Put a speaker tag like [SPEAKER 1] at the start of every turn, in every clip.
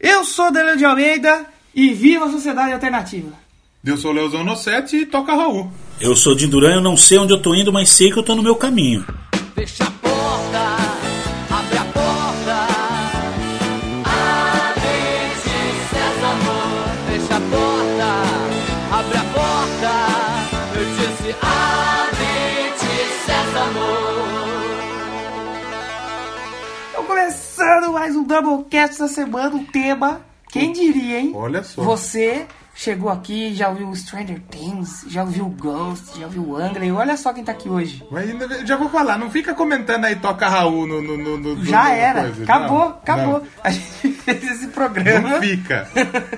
[SPEAKER 1] Eu sou Danilo de Almeida e viva a sociedade alternativa.
[SPEAKER 2] Eu sou Leozono 7 e toca Raul.
[SPEAKER 3] Eu sou de Duran, eu não sei onde eu tô indo, mas sei que eu tô no meu caminho.
[SPEAKER 4] Fecha a porta, abre a porta. Abre-se, Sésamo. Fecha a porta, abre a porta. Eu disse, abre-te, Sésamo.
[SPEAKER 1] Então começando mais um Doublecast da semana, o tema, quem diria, hein?
[SPEAKER 2] Olha só.
[SPEAKER 1] Você chegou aqui, já ouviu Stranger Things, já ouviu Ghost, já ouviu Angry, olha só quem tá aqui hoje.
[SPEAKER 2] Mas ainda- já vou falar, não fica comentando aí toca Raul no. no, no, no-
[SPEAKER 1] Já
[SPEAKER 2] no- no
[SPEAKER 1] era,
[SPEAKER 2] coisa.
[SPEAKER 1] acabou,
[SPEAKER 2] Não,
[SPEAKER 1] acabou. A gente fez esse
[SPEAKER 2] Não,
[SPEAKER 1] programa.
[SPEAKER 2] não fica.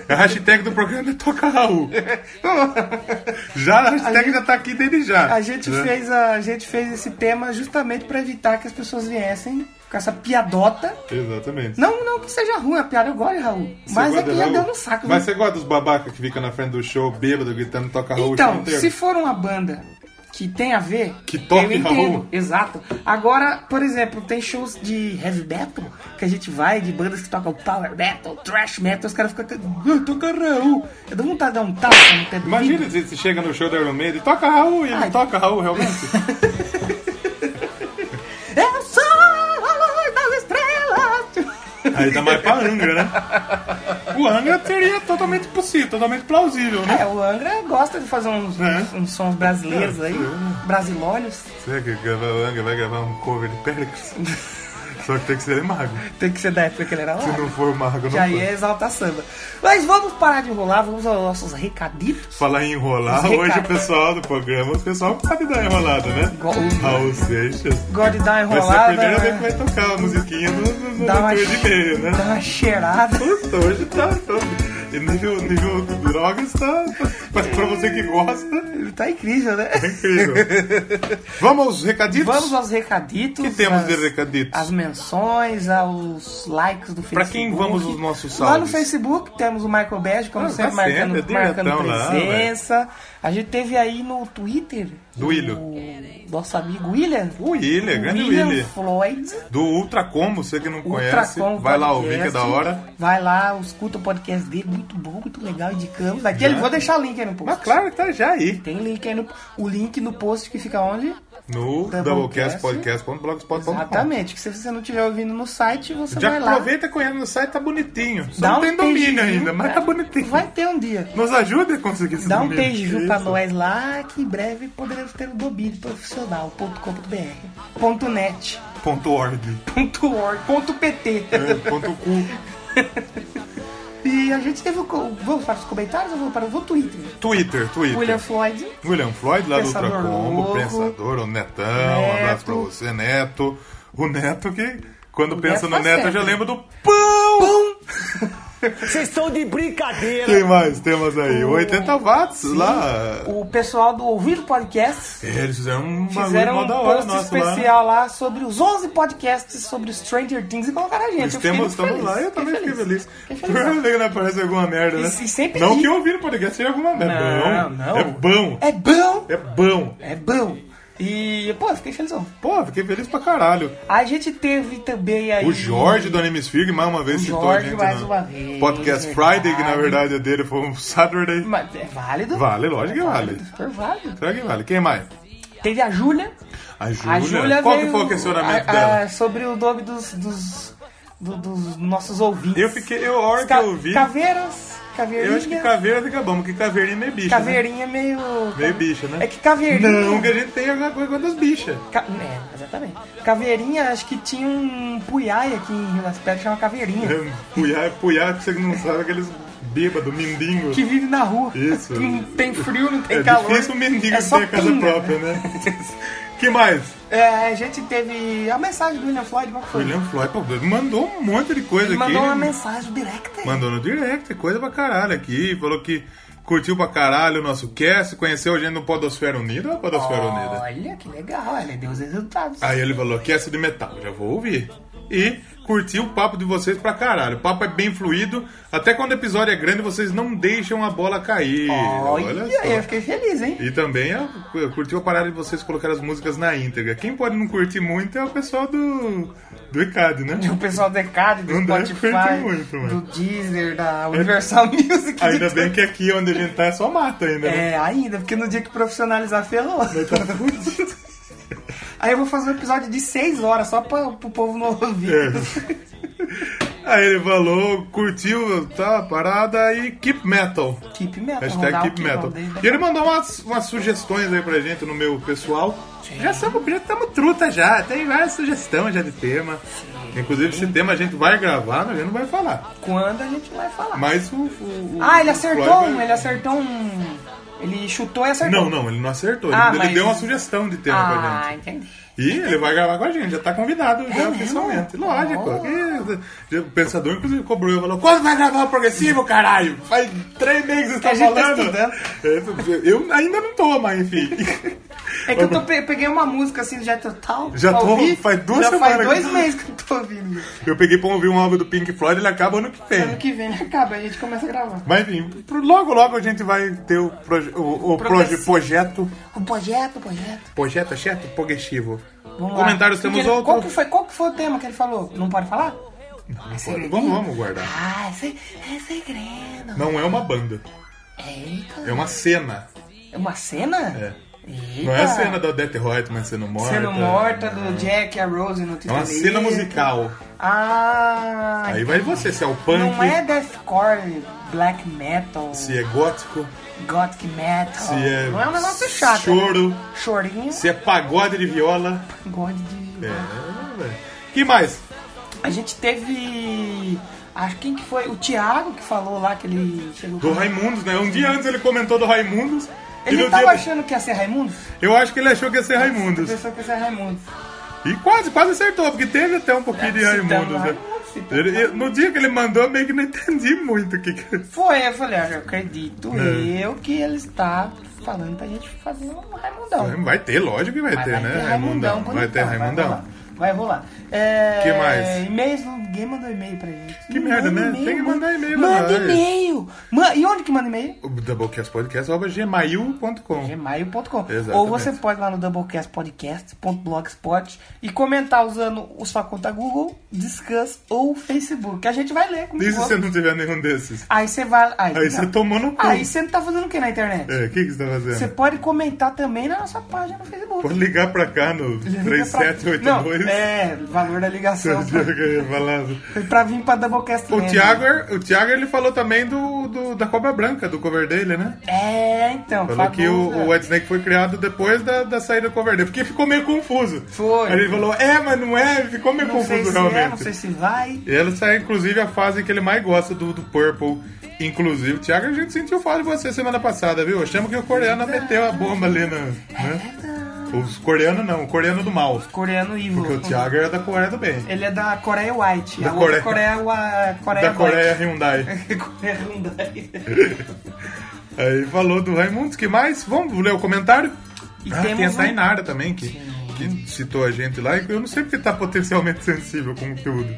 [SPEAKER 2] A hashtag do programa é toca Raul. Já a hashtag
[SPEAKER 1] gente-
[SPEAKER 2] já tá aqui dele já. né?
[SPEAKER 1] A gente,
[SPEAKER 2] Já.
[SPEAKER 1] fez a, a gente fez esse tema justamente pra evitar que as pessoas viessem com essa piadota.
[SPEAKER 2] Exatamente.
[SPEAKER 1] Não, não que seja ruim a piada, eu gosto de Raul.
[SPEAKER 2] Você
[SPEAKER 1] Mas é
[SPEAKER 2] gosta
[SPEAKER 1] que
[SPEAKER 2] de
[SPEAKER 1] já
[SPEAKER 2] Raul?
[SPEAKER 1] deu no saco.
[SPEAKER 2] Mas
[SPEAKER 1] né?
[SPEAKER 2] você gosta dos babacas que ficam na frente do show, bêbado, gritando toca Raul o show
[SPEAKER 1] Então,
[SPEAKER 2] inteiro?
[SPEAKER 1] se for uma banda que tem a ver,
[SPEAKER 2] Que toque
[SPEAKER 1] eu entendo.
[SPEAKER 2] Raul.
[SPEAKER 1] Exato. Agora, por exemplo, tem shows de heavy metal que a gente vai, de bandas que tocam power metal, thrash metal, os caras ficam "Ah, toca Raul. Eu dou vontade de dar um tapa no pé do
[SPEAKER 2] Imagina
[SPEAKER 1] vidro.
[SPEAKER 2] se você chega no show da Iron Maiden e toca Raul e ele
[SPEAKER 1] Ai.
[SPEAKER 2] toca Raul realmente.
[SPEAKER 1] Eu sou a luz das estrelas.
[SPEAKER 2] Ainda mais pra Angra, né? O Angra seria totalmente possível, totalmente plausível, né?
[SPEAKER 1] É, o Angra gosta de fazer uns,
[SPEAKER 2] É.
[SPEAKER 1] uns, uns sons brasileiros
[SPEAKER 2] É,
[SPEAKER 1] aí,
[SPEAKER 2] sim.
[SPEAKER 1] brasilólios.
[SPEAKER 2] Será que gravar o Angra vai gravar um cover de Péricles? Só que tem que ser mago.
[SPEAKER 1] Tem que ser da época que ele era lá.
[SPEAKER 2] Se não for mago,
[SPEAKER 1] Que
[SPEAKER 2] não
[SPEAKER 1] aí
[SPEAKER 2] foi.
[SPEAKER 1] é exalta samba. Mas vamos parar de enrolar, vamos aos nossos recaditos.
[SPEAKER 2] Falar em enrolar,
[SPEAKER 1] Os
[SPEAKER 2] hoje o
[SPEAKER 1] recados.
[SPEAKER 2] pessoal do programa, o pessoal sabe dar enrolada, né?
[SPEAKER 1] Igual o-
[SPEAKER 2] Raul Seixas.
[SPEAKER 1] God dá uma
[SPEAKER 2] Vai ser a
[SPEAKER 1] enrolada,
[SPEAKER 2] primeira vez
[SPEAKER 1] né?
[SPEAKER 2] que vai tocar a musiquinha no, no, no,
[SPEAKER 1] dá, uma,
[SPEAKER 2] no de meio, né?
[SPEAKER 1] dá uma cheirada.
[SPEAKER 2] Puta, hoje tá. E nível, nível drogas tá. Mas pra você que gosta,
[SPEAKER 1] Ele tá incrível, né?
[SPEAKER 2] é incrível. Vamos aos recaditos?
[SPEAKER 1] Vamos aos recaditos.
[SPEAKER 2] que temos
[SPEAKER 1] às-
[SPEAKER 2] de recaditos?
[SPEAKER 1] As menções, aos likes do Facebook.
[SPEAKER 2] Pra quem vamos os nossos
[SPEAKER 1] Lá no
[SPEAKER 2] salves?
[SPEAKER 1] Facebook temos o Michael Bad, como
[SPEAKER 2] Ah, tá
[SPEAKER 1] sempre, marcando,
[SPEAKER 2] sempre, é
[SPEAKER 1] marcando
[SPEAKER 2] diretão lá,
[SPEAKER 1] presença. a gente teve aí no Twitter.
[SPEAKER 2] Do William.
[SPEAKER 1] o Nosso amigo William.
[SPEAKER 2] O William, grande
[SPEAKER 1] William
[SPEAKER 2] William.
[SPEAKER 1] Floyd.
[SPEAKER 2] Do Ultracom, você que não conhece,
[SPEAKER 1] Ultracom
[SPEAKER 2] vai lá
[SPEAKER 1] Podcast.
[SPEAKER 2] ouvir que é da hora.
[SPEAKER 1] Vai lá, escuta o podcast dele, muito bom, muito legal, indicamos. Daquele,
[SPEAKER 2] Já.
[SPEAKER 1] vou deixar o link aí no post.
[SPEAKER 2] Mas claro que tá já aí.
[SPEAKER 1] Tem link aí no o link no post que fica onde?
[SPEAKER 2] No
[SPEAKER 1] Doublecast.
[SPEAKER 2] doublecastpodcast.blogspot.com.
[SPEAKER 1] Exatamente, que se você não estiver ouvindo no site, você
[SPEAKER 2] Já
[SPEAKER 1] vai lá.
[SPEAKER 2] aproveita e conhece no site, tá bonitinho. Só
[SPEAKER 1] Dá
[SPEAKER 2] não
[SPEAKER 1] um
[SPEAKER 2] tem domínio
[SPEAKER 1] pagezinho,
[SPEAKER 2] ainda, mas
[SPEAKER 1] cara.
[SPEAKER 2] tá bonitinho.
[SPEAKER 1] Vai ter um dia.
[SPEAKER 2] Nos ajuda a conseguir esse
[SPEAKER 1] Dá um
[SPEAKER 2] domínio.
[SPEAKER 1] page view
[SPEAKER 2] Isso.
[SPEAKER 1] pra nós lá, que em breve poderemos ter o domínio profissional.com.br ponto .net,
[SPEAKER 2] Ponto .org.
[SPEAKER 1] ponto .org, ponto .pt
[SPEAKER 2] É, ponto cu.
[SPEAKER 1] E a gente teve o... co- Vamos para os comentários ou vamos para o vou Twitter?
[SPEAKER 2] Twitter, Twitter.
[SPEAKER 1] William Floyd,
[SPEAKER 2] William Floyd, lá
[SPEAKER 1] Pensador
[SPEAKER 2] do Ultracombo,
[SPEAKER 1] Louco.
[SPEAKER 2] Pensador, o Netão, um
[SPEAKER 1] Neto.
[SPEAKER 2] abraço pra você, Neto. O Neto que, quando pensa
[SPEAKER 1] Neto
[SPEAKER 2] no
[SPEAKER 1] tá
[SPEAKER 2] Neto, eu
[SPEAKER 1] certo.
[SPEAKER 2] já lembro do pão!
[SPEAKER 5] Vocês estão de brincadeira.
[SPEAKER 2] Quem mais temos aí? 80 watts lá.
[SPEAKER 1] o pessoal do Ouvido Podcast,
[SPEAKER 2] Eles fizeram um
[SPEAKER 1] fizeram
[SPEAKER 2] bagulho mó
[SPEAKER 1] um
[SPEAKER 2] da hora
[SPEAKER 1] post
[SPEAKER 2] nosso lá. né?
[SPEAKER 1] especial lá. sobre os 11 podcasts sobre Stranger Things e colocaram a gente.
[SPEAKER 2] Eles
[SPEAKER 1] Eu fiquei
[SPEAKER 2] temos,
[SPEAKER 1] muito
[SPEAKER 2] estamos
[SPEAKER 1] feliz.
[SPEAKER 2] lá, eu também fiquei feliz.
[SPEAKER 1] Fiquei
[SPEAKER 2] Por que
[SPEAKER 1] felizão.
[SPEAKER 2] não aparece alguma merda, né?
[SPEAKER 1] E- e sempre
[SPEAKER 2] não
[SPEAKER 1] digo.
[SPEAKER 2] que eu ouvi no podcast seja alguma merda.
[SPEAKER 1] Não,
[SPEAKER 2] bom.
[SPEAKER 1] não.
[SPEAKER 2] É bom.
[SPEAKER 1] É bom!
[SPEAKER 2] É bom.
[SPEAKER 1] É bom! E, pô, eu fiquei felizão.
[SPEAKER 2] Pô, fiquei feliz pra caralho.
[SPEAKER 1] A gente teve também aí.
[SPEAKER 2] O Jorge do Anime Sphere, mais uma vez,
[SPEAKER 1] um O
[SPEAKER 2] citou
[SPEAKER 1] Jorge,
[SPEAKER 2] a gente
[SPEAKER 1] mais
[SPEAKER 2] no
[SPEAKER 1] uma vez,
[SPEAKER 2] Podcast
[SPEAKER 1] verdade.
[SPEAKER 2] Friday, que na verdade é dele, foi um Saturday.
[SPEAKER 1] Mas é válido?
[SPEAKER 2] Vale, lógico que é vale.
[SPEAKER 1] Super válido.
[SPEAKER 2] Será que vale? Quem mais?
[SPEAKER 1] Teve a Júlia.
[SPEAKER 2] A Júlia.
[SPEAKER 1] A Júlia
[SPEAKER 2] Qual
[SPEAKER 1] veio-
[SPEAKER 2] que foi o questionamento
[SPEAKER 1] a- a-
[SPEAKER 2] dela?
[SPEAKER 1] Sobre o nome dos, dos, do- dos nossos ouvintes.
[SPEAKER 2] Eu fiquei, eu, a hora que
[SPEAKER 1] Ca-
[SPEAKER 2] eu ouvi,
[SPEAKER 1] Caveiras. Caveirinha.
[SPEAKER 2] eu acho que caveira fica bom, porque caveirinha é meio bicho. Né?
[SPEAKER 1] Caveirinha é meio.
[SPEAKER 2] Meio bicho, né?
[SPEAKER 1] É que caveirinha.
[SPEAKER 2] Não, que a gente tem alguma coisa com das bichas.
[SPEAKER 1] Ca- É, exatamente. Caveirinha, acho que tinha um puiai aqui em Rio das Pedras que chama Caveirinha.
[SPEAKER 2] É, Puyá, puyá, que você não sabe, aqueles bêbados, mendigos.
[SPEAKER 1] Que vive na rua.
[SPEAKER 2] Isso.
[SPEAKER 1] Que Não tem frio, não tem
[SPEAKER 2] É
[SPEAKER 1] calor.
[SPEAKER 2] difícil um mendigo
[SPEAKER 1] é
[SPEAKER 2] ter
[SPEAKER 1] só
[SPEAKER 2] a casa
[SPEAKER 1] pinga,
[SPEAKER 2] própria, né? que mais?
[SPEAKER 1] É, a gente teve a mensagem do William Floyd, qual que foi?
[SPEAKER 2] William Floyd, pô, ele mandou um monte de coisa
[SPEAKER 1] Ele
[SPEAKER 2] aqui.
[SPEAKER 1] mandou uma mensagem direta.
[SPEAKER 2] Mandou no direct, é coisa pra caralho aqui. Falou que curtiu pra caralho o nosso cast, conheceu a gente no Podosfera Unida ou Podosfera Unida?
[SPEAKER 1] Olha, que legal, ele deu os resultados.
[SPEAKER 2] é Aí ele falou, cast de metal, já vou ouvir. e curtir o papo de vocês pra caralho. O papo é bem fluido, até quando o episódio é grande, vocês não deixam a bola cair.
[SPEAKER 1] Olha,
[SPEAKER 2] só.
[SPEAKER 1] eu fiquei feliz, hein?
[SPEAKER 2] E também eu, eu curti a parada de vocês colocar as músicas na íntegra. Quem pode não curtir muito é o pessoal do. do ECAD, né?
[SPEAKER 1] O pessoal do ECAD, do
[SPEAKER 2] Não deve
[SPEAKER 1] Spotify,
[SPEAKER 2] curtir muito, mano. É
[SPEAKER 1] do Deezer, da Universal Music.
[SPEAKER 2] Ainda bem que aqui onde a gente tá é só mata ainda. né?
[SPEAKER 1] É, ainda, porque no dia que profissionalizar ferrou. Aí eu vou fazer um episódio de 6 horas só pra, pro povo não ouvir.
[SPEAKER 2] É. Aí ele falou, curtiu, tá, a parada e keep metal.
[SPEAKER 1] Keep metal,
[SPEAKER 2] Hashtag
[SPEAKER 1] Tá rodar o né?
[SPEAKER 2] Keep Metal.
[SPEAKER 1] roda aí.
[SPEAKER 2] E ele mandou umas, umas sugestões aí pra gente no meu pessoal. Já estamos já tamo truta já, tem várias sugestões já de tema. Inclusive esse tema a gente vai gravar, mas a gente não vai falar.
[SPEAKER 1] Quando a gente vai falar.
[SPEAKER 2] Mas o. o- o-
[SPEAKER 1] Ah, ele
[SPEAKER 2] o
[SPEAKER 1] acertou
[SPEAKER 2] Floyd
[SPEAKER 1] um,
[SPEAKER 2] vai-
[SPEAKER 1] ele acertou um. Ele chutou e acertou.
[SPEAKER 2] Não, não, ele não acertou.
[SPEAKER 1] Ah,
[SPEAKER 2] ele ele
[SPEAKER 1] mas-
[SPEAKER 2] deu uma sugestão de tema pra
[SPEAKER 1] Ah,
[SPEAKER 2] gente.
[SPEAKER 1] entendi.
[SPEAKER 2] E ele vai gravar com a gente, já tá convidado
[SPEAKER 1] É
[SPEAKER 2] já oficialmente. Lógico.
[SPEAKER 1] Oh.
[SPEAKER 2] E o pensador, inclusive, cobrou e falou: Quando vai gravar o progressivo, caralho? Faz três meses que
[SPEAKER 1] A
[SPEAKER 2] você
[SPEAKER 1] gente
[SPEAKER 2] tá
[SPEAKER 1] tá
[SPEAKER 2] falando. eu ainda não tô, mas enfim.
[SPEAKER 1] É que eu tô pe- peguei uma música assim do Jet Total.
[SPEAKER 2] Já
[SPEAKER 1] pra
[SPEAKER 2] tô-
[SPEAKER 1] ouvir.
[SPEAKER 2] faz duas
[SPEAKER 1] Já
[SPEAKER 2] semanas
[SPEAKER 1] Faz
[SPEAKER 2] que-
[SPEAKER 1] dois meses que eu tô ouvindo.
[SPEAKER 2] Eu peguei pra ouvir um álbum do Pink Floyd, ele acaba ano que
[SPEAKER 1] Ano
[SPEAKER 2] vem.
[SPEAKER 1] que vem ele acaba, a gente começa a gravar.
[SPEAKER 2] Mas enfim, pro- logo logo a gente vai ter o, proje- o, o proje-
[SPEAKER 1] Progressivo.
[SPEAKER 2] projeto.
[SPEAKER 1] O projeto, o projeto.
[SPEAKER 2] Projeto, chefe? Progressivo.
[SPEAKER 1] Vamos lá.
[SPEAKER 2] Comentários
[SPEAKER 1] Porque
[SPEAKER 2] temos
[SPEAKER 1] ele-
[SPEAKER 2] outro.
[SPEAKER 1] Qual que, foi, qual que foi o tema que ele falou? Não pode falar?
[SPEAKER 2] Não,
[SPEAKER 1] é?
[SPEAKER 2] Vamos, vamos guardar.
[SPEAKER 1] Ah, é, se- é segredo.
[SPEAKER 2] Não é uma banda,
[SPEAKER 1] Eita.
[SPEAKER 2] é uma cena.
[SPEAKER 1] É uma cena?
[SPEAKER 2] É.
[SPEAKER 1] Eita.
[SPEAKER 2] Não é a cena da Death Reutemann sendo morta.
[SPEAKER 1] Sendo morta do Jack e a Rose no
[SPEAKER 2] É uma cena musical.
[SPEAKER 1] Ah,
[SPEAKER 2] Aí vai você, se é o punk,
[SPEAKER 1] Não é deathcore, black metal,
[SPEAKER 2] se é gótico,
[SPEAKER 1] gothic metal.
[SPEAKER 2] se é
[SPEAKER 1] não é um negócio chato.
[SPEAKER 2] choro.
[SPEAKER 1] Né? Chorinho,
[SPEAKER 2] se é pagode de viola.
[SPEAKER 1] God de.
[SPEAKER 2] É, velho. que mais?
[SPEAKER 1] A gente teve. Acho quem que foi? O Thiago que falou lá que ele chegou.
[SPEAKER 2] Do Raimundos, né? Um dia antes ele comentou do Raimundos. e
[SPEAKER 1] Ele
[SPEAKER 2] no
[SPEAKER 1] não tava
[SPEAKER 2] dia-
[SPEAKER 1] achando que ia ser Raimundo?
[SPEAKER 2] Eu acho que ele achou que ia ser
[SPEAKER 1] Ele
[SPEAKER 2] Raimundos.
[SPEAKER 1] pensou que ia ser Raimundo.
[SPEAKER 2] E quase, quase acertou, porque teve até um pouquinho de
[SPEAKER 1] É, citando
[SPEAKER 2] Raimundos, né?
[SPEAKER 1] Raimundos, citando
[SPEAKER 2] Ele- eu- no dia que ele mandou, eu meio que não entendi muito o que que...
[SPEAKER 1] Foi, eu falei, olha, eu acredito
[SPEAKER 2] É.
[SPEAKER 1] eu que ele está falando pra gente fazer um Raimundão.
[SPEAKER 2] Vai ter, lógico que vai
[SPEAKER 1] Mas
[SPEAKER 2] ter,
[SPEAKER 1] vai
[SPEAKER 2] né?
[SPEAKER 1] ter Raimundão,
[SPEAKER 2] Vai ter
[SPEAKER 1] bonitão,
[SPEAKER 2] Raimundão.
[SPEAKER 1] Vai rolar. Vai rolar. É,
[SPEAKER 2] Que mais?
[SPEAKER 1] E-mails, ninguém mandou e-mail pra gente.
[SPEAKER 2] Que merda,
[SPEAKER 1] manda
[SPEAKER 2] né?
[SPEAKER 1] e-mail,
[SPEAKER 2] Tem que
[SPEAKER 1] manda-
[SPEAKER 2] mandar e-mail pra
[SPEAKER 1] Manda
[SPEAKER 2] nós.
[SPEAKER 1] e-mail. Ma- E onde que manda e-mail?
[SPEAKER 2] O doublecastpodcast.gmail.com
[SPEAKER 1] gmail.com Ou
[SPEAKER 2] Exatamente.
[SPEAKER 1] você pode ir lá no doublecastpodcast.blogspot e comentar usando o sua conta Google, Discuss ou Facebook. Que a gente vai ler. Como
[SPEAKER 2] E se
[SPEAKER 1] for.
[SPEAKER 2] você não tiver nenhum desses?
[SPEAKER 1] Aí você vai... Aí,
[SPEAKER 2] Aí você
[SPEAKER 1] não.
[SPEAKER 2] tomou no cu.
[SPEAKER 1] Aí você não tá fazendo o que na internet?
[SPEAKER 2] É, o que, que você tá fazendo?
[SPEAKER 1] Você pode comentar também na nossa página no Facebook.
[SPEAKER 2] Pode ligar pra cá no
[SPEAKER 1] Liga pra-
[SPEAKER 2] 3782.
[SPEAKER 1] Não, é, valor da ligação.
[SPEAKER 2] Eu ia falar.
[SPEAKER 1] Foi pra vir pra Doublecast né?
[SPEAKER 2] O
[SPEAKER 1] Land.
[SPEAKER 2] Thiago, é- o Thiago ele falou também do, do- da Cobra Branca, do cover dele, né?
[SPEAKER 1] É, então.
[SPEAKER 2] Falou que o, o
[SPEAKER 1] famosa.
[SPEAKER 2] White Snake foi criado depois da, da saída do cover dele, porque ficou meio confuso.
[SPEAKER 1] Foi.
[SPEAKER 2] Aí ele falou, é, mas não é, ficou meio
[SPEAKER 1] Não
[SPEAKER 2] confuso
[SPEAKER 1] sei se
[SPEAKER 2] realmente.
[SPEAKER 1] é, não sei se vai.
[SPEAKER 2] E essa é inclusive a fase que ele mais gosta do, do Purple. Inclusive, Thiago, a gente sentiu falta de você semana passada, viu? Achamos que o coreano meteu a bomba ali na. Né? Os coreanos não, o coreano do mal.
[SPEAKER 1] É, tá. Coreano Evil.
[SPEAKER 2] Porque o Thiago era da Coreia do Bem.
[SPEAKER 1] Ele é da Coreia White.
[SPEAKER 2] Da
[SPEAKER 1] a outra
[SPEAKER 2] Coreia-
[SPEAKER 1] Coreia, a Coreia
[SPEAKER 2] Da Coreia Hyundai.
[SPEAKER 1] Black. Coreia Hyundai.
[SPEAKER 2] Aí falou do Raimundo, que mais? Vamos ler o comentário?
[SPEAKER 1] E
[SPEAKER 2] ah,
[SPEAKER 1] temos
[SPEAKER 2] tem a
[SPEAKER 1] um-
[SPEAKER 2] Tainara também, que, que citou a gente lá. e Eu não sei porque tá potencialmente sensível com o conteúdo.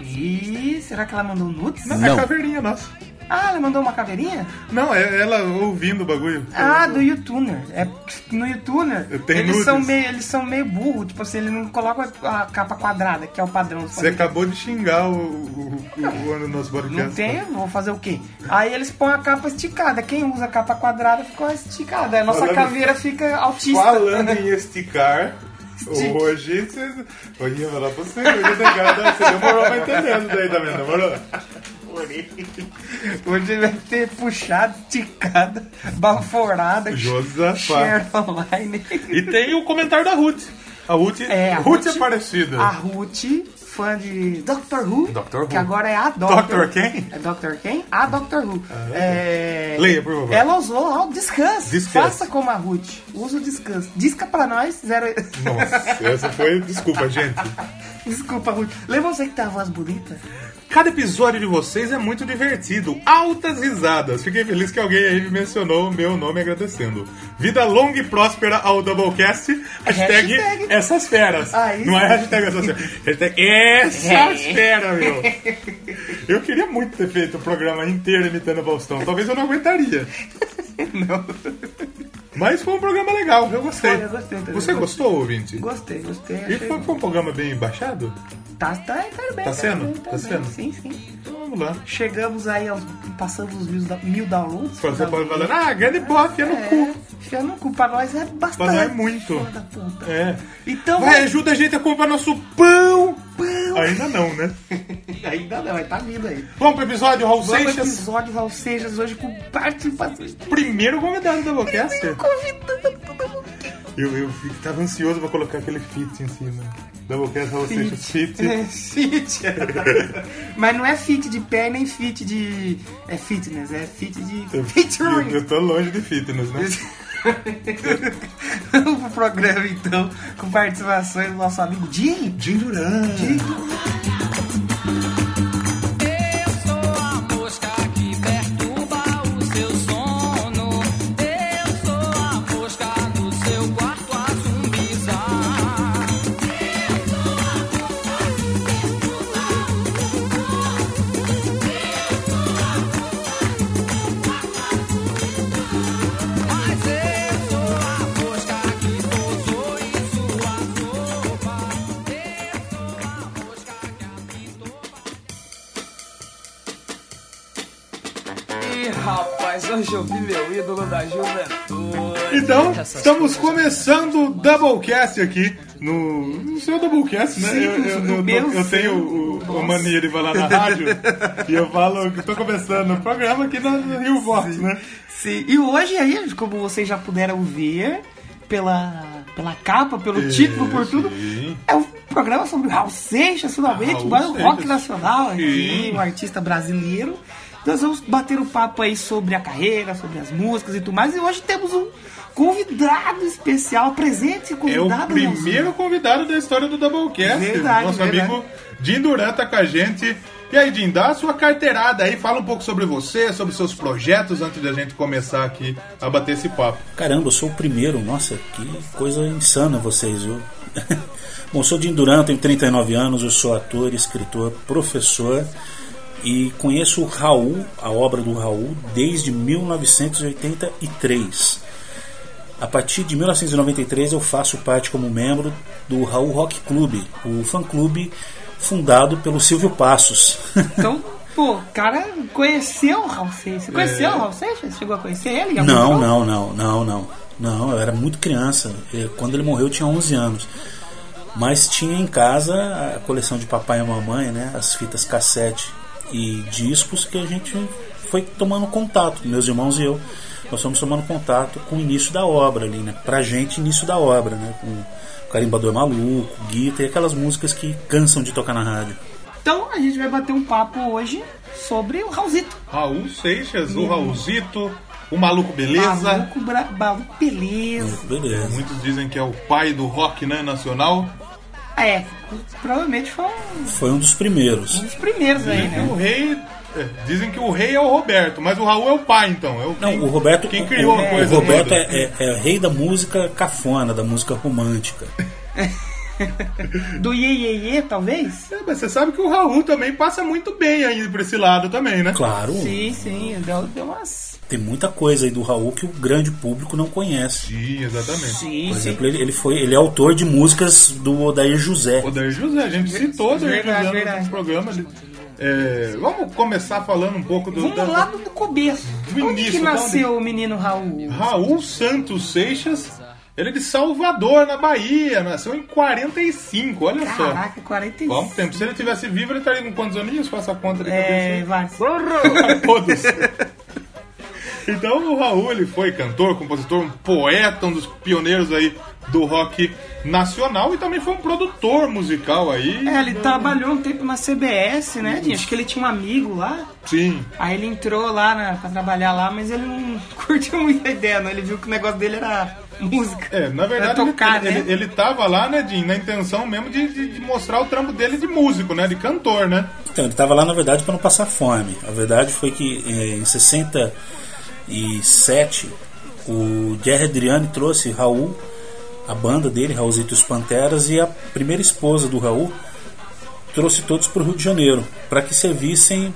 [SPEAKER 1] Ih, será que ela mandou nudes?
[SPEAKER 2] Não, é a caveirinha nossa.
[SPEAKER 1] Ah, ela mandou uma caveirinha?
[SPEAKER 2] Não, é ela ouvindo o bagulho.
[SPEAKER 1] Ah, do YouTuner. É, no YouTuner,
[SPEAKER 2] Eu tenho
[SPEAKER 1] eles
[SPEAKER 2] nudes.
[SPEAKER 1] são, meio, eles são meio burro. Tipo assim, eles não colocam a a capa quadrada, que é o padrão. do
[SPEAKER 2] Você
[SPEAKER 1] podcast.
[SPEAKER 2] acabou de xingar o, o, o, o nosso Tá podcast.
[SPEAKER 1] Não tem, vou fazer o quê? Aí eles põem a capa esticada. Quem usa a capa quadrada fica esticada. A nossa
[SPEAKER 2] Falando-
[SPEAKER 1] caveira fica autista.
[SPEAKER 2] Falando
[SPEAKER 1] né?
[SPEAKER 2] em esticar,
[SPEAKER 1] Estique.
[SPEAKER 2] hoje vocês. Eu ia falar pra você, hoje negada, você demorou pra entender isso daí também, demorou?
[SPEAKER 1] Hoje vai ter puxada, esticada, baforada,
[SPEAKER 2] Josafá.
[SPEAKER 1] share online.
[SPEAKER 2] E tem o comentário da Ruth. A Ruth
[SPEAKER 1] É, a
[SPEAKER 2] Ruth
[SPEAKER 1] Ruth- Ah.
[SPEAKER 2] Aparecida.
[SPEAKER 1] A Ruth, fã de Doctor Who,
[SPEAKER 2] Doctor Who.
[SPEAKER 1] que agora é a
[SPEAKER 2] Doctor quem? Ah,
[SPEAKER 1] É Doctor quem? A Doctor Who. É...
[SPEAKER 2] Leia, por favor.
[SPEAKER 1] Ela usou lá o descanso.
[SPEAKER 2] Discuss.
[SPEAKER 1] Faça como a Ruth. Usa o descanso. Disca pra nós. Zero...
[SPEAKER 2] Nossa, essa foi. Desculpa, gente.
[SPEAKER 1] Desculpa, Ruth. Lembra você que tem a voz tá bonita?
[SPEAKER 2] Cada episódio de vocês é muito divertido. Altas risadas. Fiquei feliz que alguém aí mencionou o meu nome agradecendo. Vida longa e próspera ao Doublecast. Hashtag,
[SPEAKER 1] Hashtag. Ah,
[SPEAKER 2] essas feras.
[SPEAKER 1] Aí
[SPEAKER 2] Não é
[SPEAKER 1] sim.
[SPEAKER 2] hashtag essas feras. Hashtag essas
[SPEAKER 1] É.
[SPEAKER 2] feras, meu. Eu queria muito ter feito o programa inteiro imitando o Faustão. Talvez eu não aguentaria.
[SPEAKER 1] Não.
[SPEAKER 2] Mas foi um programa legal. Eu gostei.
[SPEAKER 1] Olha, eu gostei também.
[SPEAKER 2] Você gostou, ouvinte?
[SPEAKER 1] Gostei, gostei.
[SPEAKER 2] E
[SPEAKER 1] Achei...
[SPEAKER 2] foi, foi um programa bem embaixado?
[SPEAKER 1] Tá, tá, tá bem.
[SPEAKER 2] Tá sendo?
[SPEAKER 1] bem,
[SPEAKER 2] Tá sendo?
[SPEAKER 1] Sim, sim.
[SPEAKER 2] Então vamos lá.
[SPEAKER 1] Chegamos aí, aos, passamos os mil, da- mil downloads.
[SPEAKER 2] Você pode
[SPEAKER 1] Downloads.
[SPEAKER 2] falar, ah, grande bofe, é no cu.
[SPEAKER 1] É, já não culpa nós, é bastante.
[SPEAKER 2] Pra nós é muito.
[SPEAKER 1] Filha da puta.
[SPEAKER 2] É.
[SPEAKER 1] Então,
[SPEAKER 2] Vai, ajuda a gente a comprar nosso pão!
[SPEAKER 1] Pão.
[SPEAKER 2] Ainda não, né?
[SPEAKER 1] ainda não, mas tá vindo aí.
[SPEAKER 2] Vamos pro episódio, Raul
[SPEAKER 1] Vamos ao
[SPEAKER 2] Seixas.
[SPEAKER 1] episódio Raul Seixas hoje com participações do
[SPEAKER 2] Primeiro convidado da Bocast.
[SPEAKER 1] convidado. todo mundo.
[SPEAKER 2] Eu, eu fico- tava ansioso pra colocar aquele fit em cima. Da Bocast, Raul Seixas, fit.
[SPEAKER 1] É, fit. mas não é fit de pé, nem fit de... É fitness, é fit de...
[SPEAKER 2] Eu,
[SPEAKER 1] Featuring.
[SPEAKER 2] eu, eu tô longe de fitness, né?
[SPEAKER 1] Vamos pro programa, então, com participações do nosso amigo Jim.
[SPEAKER 2] Jim Duran.
[SPEAKER 4] Eu sou a mosca que perturba o seu sono. Eu sou a mosca do seu quarto a zumbizar. Mas eu sou a mosca que pousou em suas roupas. Eu sou a mosca que apitou.
[SPEAKER 6] Ih, rapaz, hoje eu vi meu ídolo da juventude.
[SPEAKER 2] Então,
[SPEAKER 6] Essas
[SPEAKER 2] estamos
[SPEAKER 6] coisas.
[SPEAKER 2] começando o Doublecast aqui. No, no seu Doublecast, né?
[SPEAKER 1] Sim,
[SPEAKER 2] eu, eu,
[SPEAKER 1] no
[SPEAKER 2] eu-
[SPEAKER 1] meu,
[SPEAKER 2] eu
[SPEAKER 1] sim.
[SPEAKER 2] tenho o, o- a mania de falar na rádio e eu falo que estou começando o programa aqui na- no Rio Vox, né?
[SPEAKER 1] Sim. E hoje aí, como vocês já puderam ver, pela, pela capa, pelo título, por tudo,
[SPEAKER 2] É, Sim.
[SPEAKER 1] é um programa sobre o Raul Seixas, finalmente,
[SPEAKER 2] Raul
[SPEAKER 1] mas o
[SPEAKER 2] Seixas.
[SPEAKER 1] rock nacional aqui,
[SPEAKER 2] Sim.
[SPEAKER 1] um artista brasileiro. Nós vamos bater um papo aí sobre a carreira, sobre as músicas e tudo mais. E hoje temos um convidado especial, presente e
[SPEAKER 2] É o
[SPEAKER 1] convidado. né, Leozinho.
[SPEAKER 2] primeiro convidado da história do Doublecast.
[SPEAKER 1] Verdade,
[SPEAKER 2] Nosso
[SPEAKER 1] verdade.
[SPEAKER 2] amigo Jim Duran tá com a gente. E aí, Jim, dá a sua carteirada aí, fala um pouco sobre você, sobre seus projetos, antes da gente começar aqui a bater esse papo.
[SPEAKER 3] Caramba, eu sou o primeiro. Nossa, que coisa insana vocês, viu? Bom, eu sou Jim Duran, tenho 39 anos, eu sou ator, escritor, professor e conheço o Raul, a obra do Raul, desde 1983. A partir de 1993 eu faço parte como membro do Raul Rock Club, o fã-clube fundado pelo Silvio Passos.
[SPEAKER 1] Então, pô, o cara conheceu o Raul Seixas. Você
[SPEAKER 2] É.
[SPEAKER 1] conheceu o Raul Seixas? Chegou a conhecer ele? em algum
[SPEAKER 3] Não,
[SPEAKER 1] show?
[SPEAKER 3] não, não, não, não. Não, eu era muito criança. Eh, Quando ele morreu, eu tinha 11 anos. Mas tinha em casa a coleção de papai e mamãe, né? As fitas cassete e discos que a gente foi tomando contato, meus irmãos e eu. Nós fomos tomando contato com o início da obra ali, né? Pra gente, início da obra, né? Com o Carimbador Maluco, Guita e aquelas músicas que cansam de tocar na rádio.
[SPEAKER 1] Então a gente vai bater um papo hoje sobre o Raulzito.
[SPEAKER 2] Raul Seixas, o Raulzito, o Maluco Beleza.
[SPEAKER 1] Maluco, bra... maluco, beleza.
[SPEAKER 3] Beleza.
[SPEAKER 2] Muitos dizem que é o pai do rock né, nacional.
[SPEAKER 1] É, provavelmente foi um
[SPEAKER 3] Foi um dos primeiros.
[SPEAKER 1] dos primeiros aí,
[SPEAKER 2] O
[SPEAKER 1] né?
[SPEAKER 2] rei. é, dizem que o rei é o Roberto, mas o Raul é o pai, então. É o,
[SPEAKER 3] Não, o Roberto.
[SPEAKER 2] Quem criou
[SPEAKER 3] o,
[SPEAKER 2] a
[SPEAKER 3] o
[SPEAKER 2] coisa
[SPEAKER 3] Roberto
[SPEAKER 2] toda?
[SPEAKER 3] é, é- é rei da música cafona, da música romântica.
[SPEAKER 1] Do Iê Iê Iê, talvez?
[SPEAKER 2] É, mas você sabe que o Raul também passa muito bem ainda pra esse lado também, né?
[SPEAKER 3] Claro,
[SPEAKER 1] Sim, sim, deu, deu umas.
[SPEAKER 3] tem muita coisa aí do Raul que o grande público não conhece.
[SPEAKER 2] Sim, exatamente.
[SPEAKER 1] Sim,
[SPEAKER 3] Por
[SPEAKER 1] sim.
[SPEAKER 3] exemplo, ele, ele foi, ele é autor de músicas do Odair José.
[SPEAKER 2] O Dair José, a gente citou o Dair
[SPEAKER 1] Verdade,
[SPEAKER 2] José no
[SPEAKER 1] verdade.
[SPEAKER 2] último programa. ele- é, vamos começar falando um pouco do.
[SPEAKER 1] Vamos
[SPEAKER 2] da-
[SPEAKER 1] lá do começo.
[SPEAKER 2] Do
[SPEAKER 1] Onde que
[SPEAKER 2] início, então, da onde-
[SPEAKER 1] nasceu o menino Raul?
[SPEAKER 2] Raul Santos Seixas, ele é de Salvador, na Bahia, nasceu em 45, olha só.
[SPEAKER 1] Caraca, 45.
[SPEAKER 2] Quanto tempo? Se ele tivesse vivo, ele estaria com quantos aninhos? Faça a conta de
[SPEAKER 1] É,
[SPEAKER 2] cabeça.
[SPEAKER 1] vai.
[SPEAKER 2] Todos. Então o Raul ele foi cantor, compositor, um poeta, um dos pioneiros aí do rock nacional e também foi um produtor musical aí.
[SPEAKER 1] É, ele trabalhou um tempo na CBS, né, Dinho? Acho que ele tinha um amigo lá.
[SPEAKER 2] Sim.
[SPEAKER 1] Aí ele entrou lá na, pra trabalhar lá, mas ele não curtiu muito a ideia, não. Ele viu que o negócio dele era música.
[SPEAKER 2] É, na verdade,
[SPEAKER 1] Pra tocar,
[SPEAKER 2] ele,
[SPEAKER 1] né?
[SPEAKER 2] ele, ele tava lá, né, Jim, na intenção mesmo de, de- de mostrar o trampo dele de músico, né? De cantor, né?
[SPEAKER 3] Então, ele estava lá na verdade para não passar fome. A verdade foi que eh, em 67 o Jerry Adriani trouxe Raul, a banda dele, Raulzito e os Panteras, e a primeira esposa do Raul trouxe todos para o Rio de Janeiro para que servissem,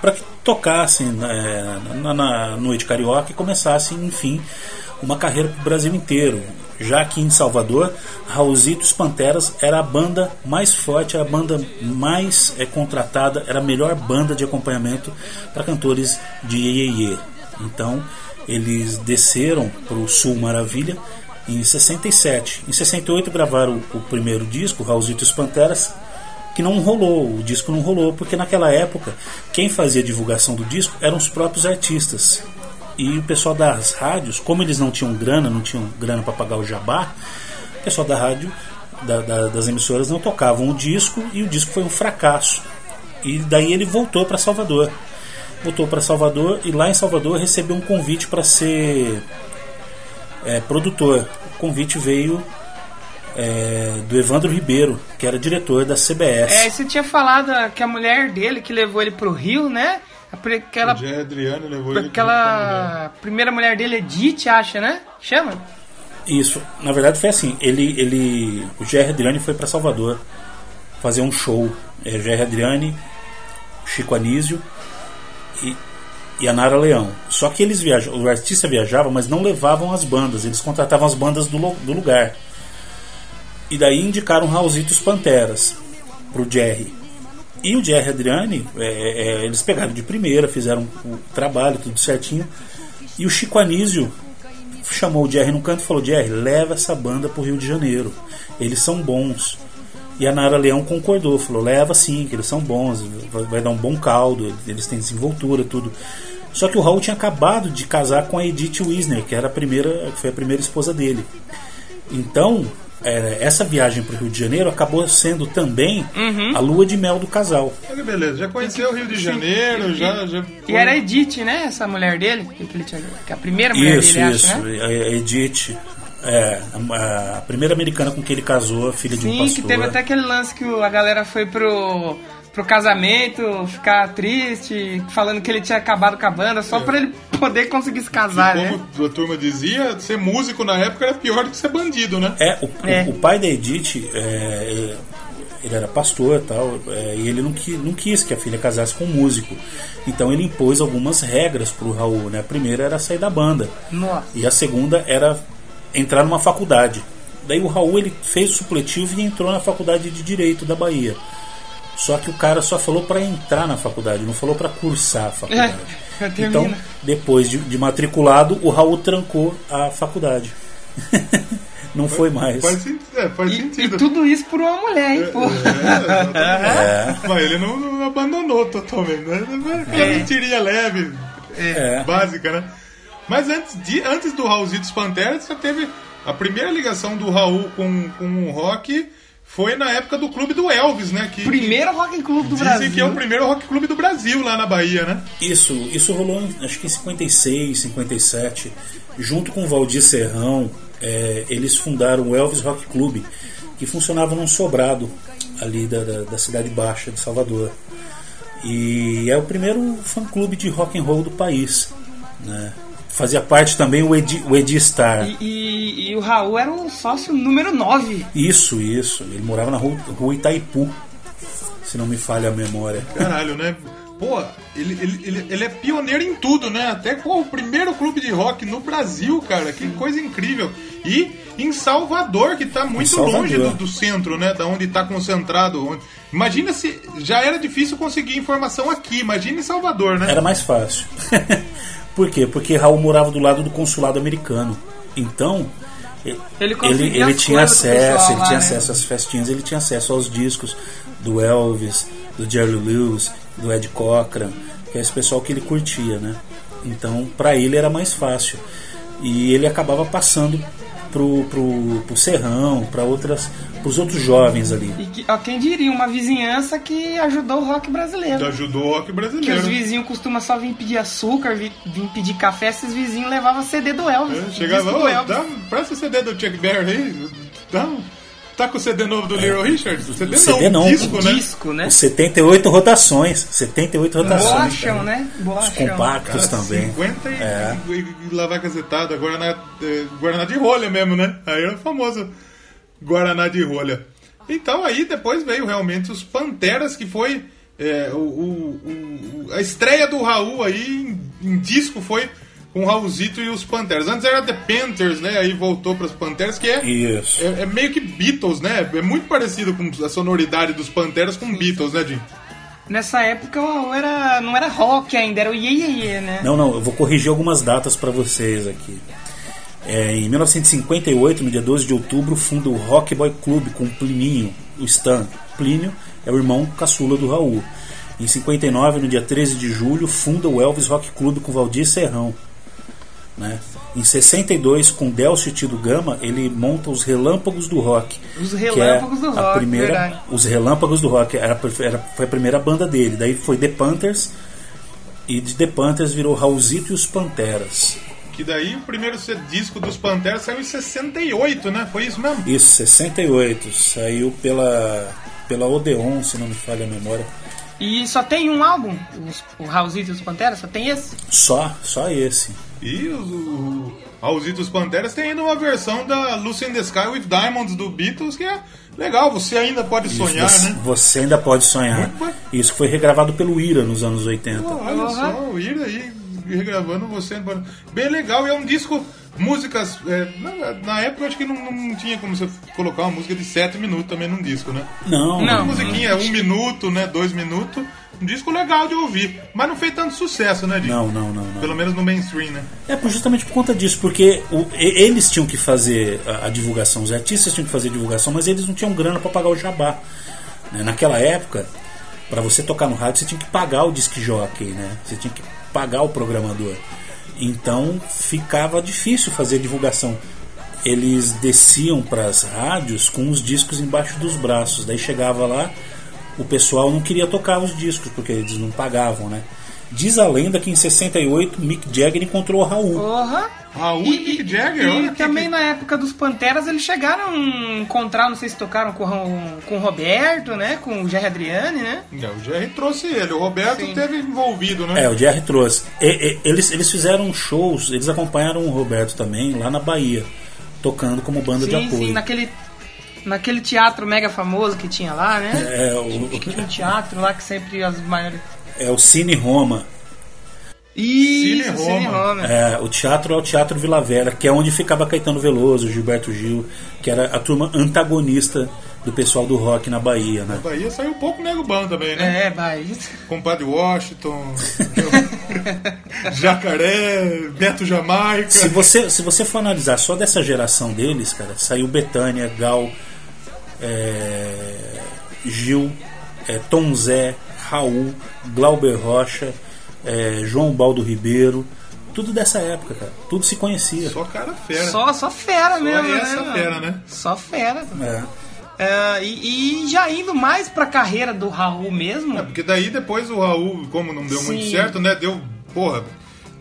[SPEAKER 3] para que tocassem né, na, na noite carioca e começassem, enfim, uma carreira para o Brasil inteiro. Já aqui em Salvador, Raulzito e os Panteras era a banda mais forte, era a banda mais é, contratada, era a melhor banda de acompanhamento para cantores de Iê Então, eles desceram para o Sul Maravilha em 67. Em 68 gravaram o primeiro disco, Raulzito e os Panteras, que não rolou, o disco não rolou, porque naquela época quem fazia divulgação do disco eram os próprios artistas. E o pessoal das rádios, como eles não tinham grana, não tinham grana para pagar o jabá, o pessoal da rádio, da- da- das emissoras, não tocavam o disco e o disco foi um fracasso. E daí ele voltou para Salvador. Voltou para Salvador e lá em Salvador recebeu um convite para ser é, produtor. O convite veio é, do Evandro Ribeiro, que era diretor da
[SPEAKER 1] É, e
[SPEAKER 3] CBS.
[SPEAKER 1] você tinha falado ah, que a mulher dele que levou ele pro Rio, né? A pri- Aquela,
[SPEAKER 2] O Jay Adriano levou ele.
[SPEAKER 1] aquela primeira mulher dele, Edith, acha, né? Chama?
[SPEAKER 3] Isso, na verdade foi assim, ele, ele o Jerry Adriani foi para Salvador fazer um show. É, Jerry Adriani, Chico Anísio e, e a Nara Leão. Só que eles viajavam, o artista viajava, mas não levavam as bandas, eles contratavam as bandas do, lo- do lugar. E daí indicaram Raulzito e os Panteras pro Jerry. E o Jerry Adriani, é, é, eles pegaram de primeira, fizeram o trabalho, tudo certinho. E o Chico Anísio chamou o Jerry no canto e falou: Jerry, leva essa banda pro Rio de Janeiro. Eles são bons. E a Nara Leão concordou, falou: leva sim, que eles são bons, vai, vai dar um bom caldo, eles têm desenvoltura, tudo. Só que o Raul tinha acabado de casar com a Edith Wisner, que era a primeira, que foi a primeira esposa dele. Então, é, essa viagem para o Rio de Janeiro acabou sendo também
[SPEAKER 1] Uhum.
[SPEAKER 3] a lua de mel do casal.
[SPEAKER 2] Olha, beleza, já conheceu o Rio de Janeiro, já. já
[SPEAKER 1] E era a Edith, né? Essa mulher dele. Que ele tinha- que a primeira mulher
[SPEAKER 3] Isso,
[SPEAKER 1] dele,
[SPEAKER 3] isso.
[SPEAKER 1] acha, né?
[SPEAKER 3] A a Edith, é, a, a primeira americana com que ele casou, filha de um
[SPEAKER 1] Sim,
[SPEAKER 3] pastor.
[SPEAKER 1] que teve até aquele lance que o- a galera foi pro, pro casamento ficar triste, falando que ele tinha acabado com a banda só pra ele poder conseguir se casar, né?
[SPEAKER 2] Como a turma dizia, ser músico na época era pior do que ser bandido, né?
[SPEAKER 3] É, o, o-
[SPEAKER 1] É.
[SPEAKER 3] o pai da Edith, é, é, ele era pastor e tal, é, e ele não, qui- não quis que a filha casasse com um músico. Então ele impôs algumas regras pro Raul, né? A primeira era sair da banda.
[SPEAKER 1] Nossa.
[SPEAKER 3] E a segunda era entrar numa faculdade. Daí o Raul ele fez o supletivo e entrou na faculdade de Direito da Bahia. Só que o cara só falou pra entrar na faculdade, não falou pra cursar a faculdade.
[SPEAKER 1] É, termina.
[SPEAKER 3] então, depois de, de matriculado, o Raul trancou a faculdade. não foi mais.
[SPEAKER 2] Faz, sen- é, faz
[SPEAKER 1] E, e
[SPEAKER 2] sentido.
[SPEAKER 1] tudo isso por uma mulher, hein, pô?
[SPEAKER 2] é. Mas ele não, não abandonou totalmente, né? Aquela
[SPEAKER 1] É.
[SPEAKER 2] mentirinha leve,
[SPEAKER 3] É.
[SPEAKER 2] básica, né? Mas antes, de, antes do Raulzito Pantera, já teve a primeira ligação do Raul com, com o rock foi na época do clube do Elvis, né? Que,
[SPEAKER 1] Primeiro rock club do
[SPEAKER 2] que dizem
[SPEAKER 1] Brasil.
[SPEAKER 2] que é o primeiro rock clube do Brasil lá na Bahia, né?
[SPEAKER 3] Isso, isso rolou em- acho que em 56, 57, junto com o Valdir Serrão, é, eles fundaram o Elvis Rock Club, que funcionava num sobrado ali da, da, da cidade baixa de Salvador. E é o primeiro fã clube de rock and roll do país. Né? Fazia parte também o Edi, o Edi Star.
[SPEAKER 1] E, e- e o Raul era o sócio número 9.
[SPEAKER 3] Isso, isso. Ele morava na rua, rua Itaipu, se não me falha a memória.
[SPEAKER 2] Caralho, né? Pô, ele, ele, ele, ele é pioneiro em tudo, né? Até com o primeiro clube de rock no Brasil, cara. Que coisa incrível. E em Salvador, que tá muito
[SPEAKER 3] Salvador.
[SPEAKER 2] longe do, do centro, né? Da onde tá concentrado. onde- Imagina se já era difícil conseguir informação aqui. Imagina em Salvador, né?
[SPEAKER 3] Era mais fácil. Por quê? Porque Raul morava do lado do consulado americano. Então, e-
[SPEAKER 1] Ele
[SPEAKER 3] ele,
[SPEAKER 1] conseguia
[SPEAKER 3] ele,
[SPEAKER 1] as
[SPEAKER 3] tinha
[SPEAKER 1] coisas do pessoal
[SPEAKER 3] acesso, ele
[SPEAKER 1] lá,
[SPEAKER 3] tinha
[SPEAKER 1] né?
[SPEAKER 3] acesso às festinhas, ele tinha acesso aos discos do Elvis, do Jerry Lewis, do Ed Cochran, que é esse pessoal que ele curtia, né? Então, pra ele era mais fácil. E ele acabava passando pro, pro, pro Serrão, para outras, pros outros jovens ali.
[SPEAKER 1] E que- ó, quem diria, uma vizinhança que ajudou o rock brasileiro.
[SPEAKER 2] Ajudou o rock
[SPEAKER 1] Que os
[SPEAKER 2] brasileiro.
[SPEAKER 1] vizinhos costumam só vir pedir açúcar, vir, vir pedir café, esses vizinhos levavam CD do Elvis.
[SPEAKER 2] É,
[SPEAKER 1] disco
[SPEAKER 2] Chegava,
[SPEAKER 1] do
[SPEAKER 2] ô,
[SPEAKER 1] Elvis.
[SPEAKER 2] dá, presta o CD do Chuck Berry aí. Dá um- tá com o CD novo do Little Richard? CD,
[SPEAKER 3] CD
[SPEAKER 2] não,
[SPEAKER 3] não,
[SPEAKER 2] disco, né?
[SPEAKER 1] Disco, né?
[SPEAKER 3] Os 78 rotações, 78 rotações.
[SPEAKER 1] Bolachão, né?
[SPEAKER 3] Os
[SPEAKER 1] Bolachão.
[SPEAKER 3] compactos
[SPEAKER 2] Cara,
[SPEAKER 3] também.
[SPEAKER 2] 50 Ah, e,
[SPEAKER 3] É.
[SPEAKER 2] e, e lavar cacetada, Guaraná, eh, Guaraná de rolha mesmo, né? Aí era o famoso Guaraná de rolha. Então aí depois veio realmente os Panteras, que foi eh, o- o- o- a estreia do Raul aí em, em disco foi com o Raulzito e os Panteras. Antes era The Panthers, né? Aí voltou para os Panteras, que é,
[SPEAKER 3] Isso.
[SPEAKER 2] é, é meio que Beatles, né? É muito parecido com a sonoridade dos Panteras com Beatles, né, Jim?
[SPEAKER 1] Nessa época eu era, não era rock ainda, era o iê, iê, iê, né?
[SPEAKER 3] Não, não, eu vou corrigir algumas datas para vocês aqui. É, em 1958, no dia 12 de outubro, funda o Rock Boy Club com Plininho, o Stan. Plínio é o irmão caçula do Raul. Em 59, no dia 13 de julho, funda o Elvis Rock Club com Valdir Serrão. Né? Em 62, com Delcio e Tito Gama, ele monta os Relâmpagos do Rock.
[SPEAKER 1] Os
[SPEAKER 3] que é
[SPEAKER 1] Relâmpagos do
[SPEAKER 3] a
[SPEAKER 1] Rock,
[SPEAKER 3] primeira-
[SPEAKER 1] verdade.
[SPEAKER 3] Os Relâmpagos do Rock era, era- foi a primeira banda dele. Daí foi The Panthers, e de The Panthers virou Raulzito e os Panteras.
[SPEAKER 2] Que daí o primeiro C- disco dos Panteras saiu em 68, né? Foi isso mesmo?
[SPEAKER 3] Isso, 68. Saiu pela, pela Odeon, se não me falha a memória.
[SPEAKER 1] E só tem um álbum, os, o Raulzito e os Panteras, só tem esse?
[SPEAKER 3] Só, só esse.
[SPEAKER 2] E os, o Raulzito e os Panteras tem ainda uma versão da Lucy in the Sky with Diamonds do Beatles, que é legal, você ainda pode sonhar,
[SPEAKER 3] Isso,
[SPEAKER 2] né?
[SPEAKER 3] Você ainda pode sonhar.
[SPEAKER 2] Muito bom.
[SPEAKER 3] Isso foi regravado pelo Ira nos anos 80.
[SPEAKER 2] Olha só, o Ira aí regravando você. Ainda Pode... Bem legal, e é um disco, músicas. é, na, na época eu acho que não, não tinha como você colocar uma música de 7 minutos também num disco, né?
[SPEAKER 3] Não,
[SPEAKER 1] Não.
[SPEAKER 2] Musiquinha, um minuto, né? Dois minutos. Um disco legal de ouvir, mas não fez tanto sucesso, né, Dick?
[SPEAKER 3] não, não, não. não.
[SPEAKER 2] Pelo menos no mainstream, né?
[SPEAKER 3] É por- justamente por conta disso, porque o- e- eles tinham que fazer a, a divulgação, os artistas tinham que fazer a divulgação, mas eles não tinham grana para pagar o jabá. né? Naquela época, para você tocar no rádio, você tinha que pagar o disc jockey, né? Você tinha que pagar o programador. Então ficava difícil fazer a divulgação. Eles desciam para as rádios com os discos embaixo dos braços, daí chegava lá, o pessoal não queria tocar os discos porque eles não pagavam, né? Diz a lenda que em 68 Mick Jagger encontrou o Raul.
[SPEAKER 1] Porra!
[SPEAKER 2] Raul e Ah, Mick Jagger,
[SPEAKER 1] e
[SPEAKER 2] olha que-
[SPEAKER 1] também
[SPEAKER 2] que-
[SPEAKER 1] na época dos Panteras eles chegaram a encontrar, não sei se tocaram com, o Ra- com o Roberto, né? Com o Jerry Adriani, né?
[SPEAKER 2] É, o Jerry trouxe ele, o Roberto
[SPEAKER 1] Sim.
[SPEAKER 2] teve envolvido, né?
[SPEAKER 3] É, o Jerry trouxe. E- e- eles, eles fizeram shows, eles acompanharam o Roberto também lá na Bahia, tocando como banda de
[SPEAKER 1] sim,
[SPEAKER 3] apoio.
[SPEAKER 1] sim, naquele, naquele teatro mega famoso que tinha lá, né?
[SPEAKER 3] É, o,
[SPEAKER 1] Tinha um teatro lá que sempre as maiores.
[SPEAKER 3] é o Cine Roma.
[SPEAKER 1] Isso, Cine
[SPEAKER 2] Roma.
[SPEAKER 1] Roma.
[SPEAKER 3] É, o teatro é o Teatro Vila Vera, que é onde ficava Caetano Veloso, Gilberto Gil, que era a turma antagonista do pessoal do rock na Bahia, né?
[SPEAKER 2] Bahia saiu um pouco nego bom também, né?
[SPEAKER 1] É, vai. isso.
[SPEAKER 2] Compadre Washington, Jacaré, Beto Jamaica.
[SPEAKER 3] Se você, se você for analisar só dessa geração deles, cara, saiu Betânia, Gal, é, Gil, é, Tom Zé, Raul, Glauber Rocha, é, João Baldo Ribeiro, tudo dessa época, cara. Tudo se conhecia.
[SPEAKER 2] Só cara fera.
[SPEAKER 1] Só, só fera mesmo,
[SPEAKER 2] essa
[SPEAKER 1] né?
[SPEAKER 2] fera, né?
[SPEAKER 1] Só fera.
[SPEAKER 3] É.
[SPEAKER 1] É, e, e já indo mais pra carreira do Raul mesmo.
[SPEAKER 2] É, porque daí depois o Raul, como não deu muito
[SPEAKER 1] Sim.
[SPEAKER 2] certo, né? Deu, porra,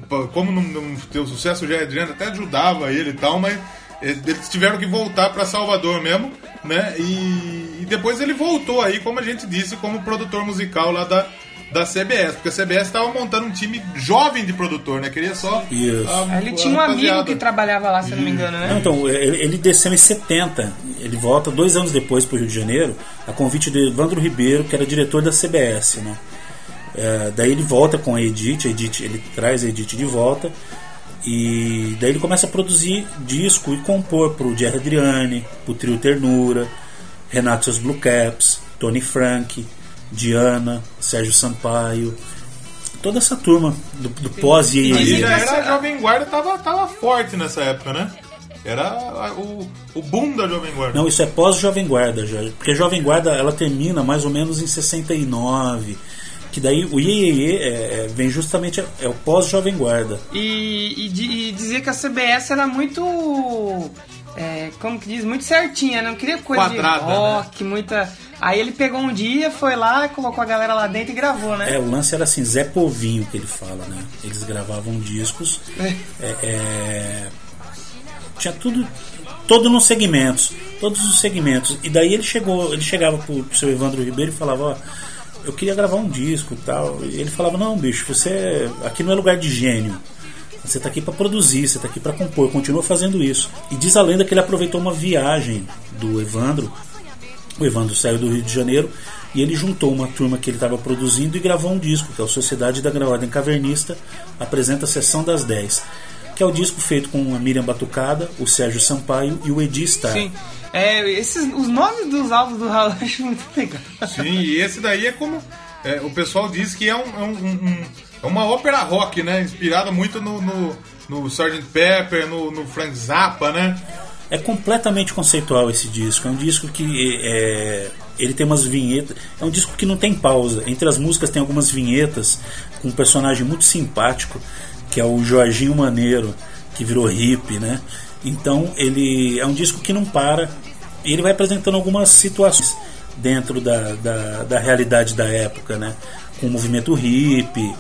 [SPEAKER 2] pô, como não, não deu sucesso, o Jair Adriano até ajudava ele e tal, mas eles eles tiveram que voltar pra Salvador mesmo, né? E, e depois ele voltou aí, como a gente disse, como produtor musical lá da, da CBS, porque a CBS tava montando um time jovem de produtor, né? Queria só.
[SPEAKER 3] Isso.
[SPEAKER 2] a-
[SPEAKER 1] Aí ele tinha um
[SPEAKER 2] a
[SPEAKER 1] amigo
[SPEAKER 2] É. rapaziada.
[SPEAKER 1] que trabalhava lá, se eu não me engano,
[SPEAKER 3] Não,
[SPEAKER 1] né?
[SPEAKER 3] então, ele, ele desceu em 70. Ele volta dois anos depois para o Rio de Janeiro, a convite de Evandro Ribeiro, que era diretor da CBS. Né? É, daí ele volta com a Edith, a Edith- ele traz a Edith de volta. E daí ele começa a produzir disco e compor para o Jerry Adriani, para o Trio Ternura, Renato e seus Blue Caps, Tony Frank, Diana, Sérgio Sampaio. Toda essa turma do, do pós
[SPEAKER 2] Mas
[SPEAKER 1] Dizem
[SPEAKER 2] ele
[SPEAKER 3] e
[SPEAKER 2] já
[SPEAKER 1] que
[SPEAKER 2] era
[SPEAKER 1] essa-
[SPEAKER 2] a Jovem Guarda, tava, tava forte nessa época, né? Era a- o, o boom da Jovem Guarda.
[SPEAKER 3] Não, isso é pós-Jovem Guarda, já, porque Jovem Guarda ela termina mais ou menos em 69. Que daí o IEE é, é, vem justamente é o pós-Jovem Guarda.
[SPEAKER 1] E, e, di- e dizer que a CBS era muito. é, como que diz, muito certinha, né? Não queria coisa
[SPEAKER 2] Quadrada,
[SPEAKER 1] de
[SPEAKER 2] né?
[SPEAKER 1] rock, muita. Aí ele pegou um dia, foi lá, colocou a galera lá dentro e gravou, né?
[SPEAKER 3] É, o lance era assim, Zé Povinho que ele fala, né? Eles gravavam discos. é, é, tinha tudo. Todo nos segmentos. Todos os segmentos. E daí ele chegou, ele chegava pro, pro seu Evandro Ribeiro e falava, ó, eu queria gravar um disco e tal. E ele falava, não, bicho, você. Aqui não é lugar de gênio. Você tá aqui pra produzir, você tá aqui pra compor, continua fazendo isso. E diz a lenda que ele aproveitou uma viagem do Evandro o Evandro saiu do Rio de Janeiro e ele juntou uma turma que ele estava produzindo e gravou um disco, que é o Sociedade da Ordem Cavernista, apresenta a Sessão das 10, que é o disco feito com a Miriam Batucada, o Sérgio Sampaio e o Edi Star.
[SPEAKER 1] Sim. É, esses, os nomes dos álbuns do Raul eu acho muito legal.
[SPEAKER 2] Sim, e esse daí é como. é, o pessoal diz que é, um, é um- um- um- é uma ópera rock, né? Inspirada muito no, no, no Sgt. Pepper, no, no Frank Zappa, né?
[SPEAKER 3] É completamente conceitual esse disco. É um disco que é, ele tem umas vinhetas. É um disco que não tem pausa. Entre as músicas tem algumas vinhetas com um personagem muito simpático que é o Jorginho Maneiro que virou hippie, né? Então ele é um disco que não para. E ele vai apresentando algumas situações dentro da, da, da realidade da época, né? Com o movimento hippie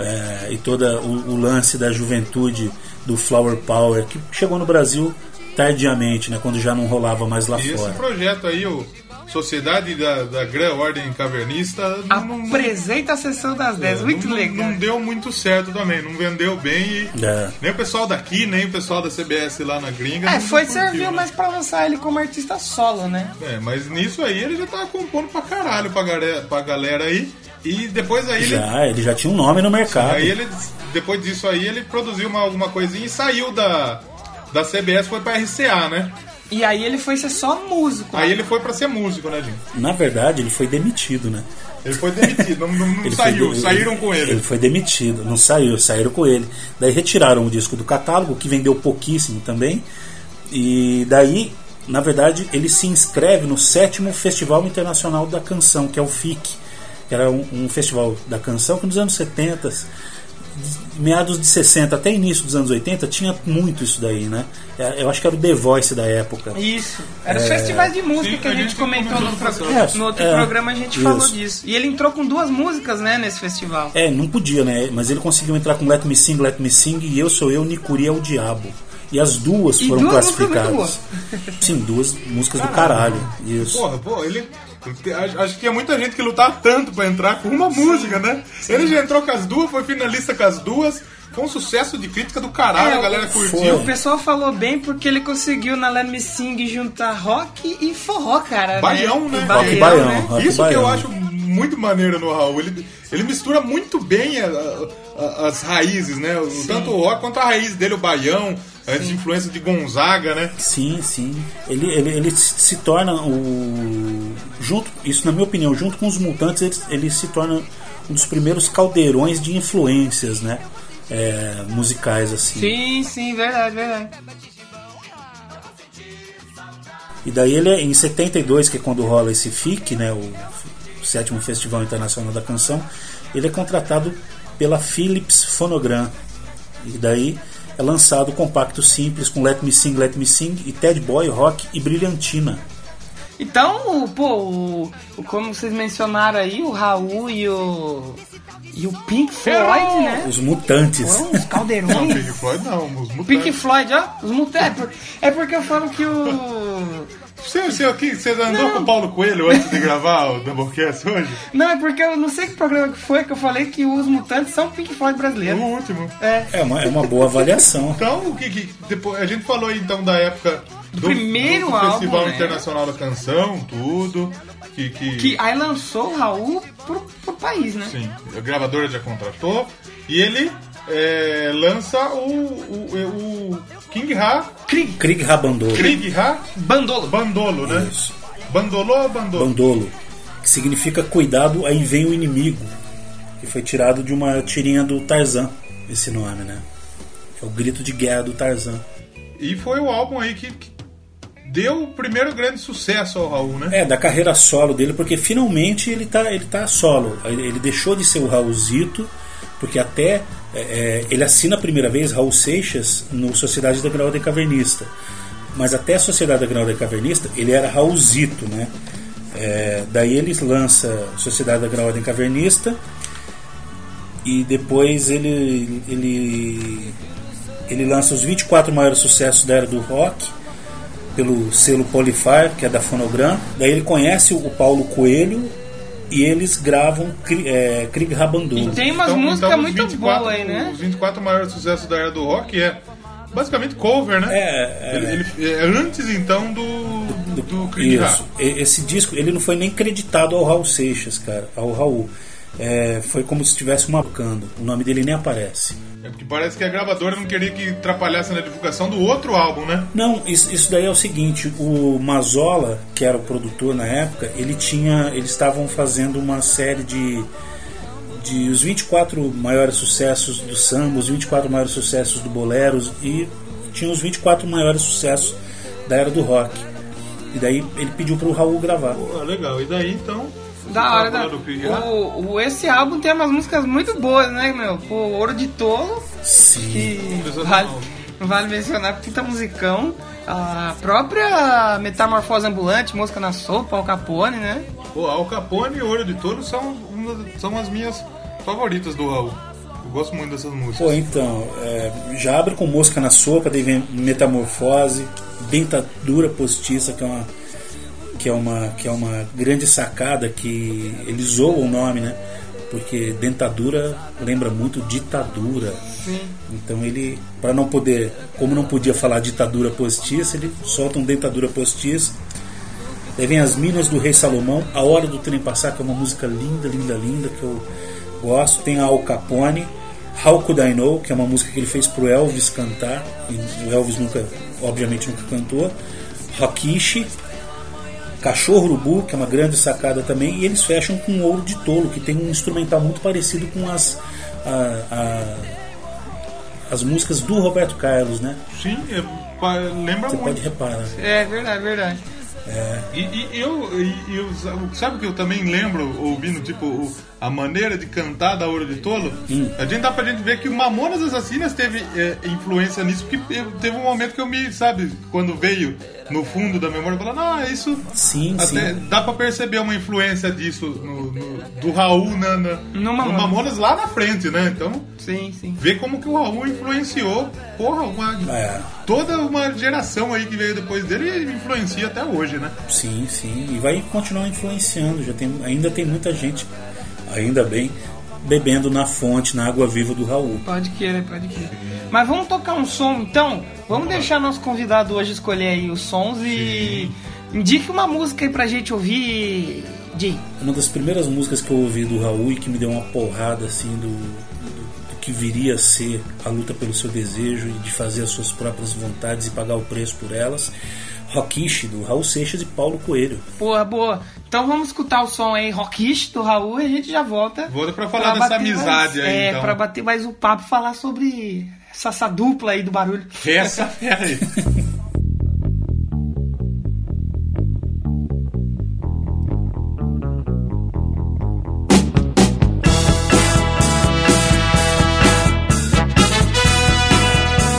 [SPEAKER 3] é, e todo o, o lance da juventude do Flower Power que chegou no Brasil tardiamente, né, quando já não rolava mais lá
[SPEAKER 2] E esse
[SPEAKER 3] fora.
[SPEAKER 2] projeto aí, o Sociedade da, da Gran Ordem Cavernista, não, não- não-
[SPEAKER 1] Apresenta a sessão das 10, muito
[SPEAKER 2] É, não,
[SPEAKER 1] legal.
[SPEAKER 2] não deu muito certo também, não vendeu bem e
[SPEAKER 3] É.
[SPEAKER 2] nem o pessoal daqui, nem o pessoal da CBS lá na gringa.
[SPEAKER 1] É,
[SPEAKER 2] não-
[SPEAKER 1] foi
[SPEAKER 2] não curtiu,
[SPEAKER 1] serviu
[SPEAKER 2] né?
[SPEAKER 1] mais pra lançar ele como artista solo, né?
[SPEAKER 2] É, mas nisso aí ele já tava compondo pra caralho pra galera, pra galera aí. E depois aí ele
[SPEAKER 3] Já, ele já tinha um nome no mercado.
[SPEAKER 2] Aí ele, depois disso aí, ele produziu uma, alguma coisinha e saiu da, da CBS, foi pra RCA, né?
[SPEAKER 1] E aí ele foi ser só músico.
[SPEAKER 2] Aí ele foi pra ser músico, né, gente?
[SPEAKER 3] Na verdade, ele foi demitido, né?
[SPEAKER 2] Ele foi demitido, não, não- não
[SPEAKER 3] Ele
[SPEAKER 2] saiu,
[SPEAKER 3] foi de-
[SPEAKER 2] saíram com ele.
[SPEAKER 3] Ele foi demitido, não saiu, saíram com ele. Daí retiraram o disco do catálogo, que vendeu pouquíssimo também. E daí, na verdade, ele se inscreve no sétimo Festival Internacional da Canção, que é o FIC. Que era um, um festival da canção que nos anos 70, meados de 60 até início dos anos 80, tinha muito isso daí, né? É, Eu acho que era o The Voice da época.
[SPEAKER 1] Isso. Era os festivais de música
[SPEAKER 2] Sim,
[SPEAKER 1] que a,
[SPEAKER 2] a
[SPEAKER 1] gente,
[SPEAKER 2] gente
[SPEAKER 1] comentou no,
[SPEAKER 2] comentou
[SPEAKER 1] pro-
[SPEAKER 2] no
[SPEAKER 3] programa.
[SPEAKER 1] no outro
[SPEAKER 3] É,
[SPEAKER 1] programa, a gente
[SPEAKER 3] isso.
[SPEAKER 1] falou disso. E ele entrou com duas músicas, né, nesse festival.
[SPEAKER 3] É, não podia, né? Mas ele conseguiu entrar com Let Me Sing, Let Me Sing e Eu Sou Eu, Nicuri é o Diabo. E as duas
[SPEAKER 1] E
[SPEAKER 3] foram
[SPEAKER 1] duas músicas
[SPEAKER 3] classificadas. Sim, duas músicas do caralho. Isso.
[SPEAKER 2] Porra, pô, ele. acho- Acho que tinha muita gente que lutava tanto pra entrar com uma música, né? Ele já entrou com as duas, foi finalista com as duas, foi um sucesso de crítica do caralho,
[SPEAKER 1] É,
[SPEAKER 2] a galera
[SPEAKER 1] foi.
[SPEAKER 2] curtiu.
[SPEAKER 1] O pessoal falou bem porque ele conseguiu na Let Me Sing juntar rock e forró, cara. né?
[SPEAKER 2] Baião, né?
[SPEAKER 1] E
[SPEAKER 3] Rock
[SPEAKER 1] Baião,
[SPEAKER 3] baião,
[SPEAKER 1] né?
[SPEAKER 3] rock
[SPEAKER 2] Isso que eu
[SPEAKER 3] baiano.
[SPEAKER 2] acho muito maneiro no Raul. Ele, ele mistura muito bem a- a- a- as raízes, né? O- Tanto o rock quanto a raiz dele, o baião, as influências de Gonzaga, né?
[SPEAKER 3] Sim, sim. Ele, ele, ele se se torna o. Junto, isso na minha opinião, junto com os mutantes, ele, ele se torna um dos primeiros caldeirões de influências, né? É, musicais, assim.
[SPEAKER 1] Sim, sim, verdade, verdade.
[SPEAKER 3] E daí ele, em 72, que é quando rola esse FIC, né, o sétimo Festival Internacional da Canção, ele é contratado pela Philips Phonogram. E daí é lançado o compacto simples com Let Me Sing, Let Me Sing e Ted Boy, Rock e Brilhantina.
[SPEAKER 1] Então, o- pô, o, o- como vocês mencionaram aí, o Raul e o. E o Pink Floyd, né?
[SPEAKER 3] Os mutantes.
[SPEAKER 1] Foram os
[SPEAKER 2] Não,
[SPEAKER 1] caldeirões.
[SPEAKER 2] Pink Floyd não, tá. os mutantes.
[SPEAKER 1] Pink Floyd, ó. Os mute... é, por- é porque eu falo que o.
[SPEAKER 2] Você, você, aqui, você andou com o Paulo Coelho antes de gravar o Doublecast hoje?
[SPEAKER 1] Não, é porque eu não sei que programa que foi que eu falei que os mutantes são Pink Floyd
[SPEAKER 2] O
[SPEAKER 1] brasileiro.
[SPEAKER 2] último.
[SPEAKER 1] É.
[SPEAKER 3] É uma, é uma boa avaliação.
[SPEAKER 2] Então, o que, que depois a gente falou então da época do,
[SPEAKER 1] primeiro
[SPEAKER 2] do
[SPEAKER 1] álbum,
[SPEAKER 2] Festival
[SPEAKER 1] né?
[SPEAKER 2] Internacional da Canção, tudo. Que, que,
[SPEAKER 1] Que aí lançou o Raul pro, pro país, né?
[SPEAKER 2] Sim, a gravadora já contratou. E ele é, lança o, o, o King Ra,
[SPEAKER 1] Krieg,
[SPEAKER 3] Krieg Rabandolo.
[SPEAKER 2] Krieg Ra
[SPEAKER 1] Bandolo.
[SPEAKER 2] Bandolo, né?
[SPEAKER 3] Isso.
[SPEAKER 2] Bandolô ou Bandolo?
[SPEAKER 3] Bandolo, que significa cuidado, aí vem o inimigo. Que foi tirado de uma tirinha do Tarzan, esse nome, né? É o grito de guerra do Tarzan.
[SPEAKER 2] E foi o álbum aí que, que deu o primeiro grande sucesso ao Raul, né?
[SPEAKER 3] É, da carreira solo dele, porque finalmente ele tá, ele tá solo. Ele, ele deixou de ser o Raulzito, porque até é, é, ele assina a primeira vez Raul Seixas no Sociedade da Grau de Cavernista. Mas até a Sociedade Agrária Cavernista, ele era Raulzito, né? É, daí ele lança Sociedade Agrária Cavernista e depois ele, ele, ele lança os 24 maiores sucessos da era do rock pelo selo Polifar, que é da Fonogram. Daí ele conhece o Paulo Coelho e eles gravam Cri- é, Krieg Rabandu.
[SPEAKER 1] E tem umas
[SPEAKER 2] Então-
[SPEAKER 1] músicas
[SPEAKER 2] então os
[SPEAKER 1] muito
[SPEAKER 2] 24
[SPEAKER 1] boas aí, né?
[SPEAKER 2] Os 24 maiores sucessos da era do rock é basicamente cover, né?
[SPEAKER 3] É, é.
[SPEAKER 2] Ele, ele- é antes então do. do, do Creed
[SPEAKER 3] Isso.
[SPEAKER 2] Rock.
[SPEAKER 3] E- Esse disco ele não foi nem creditado ao Raul Seixas, cara, ao Raul. É, foi como se estivesse marcando. O nome dele nem aparece.
[SPEAKER 2] É porque parece que a gravadora não queria que atrapalhasse na divulgação do outro álbum, né?
[SPEAKER 3] Não, isso, isso daí é o seguinte, o Mazola, que era o produtor na época, ele tinha. Eles estavam fazendo uma série de. de os 24 maiores sucessos do samba, os 24 maiores sucessos do Boleros e tinha os 24 maiores sucessos da era do rock. E daí ele pediu pro Raul gravar.
[SPEAKER 2] Pô, legal. E daí então.
[SPEAKER 1] Da hora,
[SPEAKER 2] tá
[SPEAKER 1] da
[SPEAKER 2] falando do Creed Rock?
[SPEAKER 1] o, o- Esse álbum tem umas músicas muito boas, né, meu? Pô, Ouro de Tolo,
[SPEAKER 3] Sim.
[SPEAKER 1] que
[SPEAKER 2] Pessoas
[SPEAKER 1] vale,
[SPEAKER 2] do mal.
[SPEAKER 1] vale mencionar, porque tá musicão. A própria Metamorfose Ambulante, Mosca na Sopa, Al Capone, né?
[SPEAKER 2] Pô, Al Capone e Olho de Touro são, uma- são as minhas favoritas do Raul. Eu gosto muito dessas músicas.
[SPEAKER 3] Pô, então, é, já abre com mosca na sopa, daí vem metamorfose, dentadura postiça, que é uma que é uma que é uma grande sacada que eles zoam o nome, né? Porque dentadura lembra muito ditadura. Então ele, para não poder, como não podia falar ditadura postiça, ele solta um dentadura postiça. Daí vem as Minas do Rei Salomão, A Hora do Trem Passar, que é uma música linda, linda, linda, que eu gosto. Tem a Al Capone, How Could I Know, que é uma música que ele fez pro Elvis cantar, e o Elvis nunca, obviamente nunca cantou. Rockishi, Cachorro Urubu, que é uma grande sacada também, e eles fecham com Ouro de Tolo, que tem um instrumental muito parecido com as, a- a- as músicas do Roberto Carlos, né?
[SPEAKER 2] Sim, é, pa- lembra
[SPEAKER 3] Você
[SPEAKER 2] muito.
[SPEAKER 3] pode reparar.
[SPEAKER 1] É, verdade, verdade.
[SPEAKER 2] E, e eu, e- e eu- sabe o que eu também lembro ouvindo, tipo, o- a maneira de cantar da Ouro de Tolo?
[SPEAKER 3] Hum.
[SPEAKER 2] A gente dá pra gente ver que o Mamonas Assassinas teve é, influência nisso, porque eu- teve um momento que eu me, sabe, quando veio no fundo da memória, falando, ah, isso.
[SPEAKER 3] Sim,
[SPEAKER 2] Até
[SPEAKER 3] sim.
[SPEAKER 2] dá pra perceber uma influência disso no- no- do Raul na, na-
[SPEAKER 1] No Mamonas.
[SPEAKER 2] Mamonas lá na frente, né? Então,
[SPEAKER 1] Sim, sim.
[SPEAKER 2] ver como que o Raul influenciou, porra, uma,
[SPEAKER 3] É.
[SPEAKER 2] toda uma geração aí que veio depois dele e influencia até hoje, né?
[SPEAKER 3] Sim, sim. E vai continuar influenciando. Já tem, ainda tem muita gente, ainda bem, bebendo na fonte, na água viva do Raul.
[SPEAKER 1] Pode querer, pode querer. Mas vamos tocar um som então? Vamos deixar nosso convidado hoje escolher aí os sons e. Indique uma música aí pra gente ouvir. De.
[SPEAKER 3] Uma das primeiras músicas que eu ouvi do Raul e que me deu uma porrada assim do, do- do que viria a ser a luta pelo seu desejo e de fazer as suas próprias vontades e pagar o preço por elas. Rockish, do Raul Seixas e Paulo Coelho.
[SPEAKER 1] Porra, boa. Então vamos escutar o som aí, Rockish do Raul, e a gente já volta.
[SPEAKER 2] Volta pra falar dessa
[SPEAKER 1] bater
[SPEAKER 2] amizade
[SPEAKER 1] mais-
[SPEAKER 2] aí,
[SPEAKER 1] É,
[SPEAKER 2] então.
[SPEAKER 1] pra bater mais um papo, falar sobre essa, essa dupla aí do barulho.
[SPEAKER 2] Essa fera aí.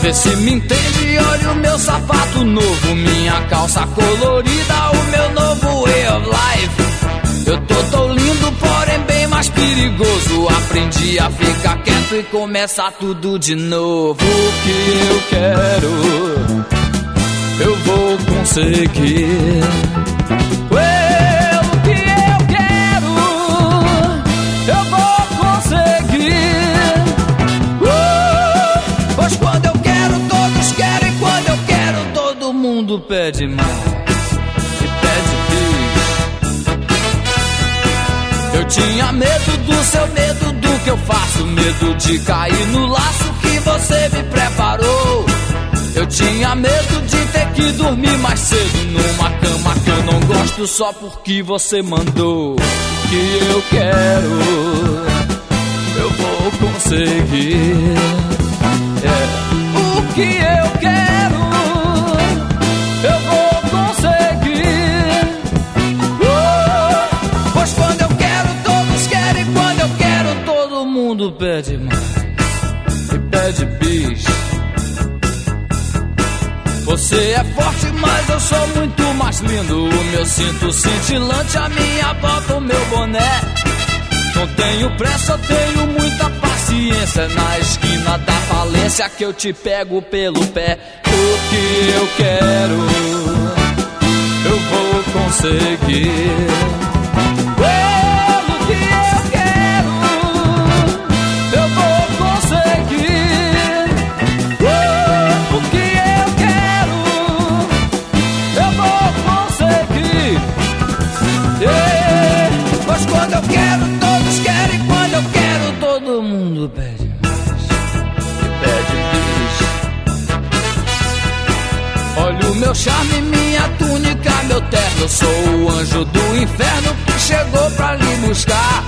[SPEAKER 4] Vê se me entende, olha o meu sapato novo, minha calça colorida, o meu novo way of life. Eu tô tão lindo, porém bem mais perigoso. Aprendi a ficar quieto e começar tudo de novo. O que eu quero, eu vou conseguir. Eu, o que eu quero, eu vou conseguir. Uh, Pois quando eu quero, todos querem. Quando eu quero, todo mundo pede mais. E pede bis. Eu tinha medo do seu medo do que eu faço. Medo de cair no laço que você me preparou. Eu tinha medo de ter que dormir mais cedo numa cama que eu não gosto só porque você mandou. O que eu quero eu vou conseguir. É. O que eu quero, eu vou conseguir. Oh, pois quando eu quero, todos querem. Quando eu quero, todo mundo pede mais. E pede bicho. Você Você é forte, mas eu sou muito mais lindo. O meu cinto cintilante, a minha bota, o meu boné. Não tenho pressa, eu tenho muita paciência. Na esquina da falência que eu te pego pelo pé. O que eu quero, eu vou conseguir. Pelo que eu quero, eu vou conseguir. Oh, O que eu quero, eu vou conseguir. Yeah, Mas quando eu quero, todos querem. Quando eu quero, todo mundo pede mais. E pede mais. Olha o meu charme, minha túnica, meu terno. Sou o anjo do inferno que chegou pra lhe buscar.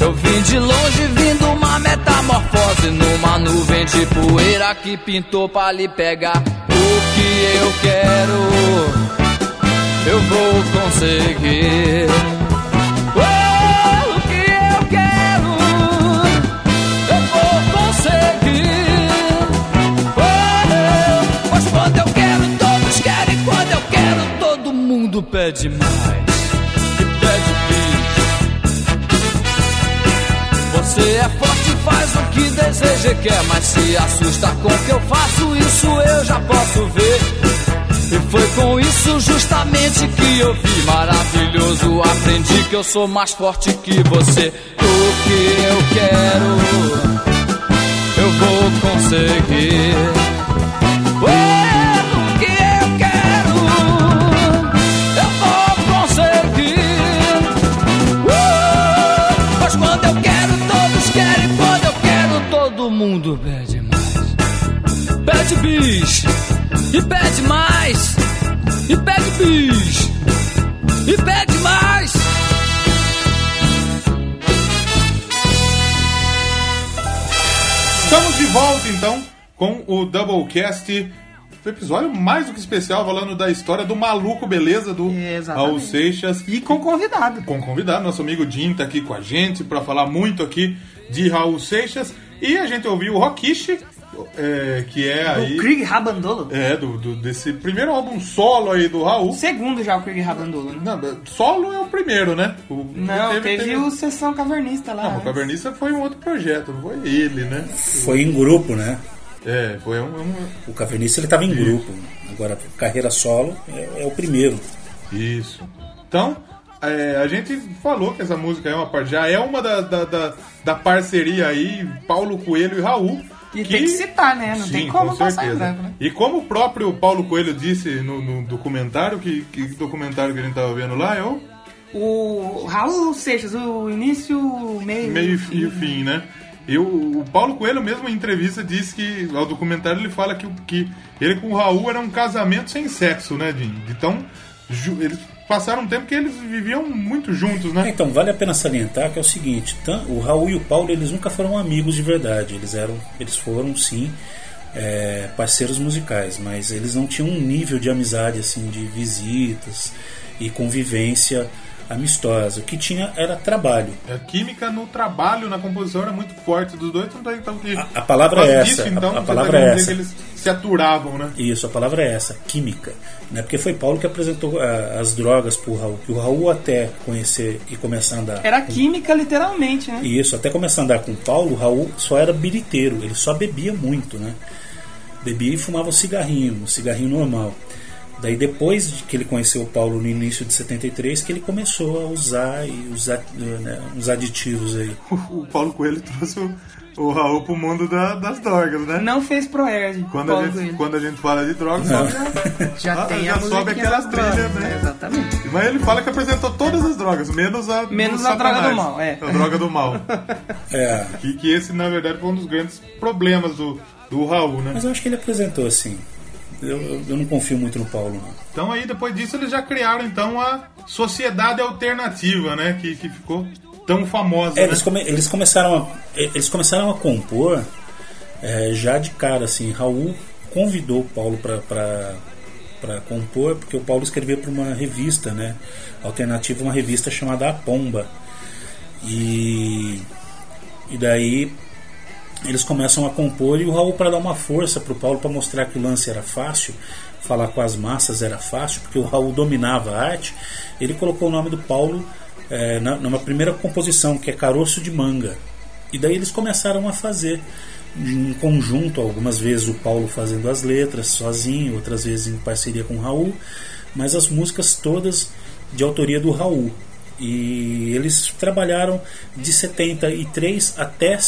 [SPEAKER 4] Eu vim de longe, vim de uma metamorfose numa nuvem de poeira que pintou pra lhe pegar. O que eu quero, eu vou conseguir. Oh, o que eu quero, eu vou conseguir. Oh, mas quando eu quero, todos querem. Quando eu quero, todo mundo pede mais. E pede mais. Você é forte, faz o que deseja e quer, mas se assusta com o que eu faço, isso eu já posso ver. E foi com isso justamente que eu vi maravilhoso. Aprendi que eu sou mais forte que você. O que eu quero, eu vou conseguir. Oh, o que eu quero, eu vou conseguir. Oh, Mas quando eu quero, todos querem. Quando eu quero, todo mundo pede mais. Pede bis, e pede mais, e pede bis, e pede mais.
[SPEAKER 2] Estamos de volta então com o Doublecast. Um episódio mais do que especial falando da história do maluco beleza do
[SPEAKER 1] Exatamente.
[SPEAKER 2] Raul Seixas
[SPEAKER 1] E com convidado.
[SPEAKER 2] com convidado, nosso amigo Jim tá aqui com a gente para falar muito aqui de Raul Seixas e a gente ouviu o Rockish, é, que é
[SPEAKER 1] O
[SPEAKER 2] aí
[SPEAKER 1] Krieg Rabandolo.
[SPEAKER 2] é do, do- desse primeiro álbum solo aí do Raul.
[SPEAKER 1] Segundo já o Krieg Rabandolo, né?
[SPEAKER 2] Não, solo é o primeiro, né? O, um-
[SPEAKER 1] Não, teve, o Sessão Cavernista lá.
[SPEAKER 2] Não, o Cavernista foi um outro projeto, não foi ele, né?
[SPEAKER 3] Foi em grupo, né?
[SPEAKER 2] É, foi um, um-
[SPEAKER 3] O Cavernista ele tava em grupo. Agora, carreira solo é, é o primeiro.
[SPEAKER 2] Isso. Então, é, a gente falou que essa música é uma par- já é uma da, da, da, da parceria aí, Paulo Coelho e Raul.
[SPEAKER 1] E tem que citar, né? Não tem como
[SPEAKER 2] com
[SPEAKER 1] passar em
[SPEAKER 2] certeza.
[SPEAKER 1] branco, né?
[SPEAKER 2] E como o próprio Paulo Coelho disse no, no documentário, que, que documentário que a gente tava vendo lá, é o
[SPEAKER 1] O Raul Seixas, o início, o meio,
[SPEAKER 2] meio e fi- e o fim, né? E o, o Paulo Coelho, mesmo em entrevista, disse que, ao documentário, ele fala que, o- que ele com o Raul era um casamento sem sexo, né, Jim? Então, ju- eles passaram um tempo que eles viviam muito juntos,
[SPEAKER 3] É,
[SPEAKER 2] né?
[SPEAKER 3] Então, vale a pena salientar que é o seguinte, tan- o Raul e o Paulo, eles nunca foram amigos de verdade, eles eram, eles foram sim é, parceiros musicais, mas eles não tinham um nível de amizade assim, de visitas e convivência amistosa. O que tinha era trabalho.
[SPEAKER 2] A química no trabalho, na composição, era muito forte dos dois, então, então que... então,
[SPEAKER 3] A- a palavra
[SPEAKER 2] por causa
[SPEAKER 3] é essa, a- a
[SPEAKER 2] não sei
[SPEAKER 3] palavra
[SPEAKER 2] como
[SPEAKER 3] é
[SPEAKER 2] dizer
[SPEAKER 3] essa.
[SPEAKER 2] que eles se aturavam, né?
[SPEAKER 3] Isso, a palavra é essa, química. Né? Porque foi Paulo que apresentou a- as drogas pro Raul, que o Raul até conhecer e começar a andar.
[SPEAKER 1] Era
[SPEAKER 3] com-
[SPEAKER 1] química, literalmente, né?
[SPEAKER 3] Isso, até começar a andar com o Paulo, o Raul só era biriteiro, ele só bebia muito, né? Bebia e fumava um cigarrinho, um cigarrinho normal. Daí depois de que ele conheceu o Paulo no início de 73, que ele começou a usar e usar né, uns aditivos aí.
[SPEAKER 2] O Paulo Coelho trouxe o, o Raul pro mundo da- das drogas, né?
[SPEAKER 1] Não fez pro Erd.
[SPEAKER 2] Quando a, gente, quando a gente fala de drogas, sobe a-
[SPEAKER 1] já
[SPEAKER 2] a-
[SPEAKER 1] tem
[SPEAKER 2] já
[SPEAKER 1] a
[SPEAKER 2] sobe
[SPEAKER 1] musiquinha
[SPEAKER 2] aquelas
[SPEAKER 1] das drogas,
[SPEAKER 2] trilhas, né?
[SPEAKER 1] Exatamente.
[SPEAKER 2] Mas ele fala que apresentou todas as drogas, menos a
[SPEAKER 1] Menos
[SPEAKER 2] do
[SPEAKER 1] a droga
[SPEAKER 2] Satanás.
[SPEAKER 1] do mal, é.
[SPEAKER 2] A droga do mal.
[SPEAKER 3] É,
[SPEAKER 2] e que esse, na verdade, foi um dos grandes problemas do, do Raul, né?
[SPEAKER 3] mas eu acho que ele apresentou assim. Eu, eu- eu não confio muito no Paulo, não.
[SPEAKER 2] Então aí depois disso eles já criaram então a sociedade alternativa, né? Que, que ficou tão famosa.
[SPEAKER 3] É,
[SPEAKER 2] né?
[SPEAKER 3] eles, come- eles começaram a, é, eles começaram a compor é, já de cara, assim, Raul convidou o Paulo para compor, porque o Paulo escrevia para uma revista, né? Alternativa, uma revista chamada A Pomba. E, e daí eles começam a compor e o Raul para dar uma força pro Paulo para mostrar que o lance era fácil, falar com as massas era fácil, porque o Raul dominava a arte, ele colocou o nome do Paulo eh, na- numa primeira composição, que é Caroço de Manga. E daí eles começaram a fazer em conjunto, algumas vezes o Paulo fazendo as letras sozinho, outras vezes em parceria com o Raul, mas as músicas todas de autoria do Raul. E eles trabalharam de 73 até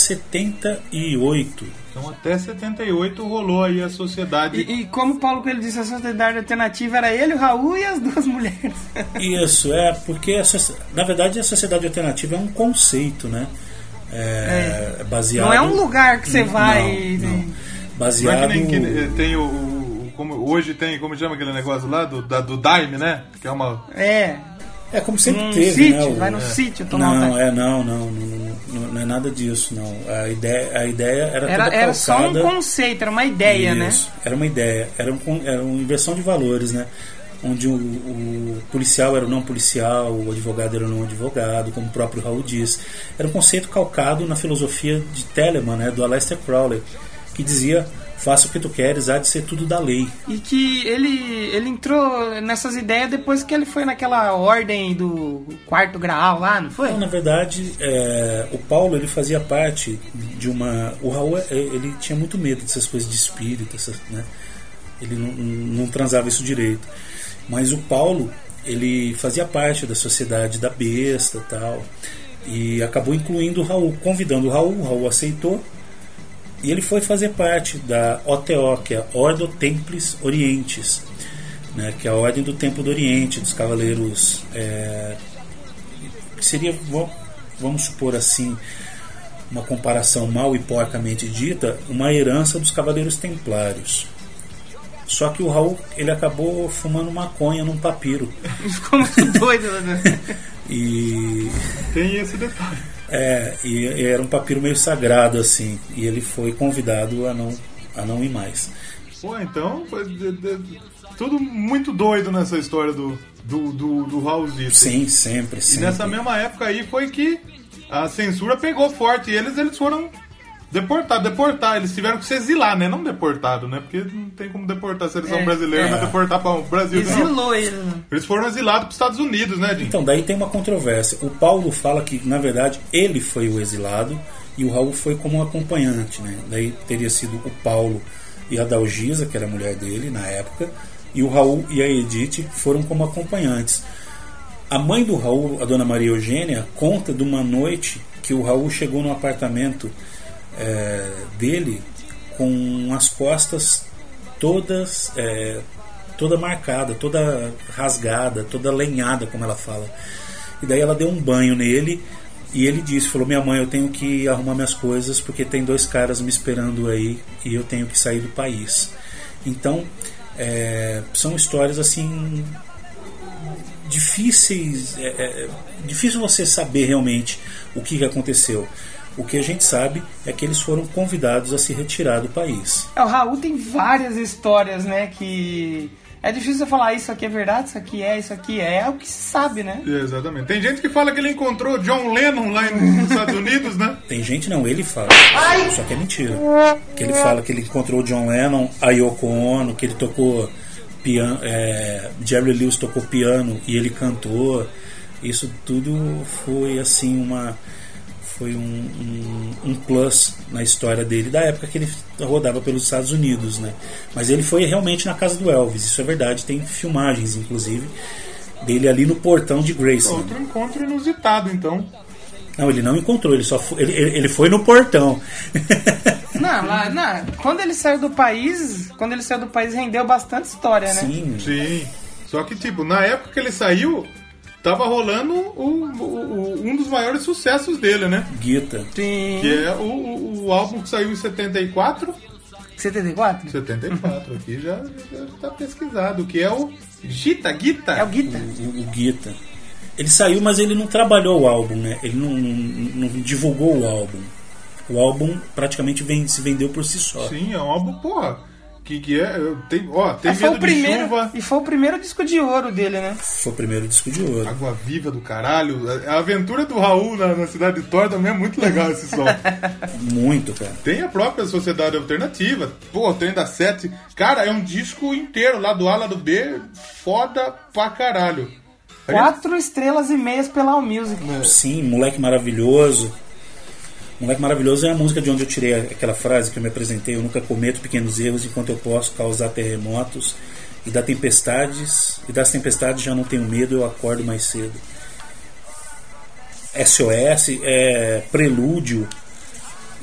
[SPEAKER 3] 78.
[SPEAKER 2] Então até 78 rolou aí a sociedade.
[SPEAKER 1] E, e como o Paulo Coelho disse, a sociedade alternativa era ele, o Raul e as duas mulheres.
[SPEAKER 3] Isso, é, porque a socie- na verdade a sociedade alternativa é um conceito, né? É, baseado.
[SPEAKER 1] Não é um lugar que você
[SPEAKER 3] Não,
[SPEAKER 1] vai. e-
[SPEAKER 3] não.
[SPEAKER 2] Não é que
[SPEAKER 3] Baseado.
[SPEAKER 2] nem que, eh, tem o. o- o- como, hoje tem, como chama aquele negócio lá? Do, da- do Daime, né? Que é uma.
[SPEAKER 1] É.
[SPEAKER 3] É como sempre
[SPEAKER 1] Num
[SPEAKER 3] teve, né?
[SPEAKER 1] sítio,
[SPEAKER 3] o-
[SPEAKER 1] vai no
[SPEAKER 3] é.
[SPEAKER 1] sítio tomar um
[SPEAKER 3] Não,
[SPEAKER 1] café.
[SPEAKER 3] é, não, não, não, não, não é nada disso, não. A ideia, a ideia era,
[SPEAKER 1] Era,
[SPEAKER 3] toda
[SPEAKER 1] era só um
[SPEAKER 3] calcada-
[SPEAKER 1] conceito, era uma ideia, né?
[SPEAKER 3] Isso, Era uma ideia, era, um, con- era uma inversão de valores, né? Onde o, o policial era o não policial, o advogado era o não advogado, como o próprio Raul diz. Era um conceito calcado na filosofia de Telemann, né, do Aleister Crowley, que dizia: faça o que tu queres, há de ser tudo da lei.
[SPEAKER 1] E que ele, ele entrou nessas ideias depois que ele foi naquela ordem do quarto graal lá, não foi?
[SPEAKER 3] Então, na verdade, é, o Paulo ele fazia parte de uma. O Raul é, ele tinha muito medo dessas coisas de espírito, essas, né? Ele não, não- não transava isso direito. Mas o Paulo ele fazia parte da sociedade da besta e tal. E acabou incluindo o Raul, convidando o Raul, o Raul aceitou. E ele foi fazer parte da OTO, que é a Ordo Templis Orientes, né? que é a Ordem do Templo do Oriente, dos Cavaleiros é, que seria, va- vamos supor assim, uma comparação mal e porcamente dita, uma herança dos Cavaleiros Templários. Só que o Raul ele acabou fumando maconha num papiro.
[SPEAKER 1] Ele ficou muito doido. né?
[SPEAKER 3] E
[SPEAKER 2] Tem esse detalhe.
[SPEAKER 3] É, e, e era um papiro meio sagrado assim, e ele foi convidado a não a não ir mais.
[SPEAKER 2] Pô, então. Foi de- de- tudo muito doido nessa história do, do, do, do Raulzito.
[SPEAKER 3] Sim, sempre,
[SPEAKER 2] E
[SPEAKER 3] sempre.
[SPEAKER 2] nessa mesma época aí foi que a censura pegou forte e eles, eles foram deportados. Deportar, eles tiveram que se exilar, né? Não deportado, né? Porque não tem como deportar se eles
[SPEAKER 3] É,
[SPEAKER 2] são brasileiros, não deportar para o Brasil. Não.
[SPEAKER 1] Exilou ele. né?
[SPEAKER 2] Eles foram exilados para os Estados Unidos, né, Dinho?
[SPEAKER 3] Então, daí tem uma controvérsia. O Paulo fala que, na verdade, ele foi o exilado e o Raul foi como um acompanhante, né? Daí teria sido o Paulo e a Dalgisa, que era a mulher dele na época, e o Raul e a Edith foram como acompanhantes. A mãe do Raul, a dona Maria Eugênia, conta de uma noite que o Raul chegou no apartamento eh, dele com as costas todas eh, toda marcada, toda rasgada, toda lenhada, como ela fala. E daí ela deu um banho nele e ele disse, falou: "Minha mãe, eu tenho que arrumar minhas coisas porque tem dois caras me esperando aí e eu tenho que sair do país". Então, eh, são histórias assim difíceis é, é, é difícil você saber realmente o que que aconteceu. O que a gente sabe é que eles foram convidados a se retirar do país.
[SPEAKER 1] É, o Raul tem várias histórias, né? Que. É difícil você falar isso aqui é verdade, isso aqui é, isso aqui é. É o que se sabe, né?
[SPEAKER 2] É, Exatamente. Tem gente que fala que ele encontrou John Lennon lá nos Estados Unidos, né?
[SPEAKER 3] Tem gente não, ele fala. Só que é mentira. Que ele fala que ele encontrou o John Lennon, a Yoko Ono, que ele tocou piano, é, Jerry Lewis tocou piano e ele cantou. Isso tudo foi assim uma foi um, um, um plus na história dele da época que ele rodava pelos Estados Unidos, né? Mas ele foi realmente na casa do Elvis, isso é verdade. Tem filmagens, inclusive, dele ali no portão de Graceland.
[SPEAKER 2] Outro encontro inusitado, então.
[SPEAKER 3] Não, ele não encontrou, ele só foi, ele, ele ele foi no portão.
[SPEAKER 1] Não, lá, não, quando ele saiu do país, quando ele saiu do país rendeu bastante história, né?
[SPEAKER 3] Sim.
[SPEAKER 2] Sim. Só que, tipo, na época que ele saiu, tava rolando o- o- o- um dos maiores sucessos dele, né?
[SPEAKER 3] Guita.
[SPEAKER 1] Sim.
[SPEAKER 2] Que é o, o- o álbum que saiu em 74.
[SPEAKER 1] 74?
[SPEAKER 2] 74, aqui já, já tá pesquisado. Que é o Gita, Gita.
[SPEAKER 1] É o Guita.
[SPEAKER 3] O, o Guita. Ele saiu, mas ele não trabalhou o álbum, né? Ele não, não- não divulgou o álbum. O álbum praticamente ven- se vendeu por si só.
[SPEAKER 2] Sim, é um álbum, porra. que, que é? Eu tenho, ó, tem
[SPEAKER 1] É, foi
[SPEAKER 2] medo
[SPEAKER 1] o primeiro,
[SPEAKER 2] de chuva.
[SPEAKER 1] e foi o primeiro disco de ouro dele, né?
[SPEAKER 3] Foi o primeiro disco de ouro.
[SPEAKER 2] Água viva do caralho. A a aventura do Raul na, na Cidade de Thor também é muito legal esse som.
[SPEAKER 3] Muito, cara.
[SPEAKER 2] Tem a própria Sociedade Alternativa. Pô, o trem da Sete. Cara, é um disco inteiro, lá do A, lá do B. Foda pra caralho. A gente-
[SPEAKER 1] Quatro estrelas e meias pela All Music.
[SPEAKER 3] Sim, Moleque Maravilhoso. Moleque Maravilhoso é a música de onde eu tirei aquela frase que eu me apresentei. Eu nunca cometo pequenos erros enquanto eu posso causar terremotos. E das tempestades, e das tempestades já não tenho medo, eu acordo mais cedo. SOS é prelúdio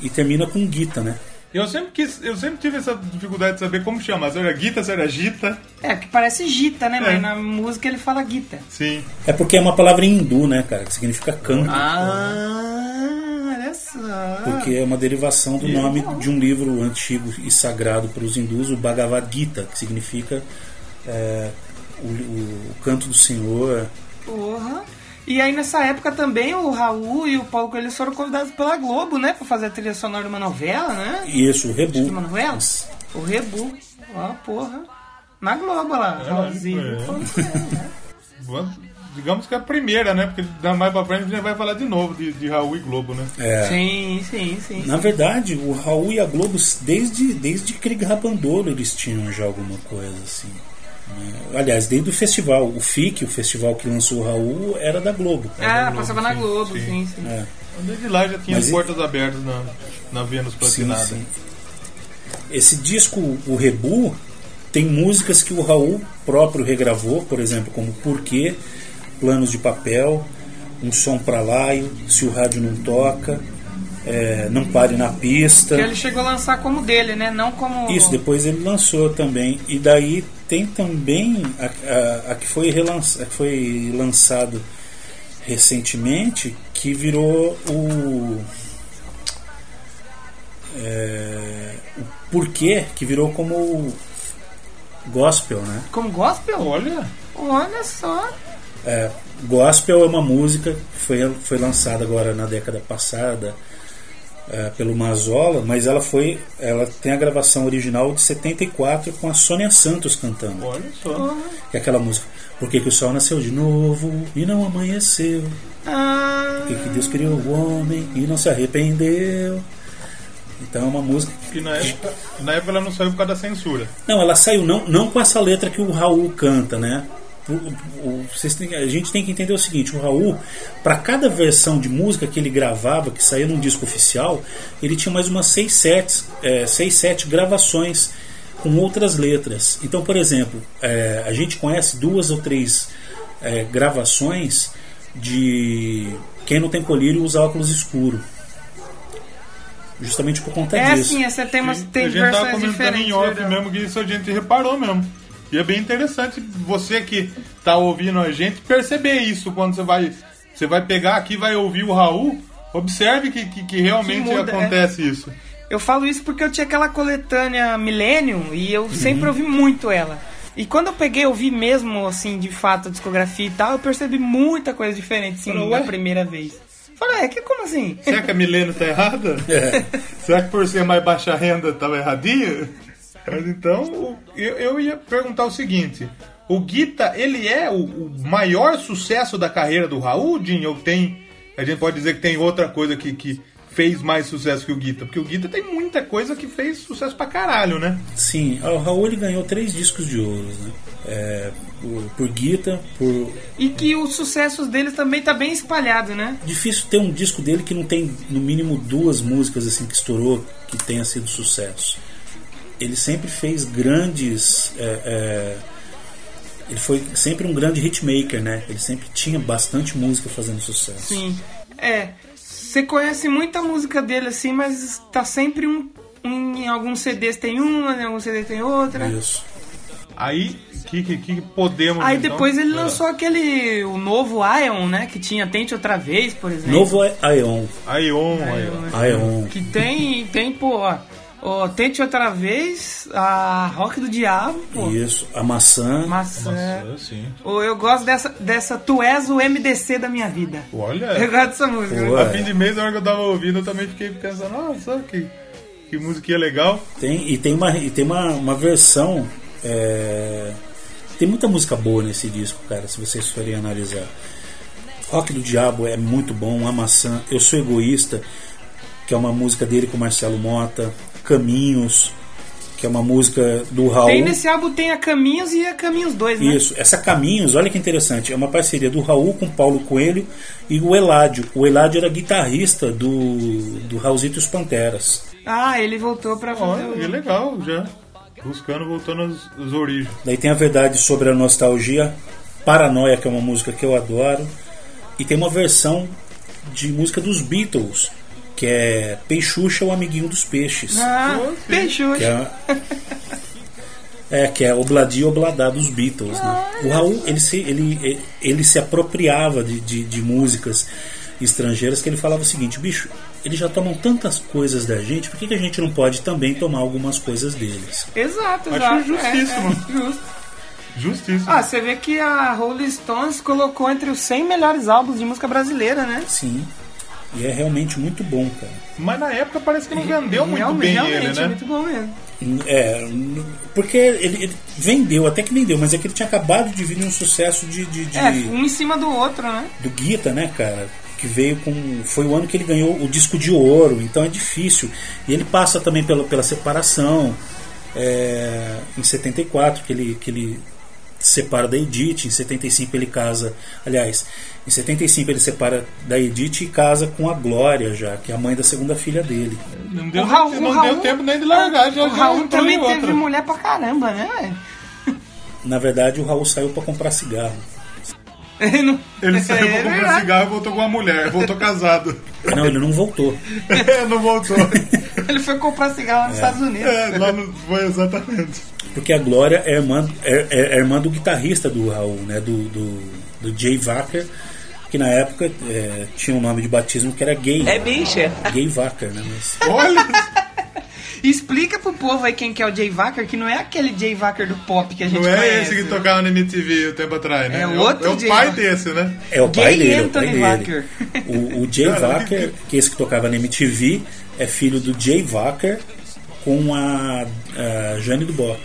[SPEAKER 3] e termina com guita, né?
[SPEAKER 2] Eu sempre, quis, eu sempre tive essa dificuldade de saber como chama. Se era Guita, se era Gita.
[SPEAKER 1] É, que parece Gita, né?
[SPEAKER 2] É.
[SPEAKER 1] Mas na música ele fala Gita.
[SPEAKER 2] Sim.
[SPEAKER 3] É porque é uma palavra em hindu, né, cara? Que significa canto.
[SPEAKER 1] Ah, olha só.
[SPEAKER 3] Porque é uma derivação do nome
[SPEAKER 1] então?
[SPEAKER 3] de um livro antigo e sagrado para os hindus, o Bhagavad Gita, que significa é, o, o- o canto do Senhor.
[SPEAKER 1] Porra. E aí nessa época também o Raul e o Paulo Coelho foram convidados pela Globo, né? Pra fazer a trilha sonora de uma novela, né?
[SPEAKER 3] E isso, o
[SPEAKER 1] De
[SPEAKER 3] Rebu.
[SPEAKER 1] uma novela? O Rebu. Ó, porra. Na Globo lá, Raulzinho.
[SPEAKER 2] é.
[SPEAKER 1] Falando sério, né?
[SPEAKER 2] Vamos- Digamos que é a primeira, né? Porque da mais pra frente a gente vai falar de novo de, de Raul e Globo, né?
[SPEAKER 3] É.
[SPEAKER 1] Sim, sim, sim.
[SPEAKER 3] Na verdade, o Raul e a Globo, desde, desde Krieg Rabandolo, eles tinham já alguma coisa assim. né? Aliás, desde o festival. O FIC, o festival que lançou o Raul, era da Globo.
[SPEAKER 1] Ah, passava na Globo, sim, sim.
[SPEAKER 2] Desde lá já tinha
[SPEAKER 3] Mas e-
[SPEAKER 2] portas abertas na, na Vênus
[SPEAKER 3] Sim,
[SPEAKER 2] Platinada.
[SPEAKER 3] sim. Esse disco, o Rebu, tem músicas que o Raul próprio regravou, por exemplo, como Porquê, Planos de Papel, Um Som Pra Laio, Se o Rádio Não Toca, é, Não Pare na Pista.
[SPEAKER 1] Que é ele chegou a lançar como dele, né? Não como.
[SPEAKER 3] Isso, depois ele lançou também. E daí tem também a, a- a que, foi relança, a que foi lançado recentemente, que virou o. É, o porquê, que virou como gospel, né?
[SPEAKER 1] Como gospel?
[SPEAKER 2] Olha,
[SPEAKER 1] Olha só.
[SPEAKER 3] É, gospel é uma música que foi, foi lançada agora na década passada é, pelo Mazola, mas ela foi. Ela tem a gravação original de 74 com a Sônia Santos cantando.
[SPEAKER 2] olha só.
[SPEAKER 3] Que é aquela música. Por que, que o sol nasceu de novo e não amanheceu?
[SPEAKER 1] Ah,
[SPEAKER 3] Por que, que Deus criou o homem e não se arrependeu? Então é uma música.
[SPEAKER 2] Que na época, na época ela não saiu por causa da censura.
[SPEAKER 3] Não, ela saiu não, não com essa letra que o Raul canta, né? O- o- o- vocês têm- a gente tem que entender o seguinte: o Raul, para cada versão de música que ele gravava, que saía num disco oficial, ele tinha mais umas 6, 7, é, seis, sete gravações com outras letras. Então, por exemplo, é, a gente conhece duas ou três é, gravações de Quem Não Tem Colírio usa óculos escuro. Justamente por conta
[SPEAKER 1] é
[SPEAKER 3] disso.
[SPEAKER 1] assim, é, você tem, umas, tem
[SPEAKER 2] a gente tava
[SPEAKER 1] versões
[SPEAKER 2] comentando
[SPEAKER 1] diferentes.
[SPEAKER 2] em off
[SPEAKER 1] verdade.
[SPEAKER 2] mesmo que isso a gente reparou mesmo. E é bem interessante você que tá ouvindo a gente perceber isso quando você vai. Você vai pegar aqui vai ouvir o Raul. Observe que, que, que realmente
[SPEAKER 1] Que muda, é.
[SPEAKER 2] acontece isso.
[SPEAKER 1] Eu falo isso porque eu tinha aquela coletânea Millennium e eu sempre ouvi muito ela. E quando eu peguei, eu vi mesmo, assim, de fato, a discografia e tal, eu percebi muita coisa diferente, sim,
[SPEAKER 2] Falou,
[SPEAKER 1] da
[SPEAKER 2] "Ué?"
[SPEAKER 1] primeira vez. Falei, é que como assim?
[SPEAKER 2] Será que a Milena tá errada?
[SPEAKER 3] É.
[SPEAKER 2] Será que por ser mais baixa renda tava erradinho? Mas então, o- eu, eu ia perguntar o seguinte: o Guita, ele é o, o maior sucesso da carreira do Raul, Jim? Ou tem. A gente pode dizer que tem outra coisa que, que fez mais sucesso que o Guita? Porque o Guita tem muita coisa que fez sucesso pra caralho, né?
[SPEAKER 3] Sim, o Raul ele ganhou três discos de ouro, né? É, por, por Guita, por.
[SPEAKER 1] E que os sucessos deles também tá bem espalhado, né?
[SPEAKER 3] Difícil ter um disco dele que não tem no mínimo duas músicas assim que estourou que tenha sido sucesso. Ele sempre fez grandes. é, é, ele foi sempre um grande hitmaker, né? Ele sempre tinha bastante música fazendo sucesso.
[SPEAKER 1] Sim. É. Você conhece muita música dele, assim, mas tá sempre um. um- em alguns CDs tem uma, em alguns CDs tem outra.
[SPEAKER 3] Isso.
[SPEAKER 2] Aí, o que, que, que podemos.
[SPEAKER 1] Aí
[SPEAKER 2] então-
[SPEAKER 1] depois
[SPEAKER 3] É.
[SPEAKER 1] ele
[SPEAKER 2] Vai lá.
[SPEAKER 1] lançou aquele. o novo Ion, né? Que tinha Tente Outra Vez, por exemplo.
[SPEAKER 3] Novo Aeon.
[SPEAKER 2] É. Aí, on, aí, on.
[SPEAKER 3] Aeon.
[SPEAKER 1] Que tem, tem, pô, ó, ó, Tente Outra Vez, a Rock do Diabo, pô,
[SPEAKER 3] Isso. A maçã.
[SPEAKER 1] maçã.
[SPEAKER 2] Nossa, sim.
[SPEAKER 1] Ô, eu gosto dessa, dessa Tu És o MDC da minha vida.
[SPEAKER 2] Olha.
[SPEAKER 1] É Eu gosto dessa música.
[SPEAKER 3] Pô,
[SPEAKER 2] A fim de mês, na hora que eu tava ouvindo, eu também fiquei pensando, nossa, que, Que musiquinha legal.
[SPEAKER 3] Tem, e tem uma, e tem uma, uma versão. é, tem muita música boa nesse disco, cara, se vocês forem analisar. Rock do Diabo é muito bom, A Maçã, Eu Sou Egoísta, que é uma música dele com Marcelo Mota, Caminhos, que é uma música do Raul.
[SPEAKER 1] Tem nesse álbum tem a Caminhos e a Caminhos 2, né?
[SPEAKER 3] é Isso, essa Caminhos, olha que interessante, é uma parceria do Raul com Paulo Coelho e o Eládio. O Eládio era guitarrista do, do Raulzito e os Panteras.
[SPEAKER 1] Ah, ele voltou pra fazer
[SPEAKER 2] Olha, que
[SPEAKER 1] o...
[SPEAKER 2] legal já. Buscando, voltando às, às origens.
[SPEAKER 3] Daí tem a verdade sobre a nostalgia, Paranoia, que é uma música que eu adoro, e tem uma versão de música dos Beatles, que é Peixuxa, o amiguinho dos peixes.
[SPEAKER 1] Ah, deixou.
[SPEAKER 3] Que é, é, que é Obladi Obladá dos Beatles. Né? O Raul ele se, ele, ele se apropriava de, de, de músicas estrangeiras que ele falava o seguinte: bicho, eles já tomam tantas coisas da gente, por que, que a gente não pode também tomar algumas coisas deles?
[SPEAKER 1] Exato,
[SPEAKER 2] Acho
[SPEAKER 1] exato.
[SPEAKER 2] justíssimo.
[SPEAKER 1] É, é, justo.
[SPEAKER 2] Justiça.
[SPEAKER 1] Ah, você vê que a Rolling Stones colocou entre os 100 melhores álbuns de música brasileira, né?
[SPEAKER 3] Sim. E é realmente muito bom, cara.
[SPEAKER 2] Mas na época parece que não vendeu muito
[SPEAKER 1] realmente,
[SPEAKER 2] bem
[SPEAKER 1] realmente,
[SPEAKER 2] ele,
[SPEAKER 1] é
[SPEAKER 2] né?
[SPEAKER 1] muito bom mesmo.
[SPEAKER 3] É, porque ele, ele vendeu, até que vendeu, mas é que ele tinha acabado de vir de um sucesso de, de- de-
[SPEAKER 1] É, um em cima do outro, né?
[SPEAKER 3] do Guita, né, cara? Que veio com. Foi o ano que ele ganhou o disco de ouro, então é difícil. E ele passa também pela, pela separação é, em 74, que ele, que ele separa da Edith, em 75 ele casa. Aliás, em 75 ele separa da Edith e casa com a Glória já, que é a mãe da segunda filha dele.
[SPEAKER 2] Não deu,
[SPEAKER 1] o Raul,
[SPEAKER 2] não
[SPEAKER 1] o Raul-
[SPEAKER 2] deu tempo nem de largar. Já,
[SPEAKER 1] O
[SPEAKER 2] já
[SPEAKER 1] Raul
[SPEAKER 2] entrou
[SPEAKER 1] também
[SPEAKER 2] em outra.
[SPEAKER 1] teve mulher pra caramba, né, velho?
[SPEAKER 3] Na verdade, o Raul saiu para comprar cigarro.
[SPEAKER 1] Ele não-
[SPEAKER 2] Ele saiu
[SPEAKER 1] É
[SPEAKER 2] pra comprar
[SPEAKER 1] verdade.
[SPEAKER 2] cigarro e voltou com uma mulher. Voltou casado. É,
[SPEAKER 3] Não, ele não voltou.
[SPEAKER 2] não voltou.
[SPEAKER 1] Ele foi comprar cigarro nos Estados Unidos.
[SPEAKER 2] É, lá no, foi exatamente.
[SPEAKER 3] Porque a Glória é irmã, é, é- é irmã do guitarrista do Raul, né? Do, do, do Jay Wacker, que na época é, tinha um nome de batismo que era gay. É bicha. Gay Wacker, né? Mas,
[SPEAKER 2] Olha,
[SPEAKER 1] Explica pro povo aí quem que é o Jay Wacker, que não é aquele Jay Wacker do pop que a gente
[SPEAKER 2] não é
[SPEAKER 1] conhece. né?
[SPEAKER 2] esse que tocava na MTV o tempo atrás, né?
[SPEAKER 1] É
[SPEAKER 2] o-
[SPEAKER 1] outro
[SPEAKER 2] É o
[SPEAKER 1] Jay
[SPEAKER 2] pai
[SPEAKER 1] Wacker.
[SPEAKER 2] desse, né?
[SPEAKER 3] é o
[SPEAKER 1] Gay
[SPEAKER 3] pai dele, é o pai
[SPEAKER 1] Anthony
[SPEAKER 3] dele.
[SPEAKER 1] Wacker.
[SPEAKER 3] O, o Jay Wacker, que é esse que tocava na MTV, é filho do Jay Wacker com a, a Jane Duboc.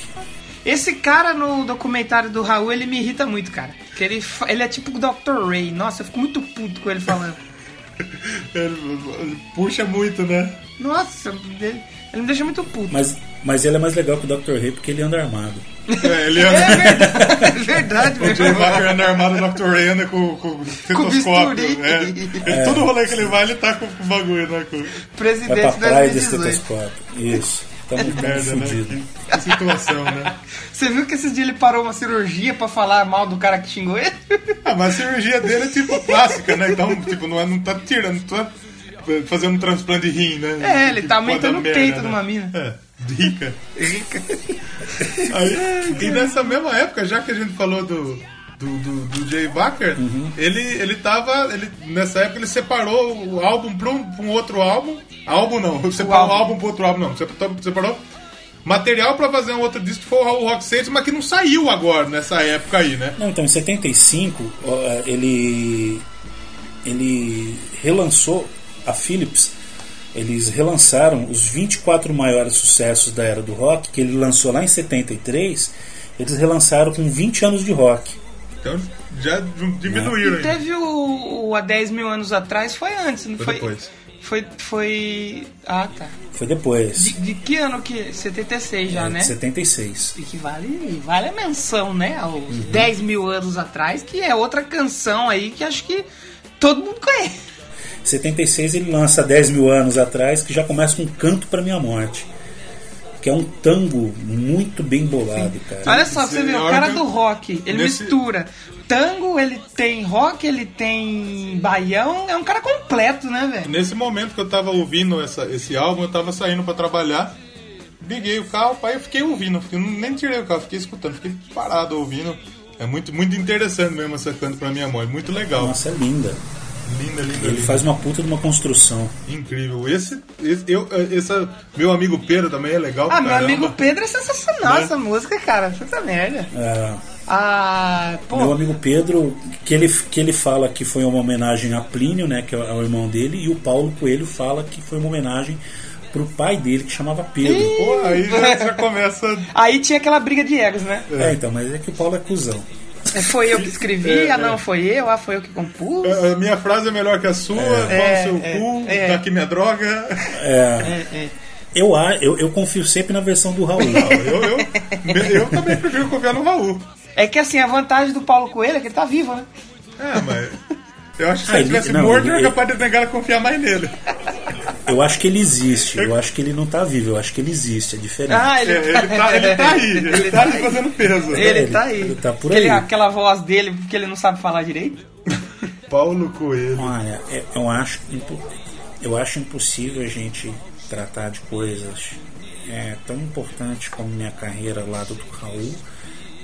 [SPEAKER 1] Esse cara no documentário do Raul, ele me irrita muito, cara. Que ele, fa- ele é tipo o Dr. Ray. Nossa, eu fico muito puto com ele falando.
[SPEAKER 2] Ele, ele puxa muito, né?
[SPEAKER 1] Nossa, ele, ele me deixa muito puto.
[SPEAKER 3] Mas, mas ele é mais legal que o Dr. Ray porque ele anda armado.
[SPEAKER 2] É, ele
[SPEAKER 1] É
[SPEAKER 2] anda.
[SPEAKER 1] verdade, é verdade,
[SPEAKER 2] O Jay
[SPEAKER 1] meu irmão.
[SPEAKER 2] Wacker anda um armado na Torreana com, com
[SPEAKER 1] bisturi.
[SPEAKER 2] estetoscópio. né? Ele- Todo rolê que ele vai, ele tá com o bagulho, né? Com...
[SPEAKER 3] Vai pra
[SPEAKER 1] Presidente
[SPEAKER 3] praia de
[SPEAKER 1] 2018.
[SPEAKER 3] estetoscópio. Isso. Tamo, tamo
[SPEAKER 2] Merda, né?
[SPEAKER 3] fudido.
[SPEAKER 2] Que, que situação, né?
[SPEAKER 1] Você viu que esses dias ele parou uma cirurgia pra falar mal do cara que xingou ele?
[SPEAKER 2] Ah, mas a cirurgia dele é tipo plástica, né? Então, tipo, não, é- não tá tirando, não tá fazendo um transplante de rim, né?
[SPEAKER 1] É, ele tá aumentando
[SPEAKER 2] Pode
[SPEAKER 1] o
[SPEAKER 2] dar merda,
[SPEAKER 1] peito
[SPEAKER 2] né?
[SPEAKER 1] de uma mina.
[SPEAKER 2] É, rica. Aí, e nessa mesma época, já que a gente falou do, do, do, do Jay Wacker, ele, ele tava. Ele, nessa época ele separou o álbum pra um, pra um outro álbum. Álbum não, separou o álbum.
[SPEAKER 1] álbum.
[SPEAKER 2] pro outro álbum, não. Separou, separou material pra fazer um outro disco, foi o Rock 6, mas que não saiu agora, nessa época aí, né?
[SPEAKER 3] Não, então, em 75, ó, ele, ele relançou a Philips. Eles relançaram os 24 maiores sucessos da era do rock, que ele lançou lá em 73. Eles relançaram com 20 anos de rock.
[SPEAKER 2] Então já diminuíram.
[SPEAKER 1] E
[SPEAKER 2] ainda.
[SPEAKER 1] teve o, o há 10 mil anos atrás, foi antes, não
[SPEAKER 2] Foi
[SPEAKER 1] foi?
[SPEAKER 2] depois.
[SPEAKER 1] Foi, foi. Ah, tá.
[SPEAKER 3] Foi
[SPEAKER 1] De,
[SPEAKER 3] depois,
[SPEAKER 1] de que ano que. 76 já, né?
[SPEAKER 3] de 76.
[SPEAKER 1] E que vale, vale a menção, né? Aos 10 mil anos atrás, que é outra canção aí que acho que todo mundo conhece.
[SPEAKER 3] 76 ele lança 10 mil anos atrás, que já começa com Canto para Minha Morte. Que é um tango muito bem bolado, cara.
[SPEAKER 1] Olha só, pra você vê, o
[SPEAKER 2] Senhora,
[SPEAKER 1] cara
[SPEAKER 2] meu-
[SPEAKER 1] do rock, ele
[SPEAKER 2] nesse-
[SPEAKER 1] mistura tango, ele tem rock, ele tem baião, é um cara completo, né, velho?
[SPEAKER 2] Nesse momento que eu tava ouvindo essa, esse álbum, eu tava saindo pra trabalhar, liguei o carro, pai, eu fiquei ouvindo, eu nem tirei o carro, fiquei escutando, fiquei parado ouvindo. É muito, muito interessante mesmo essa canto pra minha mãe, muito legal.
[SPEAKER 3] Nossa, é linda.
[SPEAKER 2] Linda, linda,
[SPEAKER 3] Ele
[SPEAKER 2] linda.
[SPEAKER 3] faz uma puta de uma construção.
[SPEAKER 2] Incrível. Esse, esse, eu, eh, essa, meu amigo Pedro também é legal.
[SPEAKER 1] Ah,
[SPEAKER 2] pra
[SPEAKER 1] meu
[SPEAKER 2] caramba.
[SPEAKER 1] amigo Pedro é sensacional
[SPEAKER 2] Né?
[SPEAKER 1] essa música, cara. Puta merda.
[SPEAKER 3] Ah,
[SPEAKER 1] Ah, pô.
[SPEAKER 3] Meu amigo Pedro, que ele, que ele fala que foi uma homenagem a Plínio, né, que é o é o irmão dele, e o Paulo Coelho fala que foi uma homenagem pro pai dele que chamava Pedro.
[SPEAKER 2] Pô, aí já, já começa.
[SPEAKER 1] Aí tinha aquela briga de egos, né?
[SPEAKER 3] É, então, mas é que o Paulo é cuzão.
[SPEAKER 1] É, Foi eu que escrevi,
[SPEAKER 2] É,
[SPEAKER 1] ah não, foi eu, ah, foi eu que compus.
[SPEAKER 2] A a minha frase é melhor que a sua,
[SPEAKER 1] É,
[SPEAKER 2] pau no seu
[SPEAKER 1] é,
[SPEAKER 2] cu,
[SPEAKER 1] é.
[SPEAKER 2] tá aqui minha droga.
[SPEAKER 1] É, é.
[SPEAKER 3] Eu, a- eu, eu confio sempre na versão do Raul.
[SPEAKER 2] Eu, eu, eu também prefiro confiar no Raul.
[SPEAKER 1] É que assim, a vantagem do Paulo Coelho é que ele tá vivo, né?
[SPEAKER 2] É, mas. Eu acho que se
[SPEAKER 3] Ah,
[SPEAKER 2] ele
[SPEAKER 3] ele-
[SPEAKER 2] tivesse
[SPEAKER 3] não,
[SPEAKER 2] morto,
[SPEAKER 3] ele-
[SPEAKER 2] eu era capaz de negar a confiar mais nele.
[SPEAKER 3] Eu acho que ele existe. Eu acho que ele não tá vivo. Eu acho que ele existe. É diferente.
[SPEAKER 1] Ah,
[SPEAKER 2] É, ele, tá, ele tá aí, ele tá ali fazendo peso.
[SPEAKER 1] Ele,
[SPEAKER 3] Ele-
[SPEAKER 1] tá aí.
[SPEAKER 3] ele tá por
[SPEAKER 1] Aquele-
[SPEAKER 3] aí.
[SPEAKER 1] aquela voz dele, porque ele não sabe falar direito.
[SPEAKER 2] Paulo Coelho.
[SPEAKER 3] Olha, eu- eu acho, impo- eu acho impossível a gente tratar de coisas é, tão importantes como minha carreira ao lado do Raul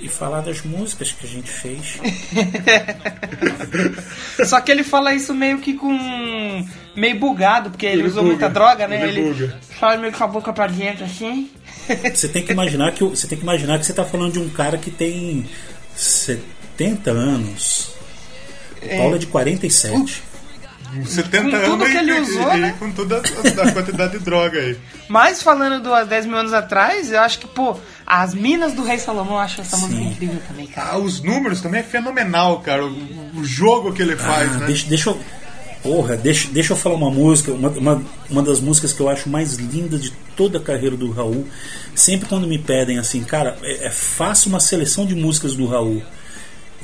[SPEAKER 3] e falar das músicas que a gente fez.
[SPEAKER 1] Só que ele fala isso meio que com. meio bugado, porque ele,
[SPEAKER 2] Ele
[SPEAKER 1] usou
[SPEAKER 2] buga,
[SPEAKER 1] muita droga, né?
[SPEAKER 2] ele buga.
[SPEAKER 1] fala meio que com a boca pra dentro assim.
[SPEAKER 3] Você tem que imaginar que o- você tem que imaginar que você está falando de um cara que tem 70 anos. O Paulo é de 47.
[SPEAKER 2] Com 70
[SPEAKER 1] Com
[SPEAKER 2] anos
[SPEAKER 1] tudo que
[SPEAKER 2] e-
[SPEAKER 1] ele
[SPEAKER 2] e-
[SPEAKER 1] usou,
[SPEAKER 2] e,
[SPEAKER 1] né?
[SPEAKER 2] com toda a, a quantidade de droga aí.
[SPEAKER 1] Mas falando do há 10 mil anos atrás, eu acho que, pô, as Minas do Rei Salomão eu acho essa
[SPEAKER 3] Sim.
[SPEAKER 1] música incrível também, cara.
[SPEAKER 2] Ah, os números também é fenomenal, cara. O, o jogo que ele faz,
[SPEAKER 3] Ah,
[SPEAKER 2] né?
[SPEAKER 3] deixa, deixa eu. Porra, deixa, deixa eu falar uma música, uma, uma, uma das músicas que eu acho mais linda de toda a carreira do Raul. Sempre quando me pedem assim, cara, é, é, faça uma seleção de músicas do Raul.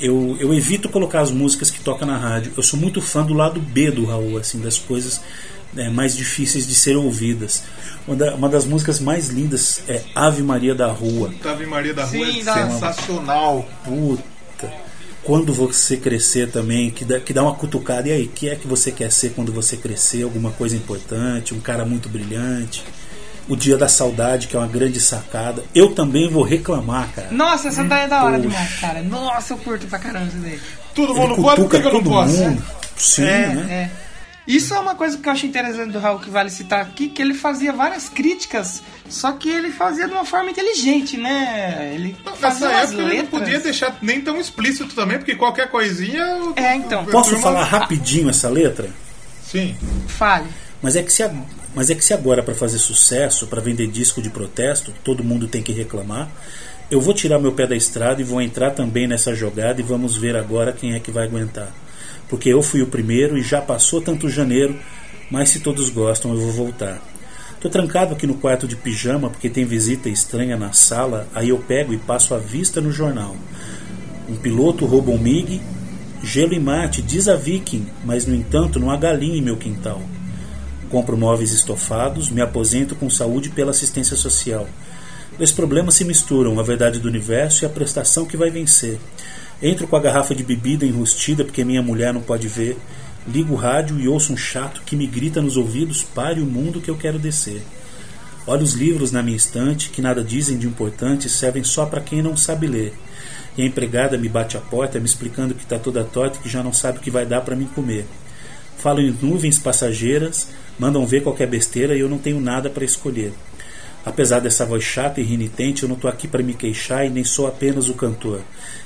[SPEAKER 3] Eu, eu evito colocar as músicas que toca na rádio. Eu sou muito fã do lado B do Raul, assim, das coisas né, mais difíceis de ser ouvidas. Uma, da- uma das músicas mais lindas é Ave Maria da Rua.
[SPEAKER 2] Tava em Maria da Rua,
[SPEAKER 1] Sim,
[SPEAKER 2] é
[SPEAKER 1] dá-
[SPEAKER 2] sensacional.
[SPEAKER 3] Puta. Quando você crescer também, que dá, que dá uma cutucada. E aí, que é que você quer ser quando você crescer? Alguma coisa importante, um cara muito brilhante. O Dia da Saudade, que é uma grande sacada. Eu também vou reclamar, cara.
[SPEAKER 1] Nossa, essa daí é da hora demais, cara. Nossa, eu curto pra caramba isso daí.
[SPEAKER 2] Todo
[SPEAKER 3] Ele
[SPEAKER 2] mundo pode, por que
[SPEAKER 3] cutuca
[SPEAKER 2] que eu não
[SPEAKER 3] todo
[SPEAKER 2] posso? né?
[SPEAKER 3] mundo. Sim, né?
[SPEAKER 1] É, é. Isso é uma coisa que eu acho interessante do Raul que vale citar aqui, que ele fazia várias críticas, só que ele fazia de uma forma inteligente, né? Ele fazia
[SPEAKER 2] Nessa
[SPEAKER 1] umas
[SPEAKER 2] época ele não
[SPEAKER 1] letras.
[SPEAKER 2] podia deixar nem tão explícito também, porque qualquer coisinha. o-
[SPEAKER 1] É, então.
[SPEAKER 2] a
[SPEAKER 3] Posso
[SPEAKER 2] turma-
[SPEAKER 3] falar rapidinho essa letra?
[SPEAKER 2] Sim.
[SPEAKER 1] Fale.
[SPEAKER 3] Mas é que se, a- mas é que se agora para fazer sucesso, para vender disco de protesto, todo mundo tem que reclamar. Eu vou tirar meu pé da estrada e vou entrar também nessa jogada e vamos ver agora quem é que vai aguentar. Porque eu fui o primeiro e já passou tanto janeiro, mas se todos gostam eu vou voltar. Tô trancado aqui no quarto de pijama porque tem visita estranha na sala, aí eu pego e passo a vista no jornal. Um piloto rouba um MiG, gelo e mate, diz a Viking, mas no entanto não há galinha em meu quintal. Compro móveis estofados, me aposento com saúde pela assistência social. Dois problemas se misturam, a verdade do universo e a prestação que vai vencer. Entro com a garrafa de bebida enrustida porque minha mulher não pode ver. Ligo o rádio e ouço um chato que me grita nos ouvidos: pare o mundo que eu quero descer. Olho os livros na minha estante, que nada dizem de importante e servem só para quem não sabe ler. E a empregada me bate à porta, me explicando que está toda torta e que já não sabe o que vai dar para mim comer. Falam em nuvens passageiras, mandam ver qualquer besteira e eu não tenho nada para escolher. Apesar dessa voz chata e renitente, eu não estou aqui para me queixar e nem sou apenas o cantor.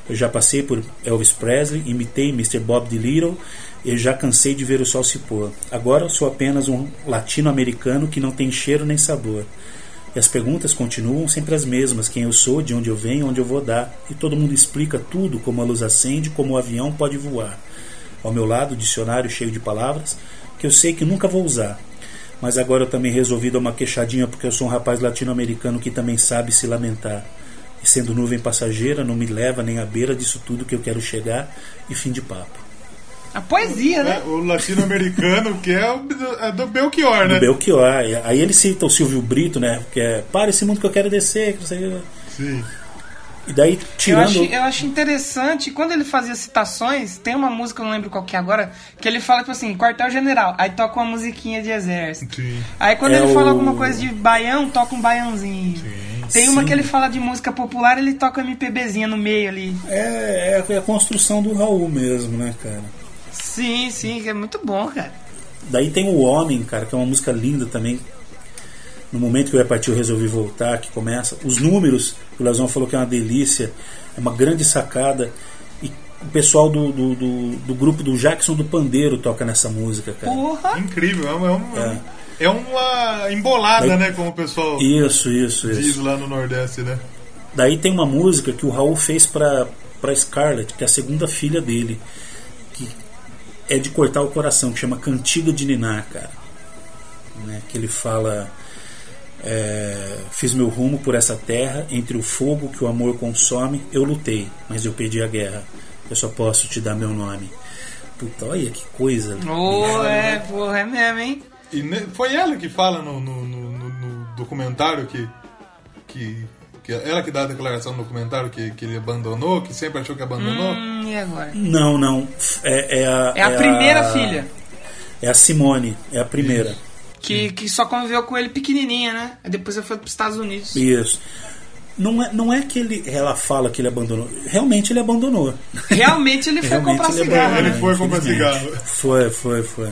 [SPEAKER 3] Eu já passei por Elvis Presley, imitei Mr. Bob DeLittle e já cansei de ver o sol se pôr. Agora sou apenas um latino-americano que não tem cheiro nem sabor. E as perguntas continuam sempre as mesmas: quem eu sou, de onde eu venho, onde eu vou dar. E todo mundo explica tudo, como a luz acende, como o avião pode voar. Ao meu lado, o dicionário cheio de palavras que eu sei que nunca vou usar. Mas agora eu também resolvi dar uma queixadinha porque eu sou um rapaz latino-americano que também sabe se lamentar. E sendo nuvem passageira, não me leva nem à beira disso tudo que eu quero chegar. E fim de papo.
[SPEAKER 1] A poesia,
[SPEAKER 2] É,
[SPEAKER 1] né?
[SPEAKER 2] o latino-americano, que é, o, do- é do Belchior, né?
[SPEAKER 3] Do Belchior. Aí ele cita o Silvio Brito, né? Que é para esse mundo que eu quero descer. que não sei o quê.
[SPEAKER 2] Sim.
[SPEAKER 3] E daí,
[SPEAKER 1] Eu
[SPEAKER 3] tirando.
[SPEAKER 1] acho, eu acho interessante, quando ele fazia citações, tem uma música, eu não lembro qual que é agora, que ele fala, tipo assim, quartel general, aí toca uma musiquinha de exército.
[SPEAKER 2] Sim.
[SPEAKER 1] Aí quando
[SPEAKER 3] É
[SPEAKER 1] ele fala
[SPEAKER 3] o-
[SPEAKER 1] alguma coisa de baião, toca um baiãozinho. Tem uma
[SPEAKER 3] Sim.
[SPEAKER 1] que ele fala de música popular, ele toca MPBzinha no meio ali.
[SPEAKER 3] É, é a construção do Raul mesmo, né, cara?
[SPEAKER 1] Sim, sim, é muito bom, cara.
[SPEAKER 3] Daí tem o Homem, cara, que é uma música linda também. No momento que eu ia partir, eu resolvi voltar, que começa. Os números, que o Lazão falou que é uma delícia, é uma grande sacada. E O pessoal do, do, do- do grupo do Jackson do Pandeiro toca nessa música, cara.
[SPEAKER 1] Porra!
[SPEAKER 2] Incrível, é, um- é um- é uma embolada, né? Como o pessoal
[SPEAKER 3] Isso, isso,
[SPEAKER 2] diz
[SPEAKER 3] isso.
[SPEAKER 2] lá no Nordeste, né?
[SPEAKER 3] Daí tem uma música que o Raul fez pra, pra Scarlett, que é a segunda filha dele, que é de cortar o coração, que chama Cantiga de Niná, cara. Né, que ele fala: é, Fiz meu rumo por essa terra, entre o fogo que o amor consome, eu lutei, mas eu perdi a guerra. Eu só posso te dar meu nome. Puta, olha que coisa.
[SPEAKER 1] Ô, é, porra, é mesmo, hein?
[SPEAKER 2] E ne- foi ela que fala no, no- no- no- no documentário que, que, que. Ela que dá a declaração no documentário que, que ele abandonou, que sempre achou que abandonou.
[SPEAKER 1] Hum, e agora?
[SPEAKER 3] Não, não. É, é a,
[SPEAKER 1] É a
[SPEAKER 3] é
[SPEAKER 1] primeira filha.
[SPEAKER 3] É a Simone, é a primeira.
[SPEAKER 1] Que, que só conviveu com ele pequenininha, né? Aí Depois ele foi pros Estados Unidos.
[SPEAKER 3] Isso. Não é, não é que ele, ela fala que ele abandonou. Realmente ele abandonou.
[SPEAKER 1] Realmente ele foi
[SPEAKER 3] Realmente é
[SPEAKER 1] comprar cigarro,
[SPEAKER 2] ele
[SPEAKER 1] né?
[SPEAKER 3] abandonou,
[SPEAKER 2] foi comprar
[SPEAKER 3] infelizmente.
[SPEAKER 2] cigarro.
[SPEAKER 3] Foi, foi, foi.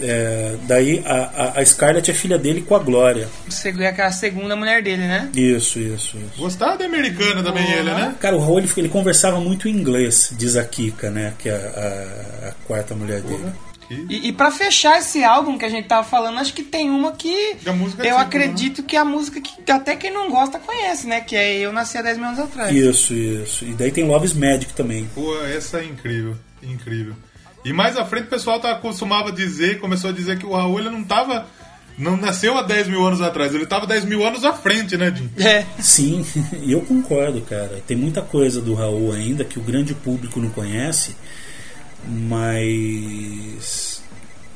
[SPEAKER 3] É, daí a, a, a Scarlett é filha dele com a Glória.
[SPEAKER 1] Segu- é aquela segunda mulher dele, né?
[SPEAKER 3] Isso, isso, isso.
[SPEAKER 2] Gostava da americana também, ele, né?
[SPEAKER 3] Cara, o Raul ele, ele conversava muito em inglês, diz a Kika, né? Que é a, a- a quarta mulher
[SPEAKER 1] Uhum.
[SPEAKER 3] dele.
[SPEAKER 1] E, e pra fechar esse álbum que a gente tava falando, acho que tem uma que
[SPEAKER 2] Da música
[SPEAKER 1] eu
[SPEAKER 2] simples,
[SPEAKER 1] acredito que é a música que até quem não gosta conhece, né? Que é Eu Nasci há 10 mil anos atrás.
[SPEAKER 3] Isso, isso. E daí tem Love's Magic também.
[SPEAKER 2] Pô, essa é incrível, incrível. E mais à frente o pessoal tá, costumava dizer, começou a dizer que o Raul ele não tava. Não nasceu há 10 mil anos atrás, ele tava 10 mil anos à frente, né, Jim?
[SPEAKER 1] É.
[SPEAKER 3] Sim, e eu concordo, cara. Tem muita coisa do Raul ainda que o grande público não conhece, mas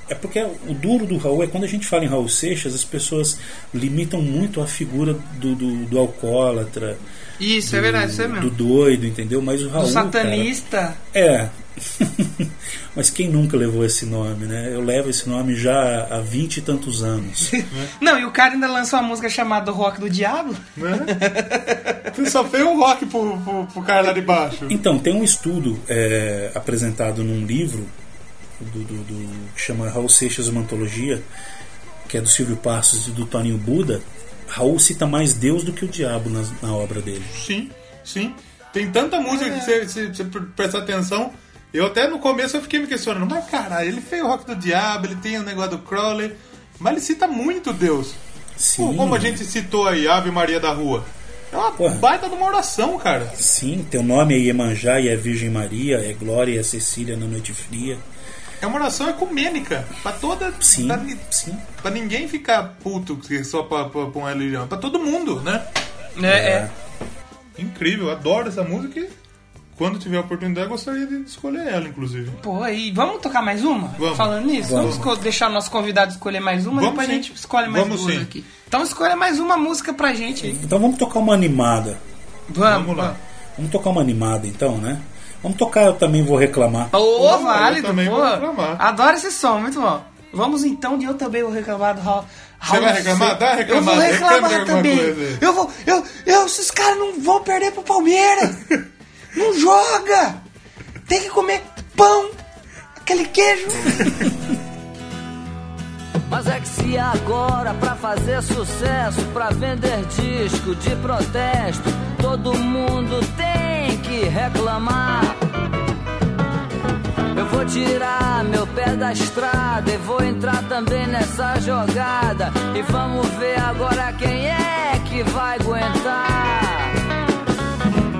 [SPEAKER 3] é porque o duro do Raul é quando a gente fala em Raul Seixas, as pessoas limitam muito a figura do, do, do alcoólatra,
[SPEAKER 1] Isso, é verdade, isso é mesmo.
[SPEAKER 3] do doido, entendeu? Mas o Raul.
[SPEAKER 1] Do
[SPEAKER 3] cara,
[SPEAKER 1] satanista.
[SPEAKER 3] é. Mas quem nunca levou esse nome, né? Eu levo esse nome já há vinte e tantos anos.
[SPEAKER 1] Não, e o cara ainda lançou uma música chamada Rock do Diabo.
[SPEAKER 2] Tu Só fez um rock pro, pro, pro cara lá de baixo.
[SPEAKER 3] Então, tem um estudo é, apresentado num livro do, do- do- que chama Raul Seixas Uma Antologia, que é do Silvio Passos e do Toninho Buda. Raul cita mais Deus do que o diabo nas- na, obra dele.
[SPEAKER 2] Sim, sim. Tem tanta música que você, se se prestar atenção. Eu até no começo eu fiquei me questionando, mas caralho, ele fez o rock do diabo, ele tem o negócio do Crowley, mas ele cita muito Deus. Pô,
[SPEAKER 3] Sim,
[SPEAKER 2] como a gente citou aí, Ave Maria da Rua. É uma
[SPEAKER 3] Porra.
[SPEAKER 2] baita de uma oração, cara.
[SPEAKER 3] sim, teu nome é Iemanjá e é Virgem Maria, é Glória e é Cecília na Noite Fria.
[SPEAKER 2] É uma oração ecumênica. Pra toda.
[SPEAKER 3] Sim,
[SPEAKER 2] Pra,
[SPEAKER 3] sim.
[SPEAKER 2] pra ninguém ficar puto que só pra, pra, pra uma religião. Pra todo mundo, né?
[SPEAKER 1] É, é.
[SPEAKER 2] Incrível, adoro essa música. e Quando tiver a oportunidade, eu gostaria de escolher ela, inclusive.
[SPEAKER 1] Pô, e vamos tocar mais uma?
[SPEAKER 2] Vamos.
[SPEAKER 1] Falando nisso, vamos, esco- deixar o nosso convidado escolher mais uma,
[SPEAKER 2] Vamos
[SPEAKER 1] depois a
[SPEAKER 2] sim.
[SPEAKER 1] gente escolhe mais
[SPEAKER 2] Vamos
[SPEAKER 1] duas
[SPEAKER 2] sim.
[SPEAKER 1] aqui. Então escolha mais uma música pra gente aí.
[SPEAKER 3] Então vamos tocar uma animada.
[SPEAKER 1] Vamos.
[SPEAKER 2] Vamos lá.
[SPEAKER 3] Vamos tocar uma animada então, né? Vamos tocar, eu também vou reclamar.
[SPEAKER 1] Ô,
[SPEAKER 2] eu
[SPEAKER 1] válido,
[SPEAKER 2] também
[SPEAKER 1] pô.
[SPEAKER 2] vou reclamar.
[SPEAKER 1] Adoro esse som, muito bom. Vamos então de eu também vou reclamar do Raul. Raul
[SPEAKER 2] vai reclamar? Dá uma
[SPEAKER 1] Eu vou
[SPEAKER 2] reclamada, reclama de
[SPEAKER 1] reclamar
[SPEAKER 2] alguma
[SPEAKER 1] também.
[SPEAKER 2] coisa aí.
[SPEAKER 1] Eu vou. Eu, eu, esses caras não vão perder pro Palmeiras. não joga! Tem que comer pão, aquele queijo.
[SPEAKER 4] Mas é que se agora pra fazer sucesso, pra vender disco de protesto, todo mundo tem que reclamar. Eu vou tirar meu pé da estrada e vou entrar também nessa jogada. E vamos ver agora quem é que vai aguentar.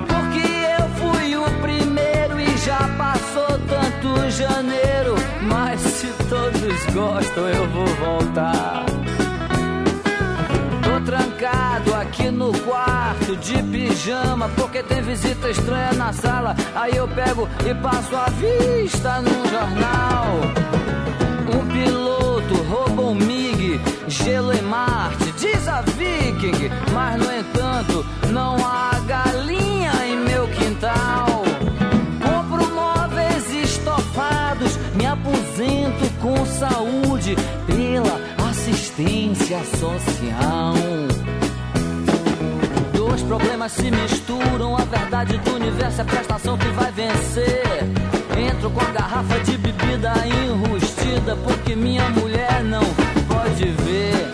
[SPEAKER 4] Porque eu fui o primeiro e já passou tanto janeiro. Mas se todos gostam, eu vou voltar. Tô trancado aqui no quarto de pijama, porque tem visita estranha na sala. Aí eu pego e passo a vista num jornal. Um piloto rouba um MiG, gelo em Marte, diz a Viking. Mas no entanto, não há galinha em meu quintal. Compro móveis estofados, me aposento com saúde pela assistência social. Dois problemas se misturam, a verdade do universo é a prestação que vai vencer. Entro com a garrafa de bebida enrustida, porque minha mulher não pode ver.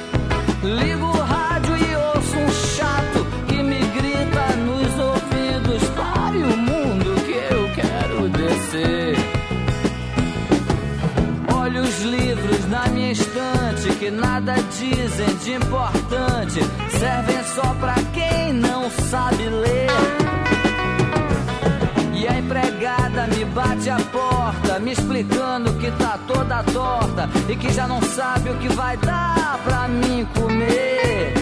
[SPEAKER 4] Ligo o rádio e ouço um chato que me grita nos ouvidos: pare o mundo que eu quero. dizem de importante servem só pra quem não sabe ler. E a empregada me bate a porta, me explicando que tá toda torta e que já não sabe o que vai dar pra mim comer.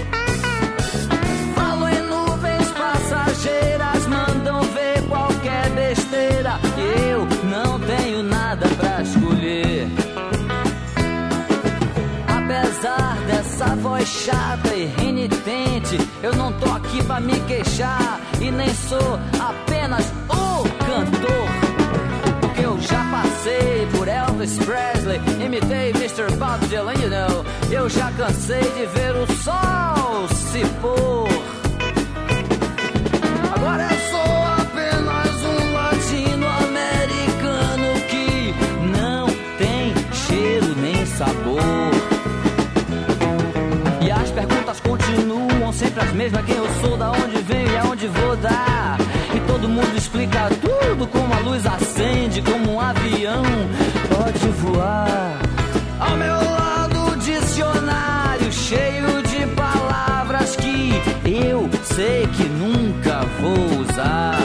[SPEAKER 4] Falo em nuvens passageiras, mandam ver qualquer besteira. E eu não tenho nada pra escolher. Apesar dessa voz chata e renitente, eu não tô aqui pra me queixar e nem sou apenas um cantor. Porque eu já passei por Elvis Presley, imitei Mr. Bob Dylan, you know. Eu já cansei de ver o sol se pôr. Agora eu sou apenas um latino-americano que não tem cheiro nem sabor. E as perguntas continuam sempre as mesmas: quem eu sou, da onde venho e aonde vou dar. E todo mundo explica tudo como a luz acende, como um avião pode voar. Ao meu lado, o dicionário cheio de palavras que eu sei que nunca vou usar.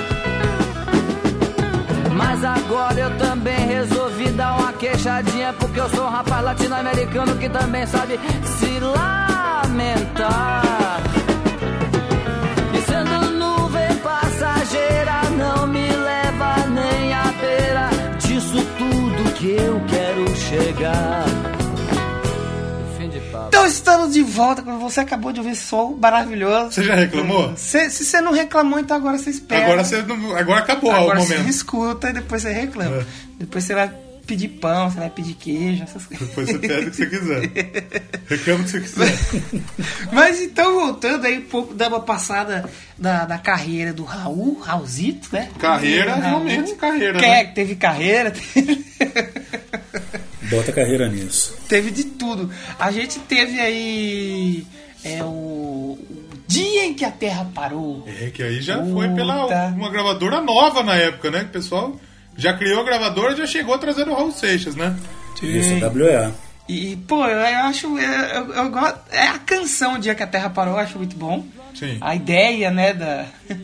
[SPEAKER 4] Mas agora eu também resolvi dar uma queixadinha Porque eu sou um rapaz latino-americano que também sabe se lamentar E sendo nuvem passageira não me leva nem à beira Disso tudo que eu quero chegar Fim de papo
[SPEAKER 1] Então estamos de volta. Você acabou de ouvir Sol maravilhoso.
[SPEAKER 2] Você já reclamou?
[SPEAKER 1] Cê- se você não reclamou, então agora você espera.
[SPEAKER 2] Agora, você não- agora acabou
[SPEAKER 1] Agora
[SPEAKER 2] o
[SPEAKER 1] você
[SPEAKER 2] momento.
[SPEAKER 1] escuta e depois você reclama.
[SPEAKER 2] É.
[SPEAKER 1] Depois você vai pedir pão, você vai pedir queijo, essas coisas.
[SPEAKER 2] Depois você pede o que você quiser. Reclama o que você quiser.
[SPEAKER 1] Mas então, voltando aí um pouco, dando uma passada da, da carreira do Raul, Raulzito, né?
[SPEAKER 2] Carreira,
[SPEAKER 1] Raul.
[SPEAKER 2] realmente, carreira,
[SPEAKER 1] Quem
[SPEAKER 2] né?
[SPEAKER 1] é que teve carreira? Teve,
[SPEAKER 3] Bota carreira nisso.
[SPEAKER 1] teve de tudo. A gente teve aí é, o, o dia em que a Terra parou.
[SPEAKER 2] É que aí já foi
[SPEAKER 1] Puta.
[SPEAKER 2] pela uma gravadora nova na época, né? Que o pessoal já criou a gravadora e já chegou trazendo o Raul Seixas, né?
[SPEAKER 3] Isso, WA.
[SPEAKER 1] E, pô, eu acho. Eu, eu, eu gosto. É a canção O Dia que a Terra Parou, eu acho muito bom.
[SPEAKER 2] Sim.
[SPEAKER 1] A ideia, né, da.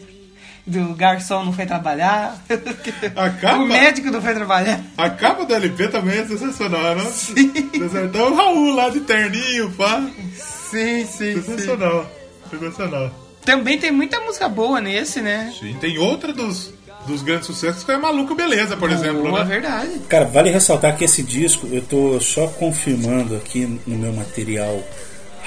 [SPEAKER 1] Do garçom não foi trabalhar.
[SPEAKER 2] Acaba-
[SPEAKER 1] O médico não foi trabalhar.
[SPEAKER 2] A capa do LP também é sensacional, né? Sim. Então o Raul lá de terninho, pá.
[SPEAKER 1] Sim, sim,
[SPEAKER 2] Sensacional. Sensacional.
[SPEAKER 1] Também tem muita música boa nesse, né?
[SPEAKER 2] Sim, tem outra dos, dos grandes sucessos que é Maluco Beleza, por exemplo,
[SPEAKER 1] Boa,
[SPEAKER 2] né?
[SPEAKER 1] verdade.
[SPEAKER 3] Cara, vale ressaltar que esse disco eu tô só confirmando aqui no meu material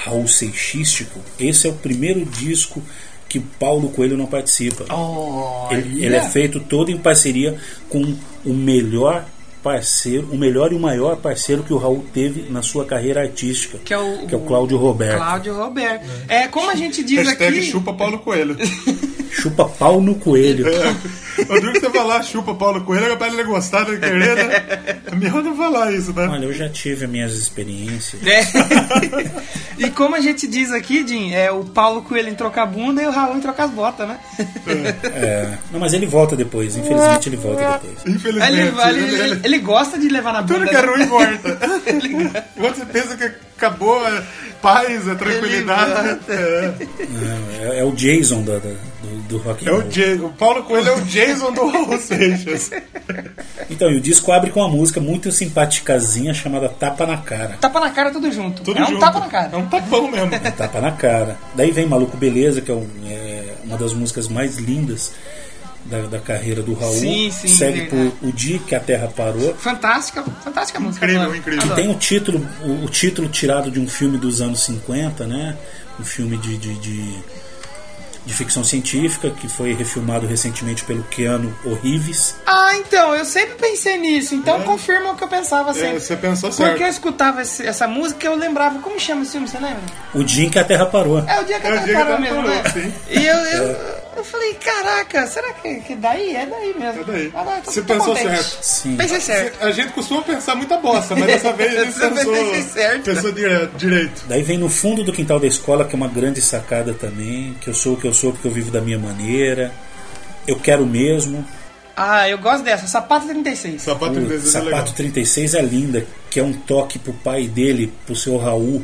[SPEAKER 3] Raul Seixístico. Esse é o primeiro disco que Paulo Coelho não participa.
[SPEAKER 2] Oh.
[SPEAKER 3] ele, ele é feito todo em parceria com o melhor parceiro, o melhor e o maior parceiro que o Raul teve na sua carreira artística,
[SPEAKER 1] Que é o-
[SPEAKER 3] Cláudio Roberto.
[SPEAKER 1] Cláudio Roberto. É, como a gente diz
[SPEAKER 2] Hashtag
[SPEAKER 1] aqui.
[SPEAKER 2] chupa Paulo Coelho.
[SPEAKER 3] Chupa pau no coelho.
[SPEAKER 2] Eu digo que você falar chupa Paulo Coelho, é pra ele gostar da querer, né? É melhor não falar isso, né?
[SPEAKER 3] Olha, eu já tive as minhas experiências.
[SPEAKER 1] É. e como a gente diz aqui, Jim, é o Paulo Coelho em troca a bunda e o Raul em troca as botas, né?
[SPEAKER 3] É. Não, mas ele volta depois, infelizmente ele
[SPEAKER 1] Ah.
[SPEAKER 3] volta depois.
[SPEAKER 2] Infelizmente.
[SPEAKER 1] Ele, vai- ele,
[SPEAKER 2] né?
[SPEAKER 1] ele- ele gosta de levar na bunda.
[SPEAKER 2] Tudo que é
[SPEAKER 1] né?
[SPEAKER 2] ruim volta.
[SPEAKER 1] Ele-
[SPEAKER 2] Quando você pensa que acabou a paz, a tranquilidade. É,
[SPEAKER 3] É, é o Jason da- da- do, do rock and
[SPEAKER 2] É
[SPEAKER 3] roll.
[SPEAKER 2] o, Ja- o Paulo Coelho é o Jason do Raul Seixas. Tá
[SPEAKER 3] Então, e o disco abre com uma música muito simpaticazinha chamada Tapa na Cara.
[SPEAKER 1] Tapa na cara tudo junto.
[SPEAKER 2] Tudo
[SPEAKER 1] é um
[SPEAKER 2] junto.
[SPEAKER 1] tapa na cara.
[SPEAKER 2] É um tapão mesmo.
[SPEAKER 3] Tapa na Cara. Daí vem Maluco Beleza, que é, um- é uma das músicas mais lindas da, da carreira do Raul.
[SPEAKER 1] Sim, sim, é
[SPEAKER 3] Segue
[SPEAKER 1] verdade.
[SPEAKER 3] por O Dia que a Terra Parou.
[SPEAKER 1] Fantástica, fantástica música.
[SPEAKER 2] Incrível,
[SPEAKER 1] adoro.
[SPEAKER 2] incrível.
[SPEAKER 1] Adoro.
[SPEAKER 3] Tem o título, o, o título tirado de um filme dos anos 50, né? Um filme de, de, de, de ficção científica que foi refilmado recentemente pelo Keanu Reeves.
[SPEAKER 1] Ah, então, eu sempre pensei nisso. Então confirma o que eu pensava sempre.
[SPEAKER 2] É. você pensou certo.
[SPEAKER 1] Porque eu escutava esse- essa música eu lembrava. Como chama esse filme, você lembra?
[SPEAKER 3] O Dia em que a Terra Parou.
[SPEAKER 1] É o dia que
[SPEAKER 2] É o
[SPEAKER 1] a Terra
[SPEAKER 2] dia que
[SPEAKER 1] parou
[SPEAKER 2] a Terra
[SPEAKER 1] mesmo,
[SPEAKER 2] parou,
[SPEAKER 1] né?
[SPEAKER 2] sim. É.
[SPEAKER 1] E eu, eu, eu falei, caraca, será que, que daí? É daí mesmo.
[SPEAKER 2] É daí.
[SPEAKER 1] Ah, não, eu tô-
[SPEAKER 2] Você
[SPEAKER 1] tô
[SPEAKER 2] pensou
[SPEAKER 1] contente.
[SPEAKER 2] certo.
[SPEAKER 3] Sim.
[SPEAKER 1] Pensei certo.
[SPEAKER 2] A gente costuma pensar muita bosta, mas dessa vez a gente
[SPEAKER 1] Você
[SPEAKER 2] pensou,
[SPEAKER 1] fez certo.
[SPEAKER 2] pensou direto, direito.
[SPEAKER 3] Daí vem no fundo do quintal da escola, que é uma grande sacada também, que eu sou o que eu sou porque eu vivo da minha maneira. Eu quero mesmo.
[SPEAKER 1] Ah, eu gosto dessa. Sapato 36.
[SPEAKER 2] Sapato
[SPEAKER 3] O
[SPEAKER 2] 36 é legal.
[SPEAKER 3] Sapato 36 é linda, que é um toque pro pai dele, pro seu Raul,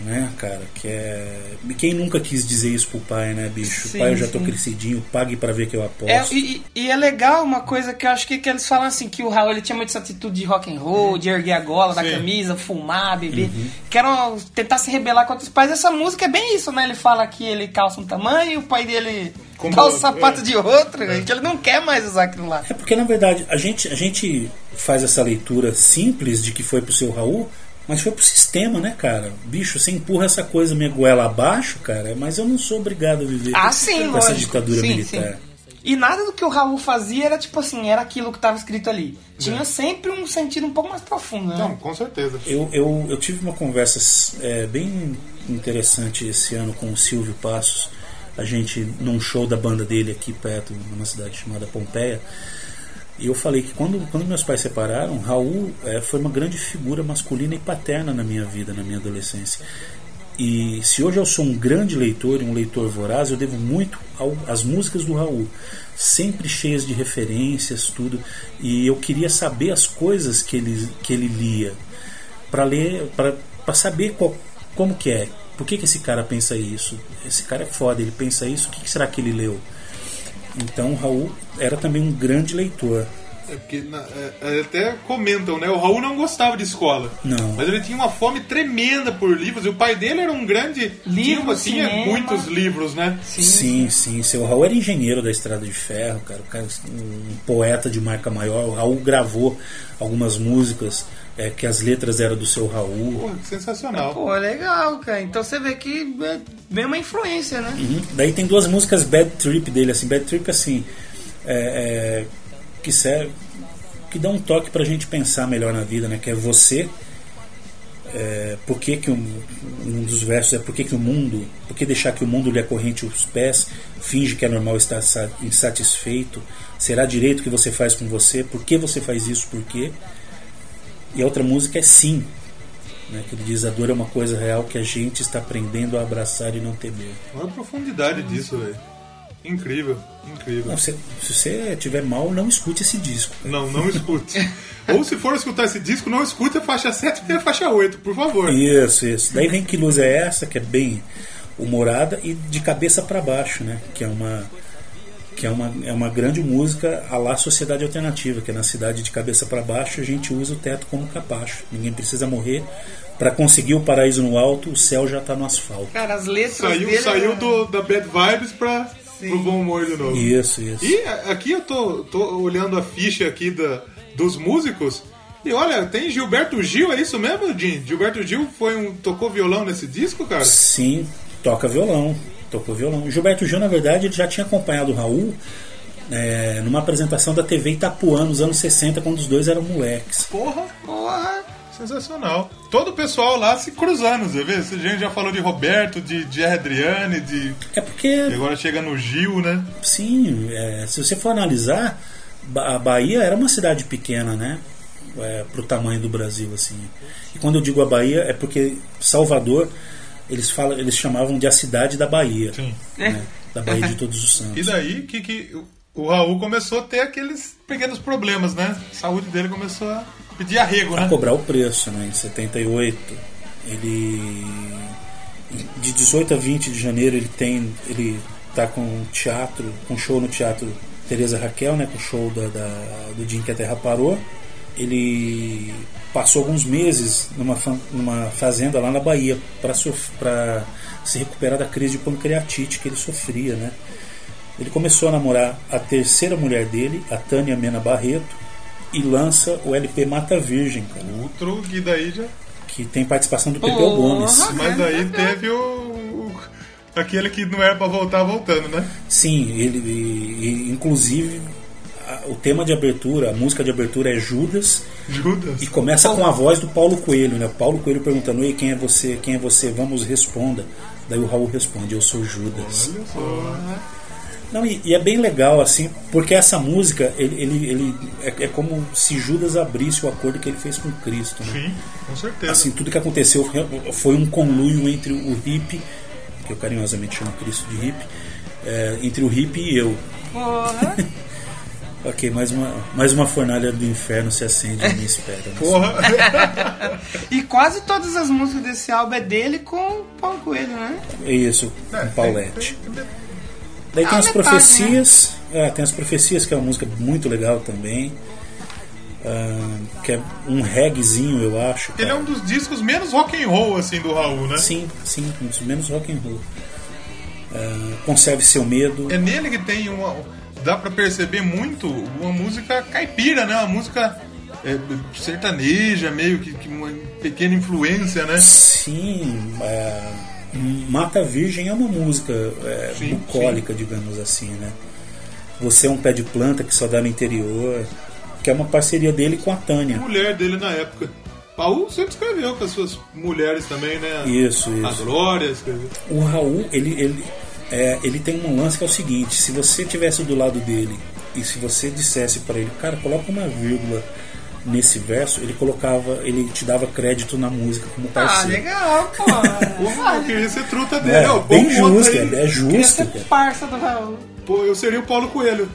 [SPEAKER 3] né, cara? Que é. e Quem nunca quis dizer isso pro pai, né, bicho?
[SPEAKER 1] Sim,
[SPEAKER 3] pai, eu já tô
[SPEAKER 1] sim.
[SPEAKER 3] crescidinho, pague pra ver que eu aposto.
[SPEAKER 1] É, e, e e é legal uma coisa que eu acho que, que eles falam assim, que o Raul ele tinha muito essa atitude de rock and
[SPEAKER 3] Uhum.
[SPEAKER 1] roll, de erguer a gola da
[SPEAKER 2] Sim.
[SPEAKER 1] camisa, fumar, beber. Que era um- tentar se rebelar contra os pais. Essa música é bem isso, né? Ele fala que ele calça um tamanho, o pai dele
[SPEAKER 2] Como
[SPEAKER 1] calça o
[SPEAKER 2] outro,
[SPEAKER 1] sapato
[SPEAKER 2] é.
[SPEAKER 1] de outro, né? que ele não quer mais usar aquilo lá.
[SPEAKER 3] É porque, na verdade, a gente, a gente faz essa leitura simples de que foi pro seu Raul, mas foi pro sistema, né, cara? Bicho, você empurra essa coisa minha goela abaixo, cara, mas eu não sou obrigado a viver
[SPEAKER 1] Ah, sim,
[SPEAKER 3] com essa
[SPEAKER 1] lógico.
[SPEAKER 3] ditadura
[SPEAKER 1] Sim,
[SPEAKER 3] militar.
[SPEAKER 1] sim. E nada do que o Raul fazia era tipo assim, era aquilo que tava escrito ali. Tinha
[SPEAKER 3] É.
[SPEAKER 1] sempre um sentido um pouco mais profundo, né?
[SPEAKER 3] Então.
[SPEAKER 2] Não, com certeza.
[SPEAKER 3] Eu, eu, eu tive uma conversa é, bem interessante esse ano com o Silvio Passos, a gente num show da banda dele aqui perto, numa cidade chamada Pompeia. E eu falei que quando, quando meus pais separaram, Raul é, foi uma grande figura masculina e paterna na minha vida, na minha adolescência. E se hoje eu sou um grande leitor e um leitor voraz, eu devo muito ao- às músicas do Raul, sempre cheias de referências, tudo. E eu queria saber as coisas que ele, que ele lia, para ler, para saber qual, como que é, por que, que esse cara pensa isso. Esse cara é foda, ele pensa isso, o que, que será que ele leu? Então o Raul era também um grande leitor.
[SPEAKER 2] É porque na- é- é, até comentam, né? O Raul não gostava de escola.
[SPEAKER 3] Não.
[SPEAKER 2] Mas ele tinha uma fome tremenda por livros. E o pai dele era um grande. tinha,
[SPEAKER 1] Livro,
[SPEAKER 2] uma- tinha
[SPEAKER 1] cinema.
[SPEAKER 2] muitos livros, né?
[SPEAKER 3] Sim, sim. Seu Raul era engenheiro da Estrada de Ferro, cara. O cara um poeta de marca maior. O Raul gravou algumas músicas é, que as letras eram do seu Raul.
[SPEAKER 2] Pô, que sensacional.
[SPEAKER 1] Pô, é legal, cara. Então você vê que é bem uma influência, né?
[SPEAKER 3] Uhum. Daí tem duas músicas Bad Trip dele, assim. Bad Trip, assim, é, é, que serve, que dá um toque pra gente pensar melhor na vida, né? Que é você. É, por que, que um, um dos versos é por que, que o mundo, por que deixar que o mundo lhe acorrente os pés, finge que é normal estar sa- insatisfeito? Será direito o que você faz com você? Por que você faz isso? Por quê? E a outra música é Sim, né, que ele diz: a dor é uma coisa real que a gente está aprendendo a abraçar e não temer.
[SPEAKER 2] Olha a profundidade disso, velho. Incrível, incrível.
[SPEAKER 3] Não, se, se você tiver mal, não escute esse disco.
[SPEAKER 2] Não, não escute. Ou se for escutar esse disco, não escute a faixa 7 e a faixa 8, por favor.
[SPEAKER 3] Isso, isso. Daí vem que luz é essa, que é bem humorada e de cabeça pra baixo, né? Que é uma que é uma, é uma grande música à lá sociedade alternativa, que é na cidade de cabeça pra baixo a gente usa o teto como capacho. Ninguém precisa morrer Pra conseguir o paraíso no alto, o céu já tá no asfalto.
[SPEAKER 1] Cara, as letras
[SPEAKER 2] Saiu,
[SPEAKER 1] dele... é um-
[SPEAKER 2] saiu do, da Bad Vibes pra, pro Bom Humor de novo.
[SPEAKER 3] Isso, isso.
[SPEAKER 2] E a- aqui eu tô, tô olhando a ficha aqui da, dos músicos. E olha, tem Gilberto Gil, é isso mesmo, Jim? Gilberto Gil foi um. tocou violão nesse disco, cara?
[SPEAKER 3] Sim, toca violão. Tocou violão. Gilberto Gil, na verdade, ele já tinha acompanhado o Raul é, numa apresentação da TV Itapuã nos anos 60, quando os dois eram moleques.
[SPEAKER 2] Porra! Porra! Sensacional. Todo o pessoal lá se cruzando, você vê? A gente já falou de Roberto, de Jerry Adriane, de.
[SPEAKER 3] É porque
[SPEAKER 2] E agora chega no Gil, né?
[SPEAKER 3] Sim, é, se você for analisar, Ba- a Bahia era uma cidade pequena, né? É, pro tamanho do Brasil, assim. E quando eu digo a Bahia, é porque Salvador, eles, falam, eles chamavam de a cidade da Bahia.
[SPEAKER 2] Sim.
[SPEAKER 3] né? Da Bahia de Todos os Santos.
[SPEAKER 2] E daí que, que o Raul começou a ter aqueles pequenos problemas, né? A saúde dele começou a pedir arrego,
[SPEAKER 3] a
[SPEAKER 2] né?
[SPEAKER 3] cobrar o preço, né? Em 78, ele de 18 a 20 de janeiro ele tem, ele tá com um teatro, com um show no teatro Teresa Raquel, né? Com o show da, da- do dia em que a Terra parou. Ele passou alguns meses numa, fa- numa fazenda lá na Bahia para se recuperar da crise de pancreatite que ele sofria, né? Ele começou a namorar a terceira mulher dele, a Tânia Mena Barreto, e lança o LP Mata Virgem, cara,
[SPEAKER 2] Outro que daí já.
[SPEAKER 3] que tem participação do Pepeu
[SPEAKER 1] Porra!
[SPEAKER 3] Gomes.
[SPEAKER 2] Mas daí teve o, o- Aquele que não era pra voltar, voltando, né?
[SPEAKER 3] Sim, ele e- e, inclusive a- o tema de abertura, a música de abertura é Judas
[SPEAKER 2] Judas.
[SPEAKER 3] e começa com a voz do Paulo Coelho, né? O Paulo Coelho perguntando: "Ei, quem é você? Quem é você? Vamos responda". Daí o Raul responde: "Eu sou Judas".
[SPEAKER 2] Olha só. né?
[SPEAKER 3] Não, e, e é bem legal, assim, porque essa música, ele, ele, ele- é, é como se Judas abrisse o acordo que ele fez com Cristo, né?
[SPEAKER 2] Sim, com certeza.
[SPEAKER 3] Assim, tudo que aconteceu foi um conluio entre o hippie, que eu eh, carinhosamente chamo Cristo de hippie, é, entre o hippie e eu.
[SPEAKER 1] Porra.
[SPEAKER 3] Ok, mais uma, mais uma fornalha do inferno se acende e me espera.
[SPEAKER 2] Porra.
[SPEAKER 1] E quase todas as músicas desse álbum é dele com o Paulo Coelho, né?
[SPEAKER 3] É isso,
[SPEAKER 2] É,
[SPEAKER 3] um Paulette. Daí tem as profecias. ah, tem as profecias, que é uma música muito legal também. ah, que é um reggaezinho, eu acho.
[SPEAKER 2] Ele é
[SPEAKER 3] cara.
[SPEAKER 2] um dos discos menos rock and roll, assim, do Raul, né?
[SPEAKER 3] Sim, sim, um dos menos rock and roll. Ah, conserve seu medo.
[SPEAKER 2] É nele que tem uma. Dá pra perceber muito uma música caipira, né? Uma música é, sertaneja, meio que, que uma pequena influência, né?
[SPEAKER 3] Sim, é, Mata Virgem é uma música é,
[SPEAKER 2] Sim,
[SPEAKER 3] bucólica, digamos assim, né? Você é um pé de planta que só dá no interior, que é uma parceria dele com a Tânia.
[SPEAKER 2] Mulher dele na época. Raul sempre escreveu com as suas mulheres também, né?
[SPEAKER 3] Isso,
[SPEAKER 2] A
[SPEAKER 3] isso.
[SPEAKER 2] Glória escreveu.
[SPEAKER 3] O Raul, ele, ele, é, ele tem um lance que é o seguinte: se você tivesse do lado dele e se você dissesse pra ele, cara, coloca uma vírgula nesse verso, ele colocava, ele te dava crédito na música como
[SPEAKER 1] Ah,
[SPEAKER 3] parceiro.
[SPEAKER 1] legal, pô.
[SPEAKER 2] Pô, eu queria ser truta dele. ó,
[SPEAKER 3] é,
[SPEAKER 2] pô,
[SPEAKER 3] bem
[SPEAKER 2] um
[SPEAKER 3] justo,
[SPEAKER 2] outro aí.
[SPEAKER 3] é, é
[SPEAKER 1] Queria
[SPEAKER 3] justo.
[SPEAKER 1] ser
[SPEAKER 3] cara.
[SPEAKER 1] parça do Raul.
[SPEAKER 2] Pô, eu seria o Paulo Coelho.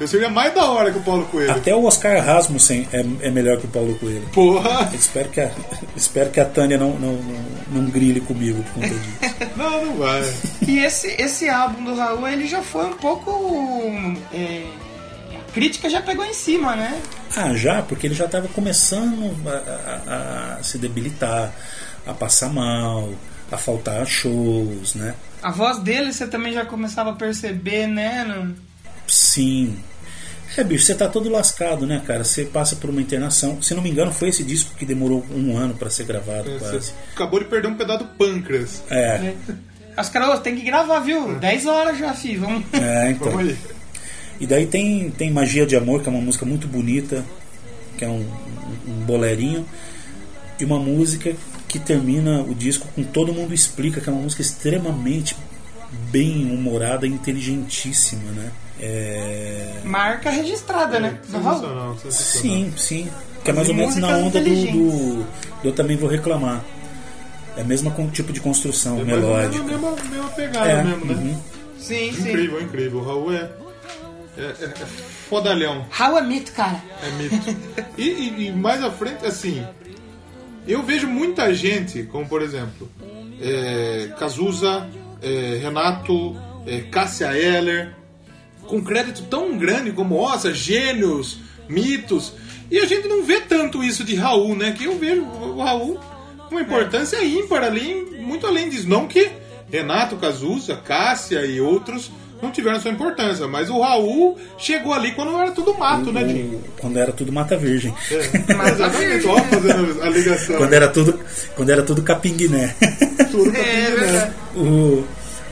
[SPEAKER 2] Eu seria mais da hora que o Paulo Coelho.
[SPEAKER 3] Até o Oscar Rasmussen é, é melhor que o Paulo Coelho.
[SPEAKER 2] Porra!
[SPEAKER 3] Espero que a, espero que a Tânia não, não, não, não grilhe comigo por conta disso.
[SPEAKER 2] Não, não vai.
[SPEAKER 1] E esse, esse álbum do Raul, ele já foi um pouco. é, a crítica já pegou em cima, né?
[SPEAKER 3] Ah, já, porque ele já estava começando a, a- a se debilitar, a passar mal, a faltar a shows, né?
[SPEAKER 1] A voz dele você também já começava a perceber, né? no-
[SPEAKER 3] Sim. É, bicho, você tá todo lascado, né, cara? Você passa por uma internação. Se não me engano, foi esse disco que demorou um ano para ser gravado, quase.
[SPEAKER 2] Você acabou de perder um pedaço do pâncreas.
[SPEAKER 3] É,
[SPEAKER 1] Aí Os caras, "Ô, tem que gravar,
[SPEAKER 2] É.
[SPEAKER 1] viu? 10 horas já, fi. Vamos.
[SPEAKER 3] é, então.
[SPEAKER 2] Vamos aí.
[SPEAKER 3] E daí tem, tem Magia de Amor, que é uma música muito bonita, que é um, um bolerinho, e uma música que termina o disco com Todo Mundo Explica, que é uma música extremamente bem humorada e inteligentíssima, né? É...
[SPEAKER 1] Marca registrada, né? Do Raul.
[SPEAKER 2] É, Sensacional, sensacional.
[SPEAKER 3] Sim, sim. Que é mais ou menos na
[SPEAKER 1] Músicas
[SPEAKER 3] onda do, do,
[SPEAKER 1] inteligentes.
[SPEAKER 3] do Eu Também Vou Reclamar. É a mesma con- tipo de construção
[SPEAKER 2] É mais ou menos a
[SPEAKER 3] melódica.
[SPEAKER 2] mesma, mesma pegada
[SPEAKER 3] É,
[SPEAKER 2] mesmo, né?
[SPEAKER 3] uhum.
[SPEAKER 1] Sim, sim.
[SPEAKER 2] Incrível, incrível. O Raul é, é, é, é fodalhão,
[SPEAKER 1] Raul é mito, cara.
[SPEAKER 2] é mito. e, e- e mais à frente, assim, eu vejo muita gente, como por exemplo, é, Cazuza, é, Renato, é, Cássia Eller, com crédito tão grande como, nossa, gênios, mitos. E a gente não vê tanto isso de Raul, né? Que eu vejo o Raul com uma importância ímpar ali, muito além disso. Não que Renato Cazuza, Cássia e outros não tiveram sua importância, mas o Raul chegou ali quando era tudo mato, né, Dinho?
[SPEAKER 3] Quando era tudo Mata Virgem.
[SPEAKER 1] Mas
[SPEAKER 2] Exatamente, ó, é fazendo a ligação.
[SPEAKER 3] Quando era tudo, quando era tudo Capinguiné.
[SPEAKER 2] Tudo tá
[SPEAKER 1] É,
[SPEAKER 2] pedindo, né?
[SPEAKER 1] verdade.
[SPEAKER 3] O,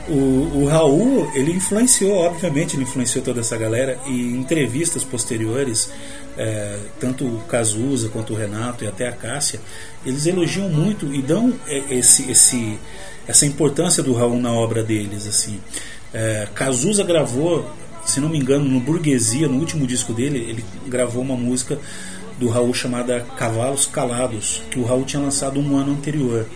[SPEAKER 3] o, o Raul, ele influenciou, obviamente, ele influenciou toda essa galera e em entrevistas posteriores, é, tanto o Cazuza quanto o Renato e até a Cássia, eles elogiam muito e dão é, esse, esse, essa importância do Raul na obra deles. assim é, Cazuza gravou, se não me engano, no Burguesia, no último disco dele, ele gravou uma música do Raul chamada Cavalos Calados, que o Raul tinha lançado um ano anterior.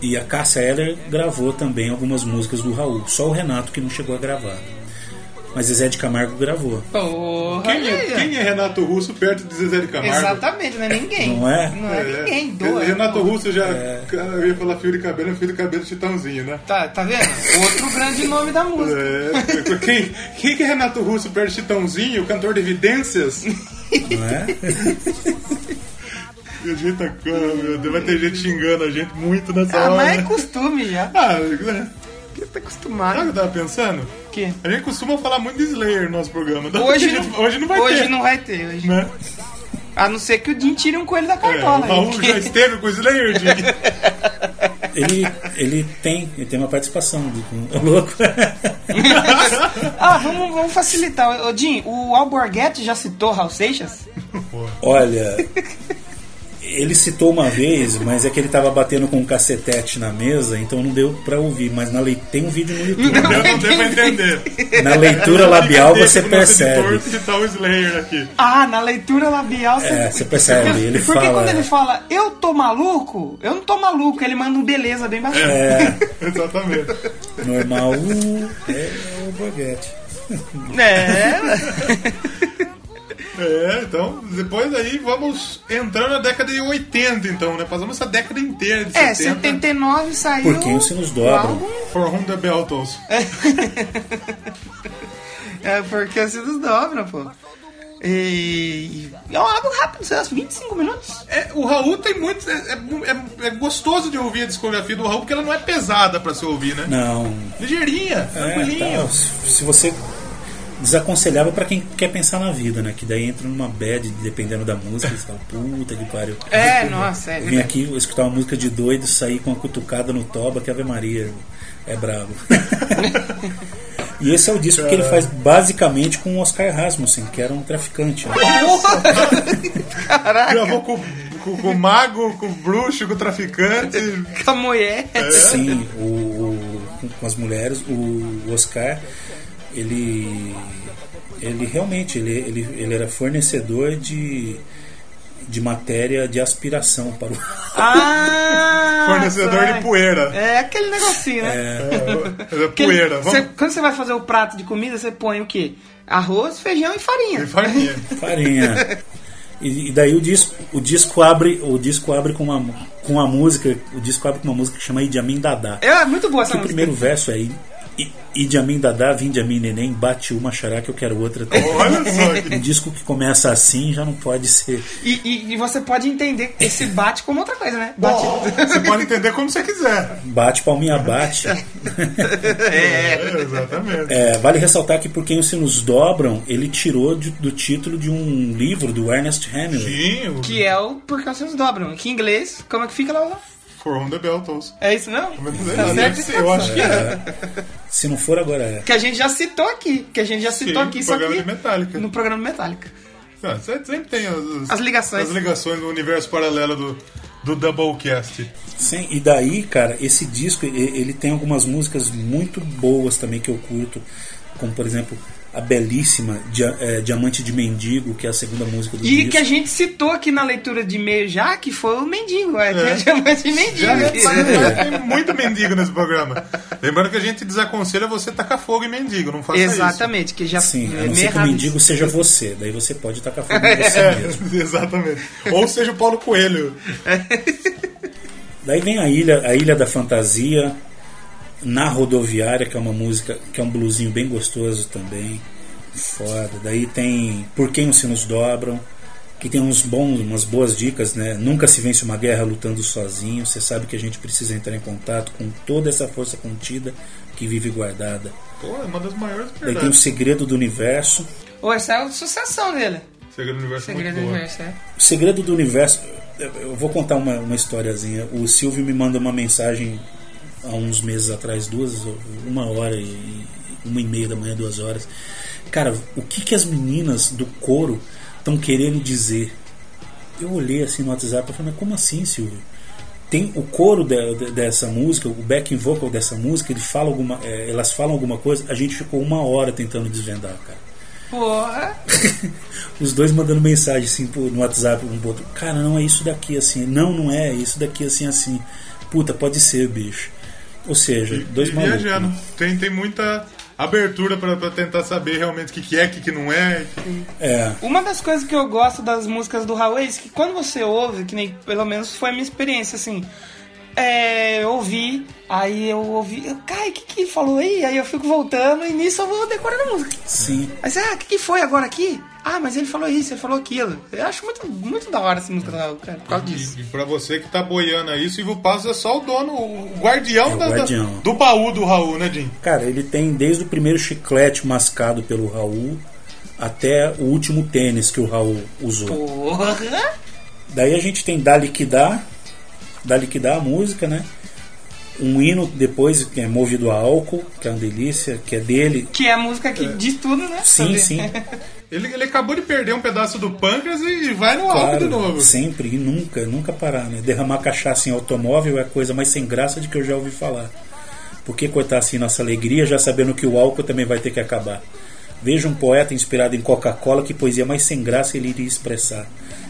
[SPEAKER 3] E a Cássia Eller gravou também algumas músicas do Raul. Só o Renato que não chegou a gravar. Mas Zezé de Camargo gravou.
[SPEAKER 1] Porra,
[SPEAKER 2] Quem é,
[SPEAKER 1] olha aí,
[SPEAKER 2] quem é Renato Russo perto de Zezé de
[SPEAKER 1] ó.
[SPEAKER 2] Camargo?
[SPEAKER 1] Exatamente, não é ninguém.
[SPEAKER 3] Não é?
[SPEAKER 1] Não é, ninguém. Doa.
[SPEAKER 2] Renato Russo já. Eu ia falar fio de cabelo, é fio de cabelo titãozinho, né?
[SPEAKER 1] Tá, tá vendo? Outro grande nome da música.
[SPEAKER 2] É, quem, quem que é Renato Russo perto de Titãozinho, cantor de evidências?
[SPEAKER 3] Não é?
[SPEAKER 2] A gente tá, ah, meu Deus, vai ter gente xingando a gente muito nessa
[SPEAKER 1] Ah,
[SPEAKER 2] hora.
[SPEAKER 1] mas é
[SPEAKER 2] né?
[SPEAKER 1] costume já.
[SPEAKER 2] Ah, né?
[SPEAKER 1] Porque tá
[SPEAKER 2] sabe o que
[SPEAKER 1] acostumado.
[SPEAKER 2] eu tava pensando?
[SPEAKER 1] O quê?
[SPEAKER 2] A gente costuma falar muito de Slayer no nosso programa. Dá
[SPEAKER 1] Hoje
[SPEAKER 2] pra gente-
[SPEAKER 1] não,
[SPEAKER 2] hoje não vai
[SPEAKER 1] hoje
[SPEAKER 2] ter.
[SPEAKER 1] não vai ter. Hoje.
[SPEAKER 2] Né?
[SPEAKER 1] A não ser que o Din tire um coelho da
[SPEAKER 2] É, o
[SPEAKER 1] cartola.
[SPEAKER 2] Raul
[SPEAKER 1] porque-
[SPEAKER 2] já esteve com o Slayer, Dick.
[SPEAKER 3] Ele, ele tem, ele tem uma participação do do- louco.
[SPEAKER 1] Ah, vamos, vamos facilitar. Ô, Din, o Alborguete já citou Raul Seixas?
[SPEAKER 3] Olha, Ele citou uma vez, mas é que ele tava batendo com um cacetete na mesa, então não deu pra ouvir. Mas na lei... tem um vídeo no YouTube.
[SPEAKER 2] Eu não devo entender.
[SPEAKER 3] Na leitura labial você
[SPEAKER 2] Fica atento com o nosso
[SPEAKER 3] percebe.
[SPEAKER 2] editor que tá o Slayer aqui.
[SPEAKER 1] Ah, na leitura labial você.
[SPEAKER 3] É, você percebe, ele
[SPEAKER 1] Porque
[SPEAKER 3] fala- é.
[SPEAKER 1] quando ele fala, eu tô maluco, eu não tô maluco, ele manda um beleza bem baixinho.
[SPEAKER 3] É.
[SPEAKER 2] Exatamente.
[SPEAKER 3] Normal uh, é o baguete.
[SPEAKER 1] É.
[SPEAKER 2] É, então, depois aí vamos entrando na década de 80, então, né? Passamos essa década inteira de
[SPEAKER 1] É,
[SPEAKER 2] 70.
[SPEAKER 1] 79 saiu.
[SPEAKER 3] Por quem os sinos dobram.
[SPEAKER 1] o álbum,
[SPEAKER 2] For Whom the Bell Tolls.
[SPEAKER 1] É, porque os sinos dobram, pô. E, e é um álbum rápido, sei lá, uns 25 minutos.
[SPEAKER 2] É, o Raul tem muito. É, é- é gostoso de ouvir a discografia do Raul, porque ela não é pesada pra se ouvir, né?
[SPEAKER 3] Não.
[SPEAKER 2] Ligeirinha,
[SPEAKER 3] É,
[SPEAKER 2] tranquilinha.
[SPEAKER 3] tá, se se você desaconselhável pra quem quer pensar na vida, né? Que daí entra numa bad, dependendo da música, você fala, puta que pariu.
[SPEAKER 1] É, nossa, é
[SPEAKER 3] Eu Vim
[SPEAKER 1] verdade.
[SPEAKER 3] aqui escutar uma música de doido, sair com uma cutucada no toba, que Ave Maria é brabo. e esse é o disco que ele faz basicamente com o Oscar Rasmussen, que era um traficante. né? tá.
[SPEAKER 2] Gravou com, com, com o mago, com o bruxo, com o traficante.
[SPEAKER 1] Com a mulher.
[SPEAKER 3] Sim, o, o- com- com as mulheres, o Oscar, ele, ele realmente ele, ele, ele era fornecedor de, de matéria de aspiração para o.
[SPEAKER 1] Ah!
[SPEAKER 2] Fornecedor
[SPEAKER 1] sai.
[SPEAKER 2] de poeira.
[SPEAKER 1] É aquele negocinho, né?
[SPEAKER 2] É,
[SPEAKER 1] Aquele-
[SPEAKER 2] poeira.
[SPEAKER 1] cê-
[SPEAKER 2] Vamos.
[SPEAKER 1] quando você vai fazer o prato de comida, você põe o quê? Arroz, feijão e farinha.
[SPEAKER 2] Farinha.
[SPEAKER 3] farinha. E, e daí o disco, o disco abre, o disco abre com uma, com uma música, o disco abre com uma música que chama Idi Amin Dadá.
[SPEAKER 1] É muito boa essa
[SPEAKER 3] Que o
[SPEAKER 1] música.
[SPEAKER 3] primeiro verso é I- I- Idi Amin Dadá, vinde a mim neném, bate uma xará que eu quero outra.
[SPEAKER 2] Olha só que
[SPEAKER 3] Um disco que começa assim já não pode ser.
[SPEAKER 1] E, e- e você pode entender esse bate como outra coisa, né? Bate.
[SPEAKER 2] Você pode entender como você quiser.
[SPEAKER 3] Bate, palminha bate.
[SPEAKER 2] É, exatamente.
[SPEAKER 3] É, vale ressaltar que Por Quem os Sinos Dobram, ele tirou de- do título de um livro do Ernest Hemingway.
[SPEAKER 2] Sim, o
[SPEAKER 1] Que é o porque os seus dobram. Que em inglês, como é que fica lá?
[SPEAKER 2] For Whom the Bell Tolls.
[SPEAKER 1] É isso não? Tá certo?
[SPEAKER 2] Deve ser, Eu acho que é.
[SPEAKER 3] Se não for agora é.
[SPEAKER 1] Que a gente já citou aqui. Que a gente já citou
[SPEAKER 2] Sim,
[SPEAKER 1] aqui,
[SPEAKER 2] no
[SPEAKER 1] só
[SPEAKER 2] programa
[SPEAKER 1] que
[SPEAKER 2] de Metallica.
[SPEAKER 1] no programa Metallica.
[SPEAKER 2] Ah, Sempre sempre tem as,
[SPEAKER 1] As ligações.
[SPEAKER 2] As ligações no universo paralelo do, do Doublecast.
[SPEAKER 3] Sim, e daí, cara, esse disco e- ele tem algumas músicas muito boas também que eu curto, como por exemplo a belíssima Dia- eh, Diamante de Mendigo, que é a segunda música do
[SPEAKER 1] E
[SPEAKER 3] disco.
[SPEAKER 1] que a gente citou aqui na leitura de e-mail já, que foi o mendigo. É, que a gente chama de
[SPEAKER 2] Já é.
[SPEAKER 1] mendigo.
[SPEAKER 2] reparei, tem muito mendigo nesse programa. Lembrando que a gente desaconselha você tacar fogo em mendigo, não faça
[SPEAKER 1] Exatamente, que já
[SPEAKER 3] Sim, Assim, a
[SPEAKER 1] é meio
[SPEAKER 3] não ser que o
[SPEAKER 1] errado.
[SPEAKER 3] mendigo seja você, daí você pode tacar fogo em
[SPEAKER 2] isso.
[SPEAKER 3] você mesmo.
[SPEAKER 2] É, exatamente. Ou seja o Paulo Coelho.
[SPEAKER 3] Daí vem a Ilha, a Ilha da Fantasia, na rodoviária, que é uma música, que é um bluesinho bem gostoso também. Foda. Daí tem Por Quem os Sinos Dobram, que tem uns bons, umas boas dicas, né? Nunca se vence uma guerra lutando sozinho. Você sabe que a gente precisa entrar em contato com toda essa força contida que vive guardada.
[SPEAKER 2] Pô, é uma das maiores
[SPEAKER 3] Daí tem o
[SPEAKER 2] verdades.
[SPEAKER 3] Segredo do Universo.
[SPEAKER 1] Ou essa é a sucessão dele.
[SPEAKER 2] Segredo do Universo é muito
[SPEAKER 1] Segredo do
[SPEAKER 2] boa.
[SPEAKER 1] Universo, é.
[SPEAKER 3] O Segredo do Universo. eu- Eu vou contar uma, uma historiazinha. O Silvio me manda uma mensagem há uns meses atrás, duas, uma hora e uma e meia da manhã, duas horas. Cara, o que, que as meninas do coro estão querendo dizer? Eu olhei assim no WhatsApp e falei, mas como assim, Silvio? Tem o coro de- de- dessa música, o backing vocal dessa música, ele fala alguma, eh, elas falam alguma coisa, a gente ficou uma hora tentando desvendar, cara.
[SPEAKER 1] Porra.
[SPEAKER 3] Os dois mandando mensagem assim pro- no WhatsApp um pro outro. Cara, não é isso daqui assim. Não, não é, é isso daqui assim assim. Puta, pode ser, bicho. Ou seja, dois
[SPEAKER 2] E
[SPEAKER 3] malucos. né?
[SPEAKER 2] viajando. Tem, tem muita abertura pra, pra tentar saber realmente o que, que é, o que, que não é.
[SPEAKER 3] É.
[SPEAKER 1] Uma das coisas que eu gosto das músicas do Raul é isso, que quando você ouve, que nem pelo menos foi a minha experiência, assim. É, eu ouvi, aí eu ouvi, eu, cara, o que que falou aí? Aí eu fico voltando e nisso eu vou decorando a música.
[SPEAKER 3] Sim.
[SPEAKER 1] Aí você, ah, o que, que foi agora aqui? Ah, mas ele falou isso, ele falou aquilo. Eu acho muito, muito da hora essa música do Raul, cara, por causa disso.
[SPEAKER 2] E, e pra você que tá boiando aí, o Silvio Passos é só o dono, o guardião,
[SPEAKER 3] É o
[SPEAKER 2] da- da-
[SPEAKER 3] guardião.
[SPEAKER 2] do baú do Raul, né, Jim?
[SPEAKER 3] Cara, ele tem desde o primeiro chiclete mascado pelo Raul até o último tênis que o Raul usou.
[SPEAKER 1] Porra!
[SPEAKER 3] Daí a gente tem Dá Liquidar, Dá Liquidar a música, né? Um hino depois que é movido a álcool, que é uma delícia, que é dele.
[SPEAKER 1] Que é a música que diz tudo, né?
[SPEAKER 3] Sim,
[SPEAKER 1] Sobre-
[SPEAKER 3] sim.
[SPEAKER 2] Ele, ele acabou de perder um pedaço do pâncreas e vai no álcool de novo.
[SPEAKER 3] Claro, sempre e nunca, nunca parar, né? Derramar cachaça em automóvel é a coisa mais sem graça de que eu já ouvi falar. Por que cortar assim nossa alegria, já sabendo que o álcool também vai ter que acabar? Veja um poeta inspirado em Coca-Cola, que poesia mais sem graça ele iria expressar.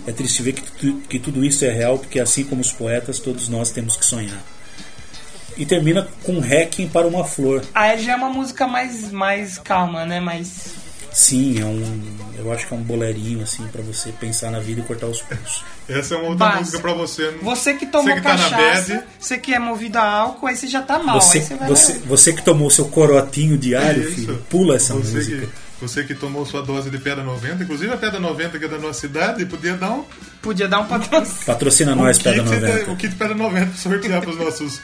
[SPEAKER 3] É triste ver que, tu- que tudo isso é real, porque assim como os poetas, todos nós temos que sonhar. E termina com um Requiem para uma Flor.
[SPEAKER 1] Aí já é uma música mais, mais calma, né? Mais.
[SPEAKER 3] Sim, é um. Eu acho que é um bolerinho, assim, para você pensar na vida e cortar os pulsos.
[SPEAKER 2] Essa é uma outra
[SPEAKER 1] Basta.
[SPEAKER 2] música pra você.
[SPEAKER 1] Você que tomou
[SPEAKER 2] que tá na
[SPEAKER 1] cachaça,
[SPEAKER 2] bad.
[SPEAKER 1] você que é movido a álcool, aí você já tá mal.
[SPEAKER 3] Você,
[SPEAKER 1] aí você vai
[SPEAKER 3] você, você que tomou seu corotinho diário,
[SPEAKER 2] É Isso.
[SPEAKER 3] filho, pula essa
[SPEAKER 2] você
[SPEAKER 3] música.
[SPEAKER 2] que, você que tomou sua dose de pedra 90, inclusive a pedra 90 que é da nossa cidade, podia dar um
[SPEAKER 1] Podia dar um patrocínio.
[SPEAKER 3] Patrocina nós, Pedra
[SPEAKER 2] kit, de-
[SPEAKER 3] 90.
[SPEAKER 2] um kit pedra 90 pra sortear pros nossos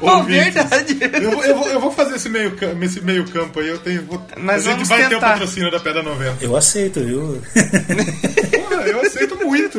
[SPEAKER 1] Pô,
[SPEAKER 2] ouvintes.
[SPEAKER 1] verdade.
[SPEAKER 2] Eu, vou- eu vou, eu vou fazer esse meio, cam- esse meio campo aí, eu tenho. Vou,
[SPEAKER 1] Nós
[SPEAKER 2] a gente
[SPEAKER 1] vamos
[SPEAKER 2] vai ter o
[SPEAKER 1] tentar.
[SPEAKER 2] patrocínio da pedra 90.
[SPEAKER 3] Eu aceito, viu?
[SPEAKER 2] Pô, eu aceito muito.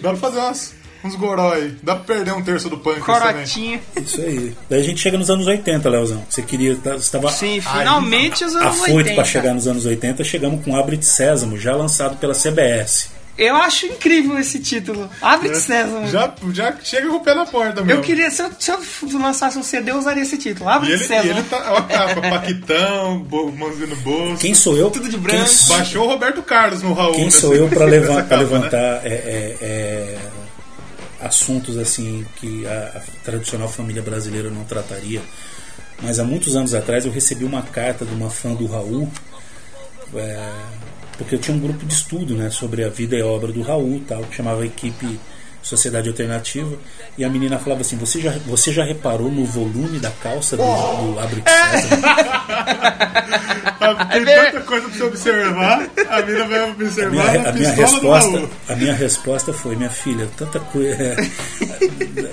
[SPEAKER 2] Dá pra fazer umas, uns goró aí. Dá pra perder um terço do pâncreas também.
[SPEAKER 1] Corotinho.
[SPEAKER 3] É Isso aí. Daí a gente chega nos anos 80, Leozão. Você queria. tá- Você estava
[SPEAKER 1] Sim, finalmente os anos
[SPEAKER 3] afoito
[SPEAKER 1] 80.
[SPEAKER 3] para chegar nos anos 80, chegamos com Abre de Sésamo, já lançado pela CBS.
[SPEAKER 1] Eu acho incrível esse título. Abre de César.
[SPEAKER 2] É. Já, já chega com o pé na porta, meu.
[SPEAKER 1] Eu queria, se eu, se eu lançasse um CD, eu usaria esse título.
[SPEAKER 2] E
[SPEAKER 1] Abre
[SPEAKER 2] ele,
[SPEAKER 1] de César.
[SPEAKER 2] e ele tá. Ó, a capa, Paquitão, bo- mãozinha no bolso.
[SPEAKER 3] Quem sou eu?
[SPEAKER 1] Tudo de
[SPEAKER 3] quem,
[SPEAKER 1] branco.
[SPEAKER 3] s-
[SPEAKER 2] Baixou o Roberto Carlos no Raul. né?
[SPEAKER 3] quem
[SPEAKER 2] nessa-
[SPEAKER 3] sou eu para
[SPEAKER 2] assim, nessa capa, né?
[SPEAKER 3] levantar é, é, é, assuntos assim que a, a tradicional família brasileira não trataria? Mas há muitos anos atrás eu recebi uma carta de uma fã do Raul, é, porque eu tinha um grupo de estudo né, sobre a vida e obra do Raul, tal, que chamava Equipe Sociedade Alternativa, e a menina falava assim: Você já, você já reparou no volume da calça do, do Abre de Sésamo?"
[SPEAKER 2] Ah, Tem tanta coisa pra você observar. A mina vai
[SPEAKER 3] A minha,
[SPEAKER 2] observar
[SPEAKER 3] re-
[SPEAKER 2] a,
[SPEAKER 3] a minha
[SPEAKER 2] pistola do
[SPEAKER 3] resposta,
[SPEAKER 2] Raul.
[SPEAKER 3] a minha resposta foi, minha filha, tanta coisa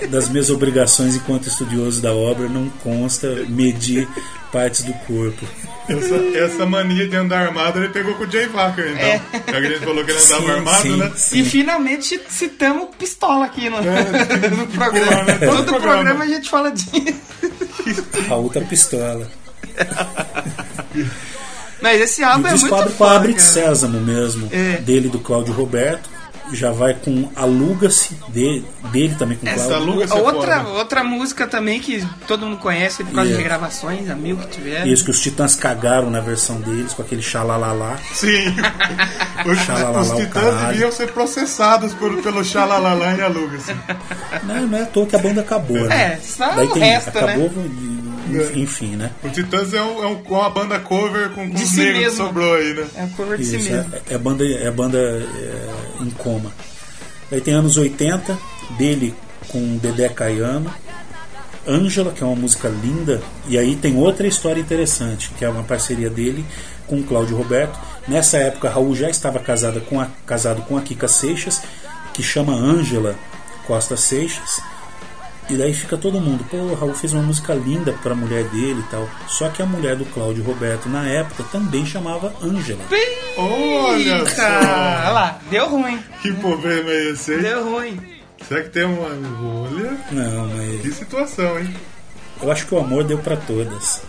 [SPEAKER 3] é, das minhas obrigações enquanto estudioso da obra não consta medir partes do corpo.
[SPEAKER 2] Essa, essa mania de andar armado ele pegou com o Jay Wacker, então. Já que a gente falou
[SPEAKER 1] É
[SPEAKER 2] que ele andava
[SPEAKER 3] Sim,
[SPEAKER 2] armado,
[SPEAKER 3] sim,
[SPEAKER 2] né?
[SPEAKER 1] E
[SPEAKER 3] sim.
[SPEAKER 1] finalmente citamos pistola aqui no,
[SPEAKER 2] É,
[SPEAKER 1] no programa.
[SPEAKER 2] né? Todo
[SPEAKER 1] Todo
[SPEAKER 2] programa.
[SPEAKER 1] programa a gente fala disso.
[SPEAKER 3] Raul tá pistola.
[SPEAKER 1] Mas esse
[SPEAKER 3] E
[SPEAKER 1] álbum
[SPEAKER 3] o
[SPEAKER 1] é
[SPEAKER 3] disco
[SPEAKER 1] muito
[SPEAKER 3] abre com
[SPEAKER 1] foda,
[SPEAKER 3] Abre de
[SPEAKER 1] cara.
[SPEAKER 3] Sésamo mesmo,
[SPEAKER 1] É.
[SPEAKER 3] dele e do Cláudio Roberto. Já vai com Aluga-se, de- dele também com
[SPEAKER 1] Essa
[SPEAKER 2] Essa
[SPEAKER 3] Cláudio.
[SPEAKER 2] luga
[SPEAKER 1] A
[SPEAKER 2] essa
[SPEAKER 1] Outra,
[SPEAKER 2] é foda.
[SPEAKER 1] outra música também que todo mundo conhece por causa
[SPEAKER 3] Yeah.
[SPEAKER 1] de gravações, a mil que tiver.
[SPEAKER 3] Isso que os Titãs cagaram na versão deles, com aquele xalalalá.
[SPEAKER 2] Sim.
[SPEAKER 3] Xalalala,
[SPEAKER 2] Os, os
[SPEAKER 3] o
[SPEAKER 2] titãs
[SPEAKER 3] caralho.
[SPEAKER 2] deviam ser processados por, pelo xalalalá e a luga, assim.
[SPEAKER 3] Não, não é à toa que a banda acabou, né?
[SPEAKER 1] É, só
[SPEAKER 3] Daí
[SPEAKER 1] o
[SPEAKER 3] tem,
[SPEAKER 1] resto,
[SPEAKER 3] acabou,
[SPEAKER 2] É.
[SPEAKER 3] enfim, né?
[SPEAKER 2] O Titãs é, um, é um- uma banda cover com, com
[SPEAKER 1] De
[SPEAKER 2] os
[SPEAKER 1] si
[SPEAKER 2] negros que
[SPEAKER 1] mesmo.
[SPEAKER 2] sobrou aí, né?
[SPEAKER 1] É o cover de si
[SPEAKER 3] Isso,
[SPEAKER 1] mesmo.
[SPEAKER 3] é, é banda, é banda é, em coma. Daí tem anos 80, dele com Dedé Caiano, Ângela, que é uma música linda, e aí tem outra história interessante, que é uma parceria dele com o Cláudio Roberto. Nessa época, Raul já estava casada com a, casado com a Kika Seixas, que chama Ângela Costa Seixas. E daí fica todo mundo, pô, o Raul fez uma música linda para a mulher dele e tal. Só que a mulher do Cláudio Roberto, na época, também chamava Ângela.
[SPEAKER 2] Olha
[SPEAKER 1] Eita,
[SPEAKER 2] só.
[SPEAKER 1] olha lá, deu ruim,
[SPEAKER 2] Que problema é esse, hein?
[SPEAKER 1] deu ruim.
[SPEAKER 2] Será que tem uma. Olha,
[SPEAKER 3] Não, mas
[SPEAKER 2] que situação, hein?
[SPEAKER 3] Eu acho que o amor deu pra todas.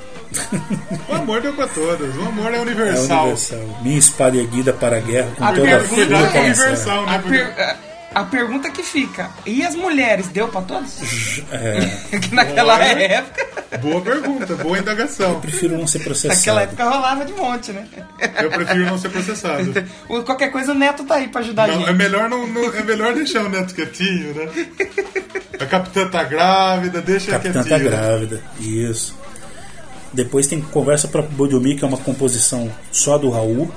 [SPEAKER 2] O amor deu pra todas. O amor é
[SPEAKER 3] É
[SPEAKER 2] universal.
[SPEAKER 3] universal. Minha espada erguida para a guerra com
[SPEAKER 1] A
[SPEAKER 3] toda a
[SPEAKER 1] pergunta
[SPEAKER 3] fúria
[SPEAKER 2] Cuidado com
[SPEAKER 1] é
[SPEAKER 2] o
[SPEAKER 3] que ela será.
[SPEAKER 2] universal, né?
[SPEAKER 1] A,
[SPEAKER 2] Porque
[SPEAKER 1] per- a- a pergunta que fica, e as mulheres, deu pra todos?
[SPEAKER 3] É,
[SPEAKER 1] Que Naquela
[SPEAKER 2] Olha.
[SPEAKER 1] época,
[SPEAKER 2] Boa pergunta, boa indagação.
[SPEAKER 3] prefiro não ser
[SPEAKER 1] naquela
[SPEAKER 3] processado.
[SPEAKER 1] época rolava de monte, né?
[SPEAKER 2] Eu prefiro não ser processado.
[SPEAKER 1] O- Qualquer coisa o Neto tá aí pra ajudar a
[SPEAKER 2] Não, é,
[SPEAKER 1] gente.
[SPEAKER 2] melhor não, não- é melhor deixar o neto quietinho, né? A capitã tá grávida, deixa
[SPEAKER 3] Capitã tá
[SPEAKER 2] quietinho.
[SPEAKER 3] grávida. Isso. Depois tem Conversa para Bodomir, que é uma composição só do Raul,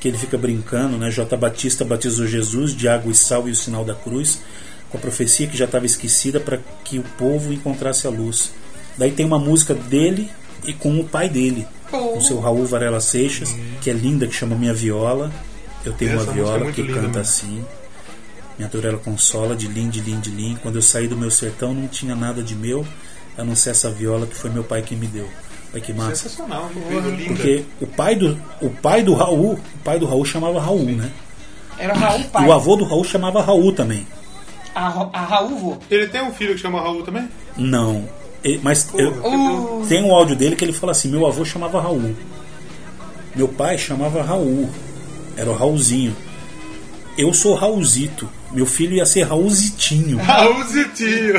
[SPEAKER 3] que ele fica brincando, né? J. Batista batizou Jesus de água e sal e o sinal da cruz, com a profecia que já estava esquecida para que o povo encontrasse a luz. Daí tem uma música dele e com o pai dele, com o seu Raul Varela Seixas, que é linda, que chama Minha Viola. Eu tenho
[SPEAKER 2] Uhum. Essa música
[SPEAKER 3] uma
[SPEAKER 2] é
[SPEAKER 3] viola
[SPEAKER 2] muito
[SPEAKER 3] que
[SPEAKER 2] linda
[SPEAKER 3] canta
[SPEAKER 2] mesmo.
[SPEAKER 3] assim. Minha dor ela consola de lim, de lim, de lim. Quando eu saí do meu sertão não tinha nada de meu, a não ser essa viola que foi meu pai que me deu. Olha que massa.
[SPEAKER 2] Sensacional, boa, linda.
[SPEAKER 3] Porque o pai do, o pai do Raul, o pai do Raul chamava Raul, né?
[SPEAKER 1] Era Raul
[SPEAKER 3] E
[SPEAKER 1] pai,
[SPEAKER 3] o avô do Raul chamava Raul também.
[SPEAKER 1] a, Ra- a Raul vô.
[SPEAKER 2] Ele tem um filho que chama Raul também?
[SPEAKER 3] Não. e- mas eu-
[SPEAKER 1] Uh,
[SPEAKER 3] tem um áudio dele que ele fala assim: meu avô chamava Raul. Meu pai chamava Raul. Era o Raulzinho. Eu sou Raulzito. Meu filho ia ser Raulzitinho.
[SPEAKER 2] Raulzitinho.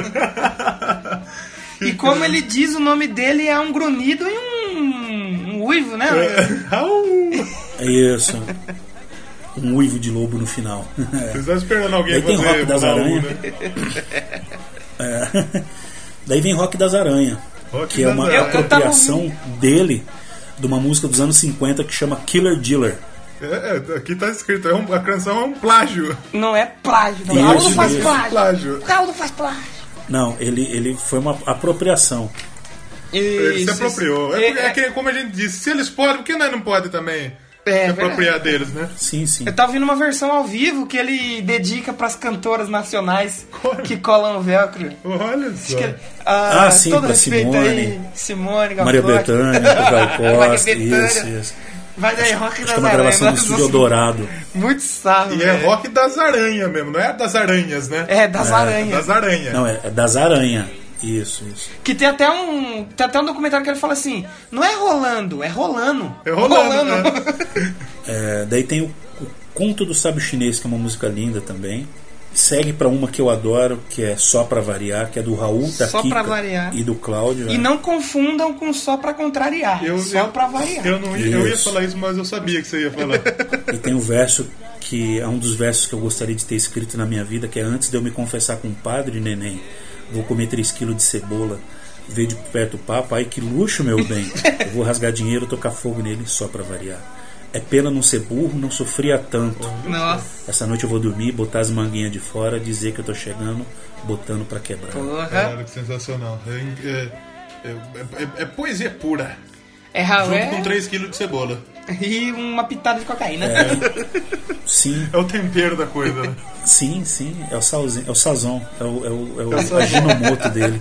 [SPEAKER 1] e como ele diz, o nome dele é um grunhido e um, um uivo, né?
[SPEAKER 2] Raul.
[SPEAKER 3] É isso. Um uivo de lobo no final.
[SPEAKER 2] É. Vocês estão esperando alguém
[SPEAKER 3] Daí tem
[SPEAKER 2] fazer
[SPEAKER 3] Rock das
[SPEAKER 2] Raul,
[SPEAKER 3] Aranhas.
[SPEAKER 2] né?
[SPEAKER 3] Daí vem Rock das Aranhas,
[SPEAKER 2] Rock
[SPEAKER 3] que é
[SPEAKER 2] das
[SPEAKER 3] uma
[SPEAKER 2] Aranhas.
[SPEAKER 1] Eu tava
[SPEAKER 3] apropriação dele de uma música dos anos 50 que chama Killer Dealer.
[SPEAKER 2] É, é, aqui tá escrito, é um- a canção é um plágio.
[SPEAKER 1] Não é plágio. Não.
[SPEAKER 3] Isso,
[SPEAKER 1] Raul não faz
[SPEAKER 3] isso.
[SPEAKER 1] plágio.
[SPEAKER 2] Plágio.
[SPEAKER 1] Raul não faz plágio.
[SPEAKER 3] Não, ele, ele foi uma apropriação.
[SPEAKER 2] Ele
[SPEAKER 1] Isso,
[SPEAKER 2] se apropriou.
[SPEAKER 1] isso.
[SPEAKER 2] É, porque- é que, como a gente disse, se eles podem, por que nós não podemos também
[SPEAKER 1] É,
[SPEAKER 2] se apropriar deles, né?
[SPEAKER 3] Sim, sim.
[SPEAKER 1] Eu tava vendo uma versão ao vivo que ele dedica pras cantoras nacionais que colam o velcro.
[SPEAKER 2] Olha
[SPEAKER 1] Acho
[SPEAKER 2] só.
[SPEAKER 1] que ele- ah,
[SPEAKER 3] Ah, sim,
[SPEAKER 1] todo
[SPEAKER 3] pra
[SPEAKER 1] respeito
[SPEAKER 3] Simone.
[SPEAKER 1] aí, Simone, Gal
[SPEAKER 3] Maria
[SPEAKER 1] Costa.
[SPEAKER 3] Bethânia, Gal
[SPEAKER 1] Maria
[SPEAKER 3] Costa,
[SPEAKER 1] Bethânia.
[SPEAKER 3] isso, isso.
[SPEAKER 1] Vai daí, rock
[SPEAKER 3] Acho que é
[SPEAKER 1] das
[SPEAKER 3] uma
[SPEAKER 1] aranhas.
[SPEAKER 3] gravação do Estúdio Dourado.
[SPEAKER 1] Muito sarro.
[SPEAKER 2] E é
[SPEAKER 1] velho.
[SPEAKER 2] rock das aranhas mesmo, não é das aranhas, né?
[SPEAKER 1] É, das aranhas.
[SPEAKER 2] Das aranhas.
[SPEAKER 3] Não, é, é das Aranha. Isso, isso.
[SPEAKER 1] Que tem até um. Tem até um documentário que ele fala assim: não é rolando, é rolando.
[SPEAKER 2] É rolando,
[SPEAKER 3] É, daí tem o, o Conto do Sábio Chinês, que é uma música linda também. Segue pra uma que eu adoro, que é Só Pra Variar, que é do Raul da
[SPEAKER 1] Só Pra
[SPEAKER 3] Kika
[SPEAKER 1] Variar.
[SPEAKER 3] e do Cláudio.
[SPEAKER 1] E
[SPEAKER 3] né?
[SPEAKER 1] não confundam com só pra contrariar.
[SPEAKER 2] Eu-
[SPEAKER 1] só
[SPEAKER 2] eu-
[SPEAKER 1] pra variar.
[SPEAKER 2] Eu, não ia, eu ia
[SPEAKER 3] Isso.
[SPEAKER 2] falar isso, mas eu sabia que você ia falar.
[SPEAKER 3] E tem um verso que é um dos versos que eu gostaria de ter escrito na minha vida, que é antes de eu me confessar com o padre, neném, vou comer 3 quilos de cebola, ver de perto o papo, ai que luxo, meu bem. Eu vou rasgar dinheiro, tocar fogo nele, só pra variar. É pena não ser burro, não sofria tanto.
[SPEAKER 1] Nossa,
[SPEAKER 3] Essa noite eu vou dormir, botar as manguinhas de fora, dizer que eu tô chegando, botando pra quebrar.
[SPEAKER 1] porra.
[SPEAKER 2] Cara, que sensacional. É, é- é- é- é poesia pura.
[SPEAKER 1] É Raul
[SPEAKER 2] Junto
[SPEAKER 1] é?
[SPEAKER 2] com 3kg de cebola.
[SPEAKER 1] e uma pitada de cocaína.
[SPEAKER 3] Sim,
[SPEAKER 2] É o tempero da coisa. né?
[SPEAKER 3] sim, sim, é o, salzinho, é o sazon, é o, é o, é o aginomoto dele.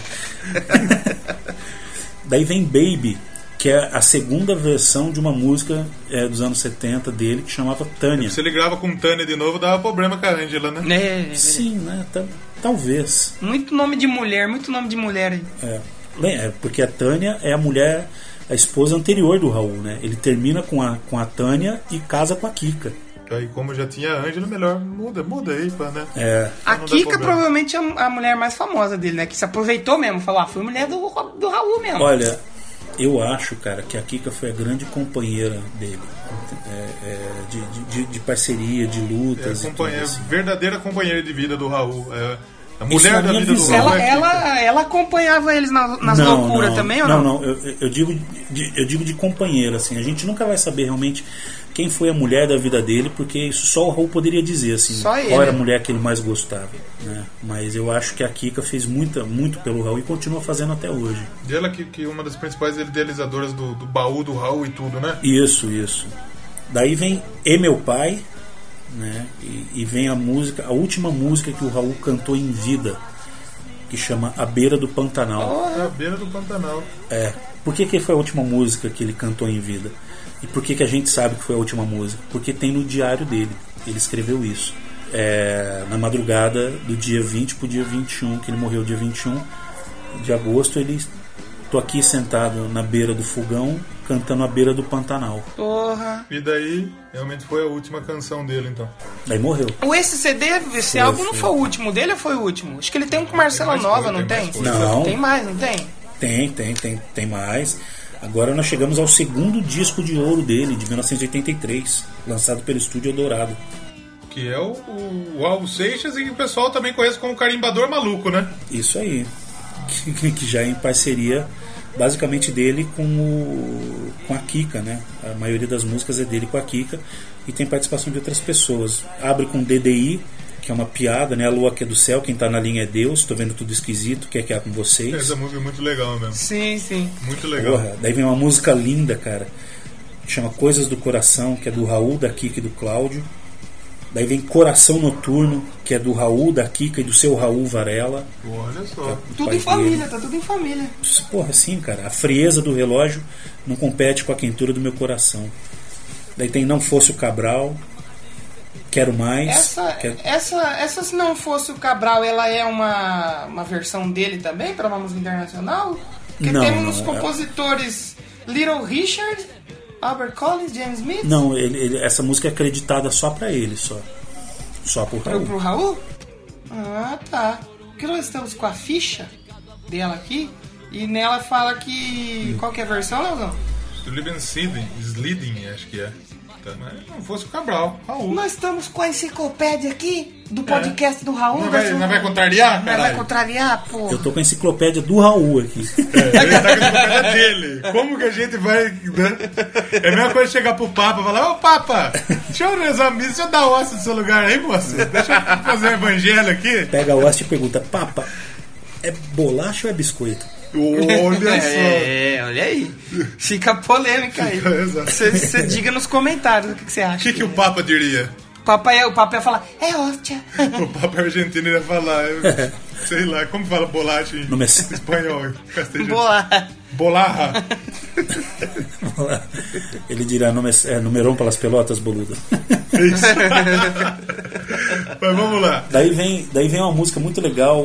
[SPEAKER 3] Daí vem Baby, que é a segunda versão de uma música é, dos anos 70 dele que chamava Tânia.
[SPEAKER 2] Se ele grava com Tânia de novo, dava problema com a Angela, né?
[SPEAKER 1] É,
[SPEAKER 3] Sim, né? ta- Talvez.
[SPEAKER 1] muito nome de mulher, muito nome de mulher aí.
[SPEAKER 3] É. Bem, é, porque a Tânia é a mulher, a esposa anterior do Raul, né? Ele termina com a, com a Tânia e casa com a Kika.
[SPEAKER 2] Aí, como já tinha a Angela, melhor muda, muda aí, pá, né?
[SPEAKER 3] É.
[SPEAKER 1] A
[SPEAKER 2] não dá
[SPEAKER 1] Kika
[SPEAKER 2] problema.
[SPEAKER 1] provavelmente é a mulher mais famosa dele, né? Que se aproveitou mesmo, falou, ah, fui mulher do, Ra- do Raul mesmo.
[SPEAKER 3] Olha, eu acho, cara, que a Kika foi a grande companheira dele. É, é, de, de- de- de parceria, de
[SPEAKER 2] É,
[SPEAKER 3] lutas. e tudo
[SPEAKER 2] companheira,
[SPEAKER 3] assim.
[SPEAKER 2] verdadeira companheira de vida do Raul. É, a
[SPEAKER 3] Isso
[SPEAKER 2] mulher
[SPEAKER 3] na
[SPEAKER 2] da
[SPEAKER 3] minha
[SPEAKER 2] vida do
[SPEAKER 3] visão.
[SPEAKER 2] Raul.
[SPEAKER 1] ela,
[SPEAKER 2] é
[SPEAKER 1] ela, ela acompanhava eles na- nas loucuras
[SPEAKER 3] não,
[SPEAKER 1] também, ou
[SPEAKER 3] não?
[SPEAKER 1] não?
[SPEAKER 3] Não, eu, eu digo, de, eu digo de companheira, assim. A gente nunca vai saber realmente quem foi a mulher da vida dele, porque isso só o Raul poderia dizer, assim.
[SPEAKER 1] Só ele.
[SPEAKER 3] Qual era a mulher que ele mais gostava, né? Mas eu acho que a Kika fez muita, muito pelo Raul e continua fazendo até hoje.
[SPEAKER 2] E ela que, que é uma das principais idealizadoras do, do baú do Raul e tudo, né?
[SPEAKER 3] Isso, isso. Daí vem E Meu Pai, né? E, e vem a música, a última música que o Raul cantou em vida, que chama A Beira do Pantanal.
[SPEAKER 2] É a beira do Pantanal.
[SPEAKER 3] É. Por que, que foi a última música que ele cantou em vida? E por que, que a gente sabe que foi a última música? Porque tem no diário dele. Ele escreveu isso. É, na madrugada do dia 20 pro dia 21, que ele morreu dia 21 de agosto, ele. Tô aqui sentado na beira do fogão, cantando a beira do Pantanal.
[SPEAKER 1] Porra.
[SPEAKER 2] E daí, realmente foi a última canção dele, então.
[SPEAKER 3] Daí morreu.
[SPEAKER 1] O esse CD, esse álbum não
[SPEAKER 3] foi.
[SPEAKER 1] foi o último dele ou foi o último? Acho que ele tem um com Marcela
[SPEAKER 2] mais
[SPEAKER 1] Nova,
[SPEAKER 2] coisa,
[SPEAKER 1] não
[SPEAKER 2] tem
[SPEAKER 1] tem?
[SPEAKER 2] mais
[SPEAKER 3] coisa. Não.
[SPEAKER 1] Tem mais, não tem?
[SPEAKER 3] Tem, tem, tem, tem mais. Agora nós chegamos ao segundo disco de ouro dele, de 1983, lançado pelo Estúdio Dourado.
[SPEAKER 2] Que é o, o, o Raul Seixas e que o pessoal também conhece como Carimbador Maluco, né?
[SPEAKER 3] Isso aí. Que, que- que já é em parceria basicamente dele com, o, com a Kika, né? A maioria das músicas é dele com a Kika e tem participação de outras pessoas. Abre com DDI, que é uma piada, né? A lua que é do céu, quem tá na linha é Deus, tô vendo tudo esquisito, quer que há com vocês.
[SPEAKER 2] Essa música é muito legal mesmo.
[SPEAKER 1] Sim, sim.
[SPEAKER 2] Muito legal.
[SPEAKER 3] Porra, daí vem uma música linda, cara. que Chama Coisas do Coração, que é do Raul, da Kika e do Cláudio. Daí vem Coração Noturno, que é do Raul, da Kika e do seu Raul Varela.
[SPEAKER 2] Olha só.
[SPEAKER 3] do
[SPEAKER 1] Tudo
[SPEAKER 3] pai
[SPEAKER 1] em família,
[SPEAKER 3] dele.
[SPEAKER 1] tá tudo em família.
[SPEAKER 3] Porra, sim, cara. A frieza do relógio não compete com a quentura do meu coração. Daí tem Não Fosse o Cabral, Quero Mais. é-
[SPEAKER 1] Essa, é-
[SPEAKER 3] Quero-
[SPEAKER 1] essa, essa, é se não fosse o Cabral, ela é uma, uma versão dele também pra uma música internacional? Porque
[SPEAKER 3] Não,
[SPEAKER 1] temos os
[SPEAKER 3] não, é-
[SPEAKER 1] compositores Little Richard, Albert Collins, James Smith,
[SPEAKER 3] Não, ele- ele- essa música é creditada só pra ele, só. Só por
[SPEAKER 1] pro, pro
[SPEAKER 3] Raul.
[SPEAKER 1] Raul? Ah, tá. Porque nós estamos com a ficha dela aqui e nela fala que. Qual que é a versão, Leozão?
[SPEAKER 2] Do Living Sleeding, Sleeding, acho que é. Tá, mas não fosse o Cabral, Raul.
[SPEAKER 1] Nós estamos com a enciclopédia aqui do podcast do Raul.
[SPEAKER 2] É. Não vai, um-
[SPEAKER 1] versão-
[SPEAKER 2] não vai contrariar,
[SPEAKER 1] Nós vai
[SPEAKER 2] caralho?
[SPEAKER 1] contrariar, pô.
[SPEAKER 3] Eu tô com a enciclopédia do Raul aqui.
[SPEAKER 2] Ele tá com a enciclopédia dele. Como que a gente vai. né? É a mesma coisa de chegar pro Papa e falar: Ô Papa, deixa eu rezar a missa, deixa eu dar osso no seu lugar aí, moço. Deixa eu fazer o evangelho aqui.
[SPEAKER 3] Pega a hóstia e pergunta, papa, é bolacha ou é biscoito?
[SPEAKER 2] Olha só.
[SPEAKER 1] É, olha aí. Fica polêmica aí.
[SPEAKER 2] Fica, exato.
[SPEAKER 1] Você você diga nos comentários o que que você
[SPEAKER 2] O
[SPEAKER 1] acha.
[SPEAKER 2] que, que o Papa diria?
[SPEAKER 1] O papai, ia- o papai ia falar, é hóstia.
[SPEAKER 2] O Papa argentino ia falar. eu- sei lá, como fala bolacha em
[SPEAKER 3] No Messi.
[SPEAKER 2] espanhol? Castelhano.
[SPEAKER 1] Boa.
[SPEAKER 2] Bolarra.
[SPEAKER 3] Ele dirá, "Nume- é, numerão pelas pelotas, boludo.
[SPEAKER 2] É isso. Mas vamos lá.
[SPEAKER 3] Daí vem, daí vem uma música muito legal, um,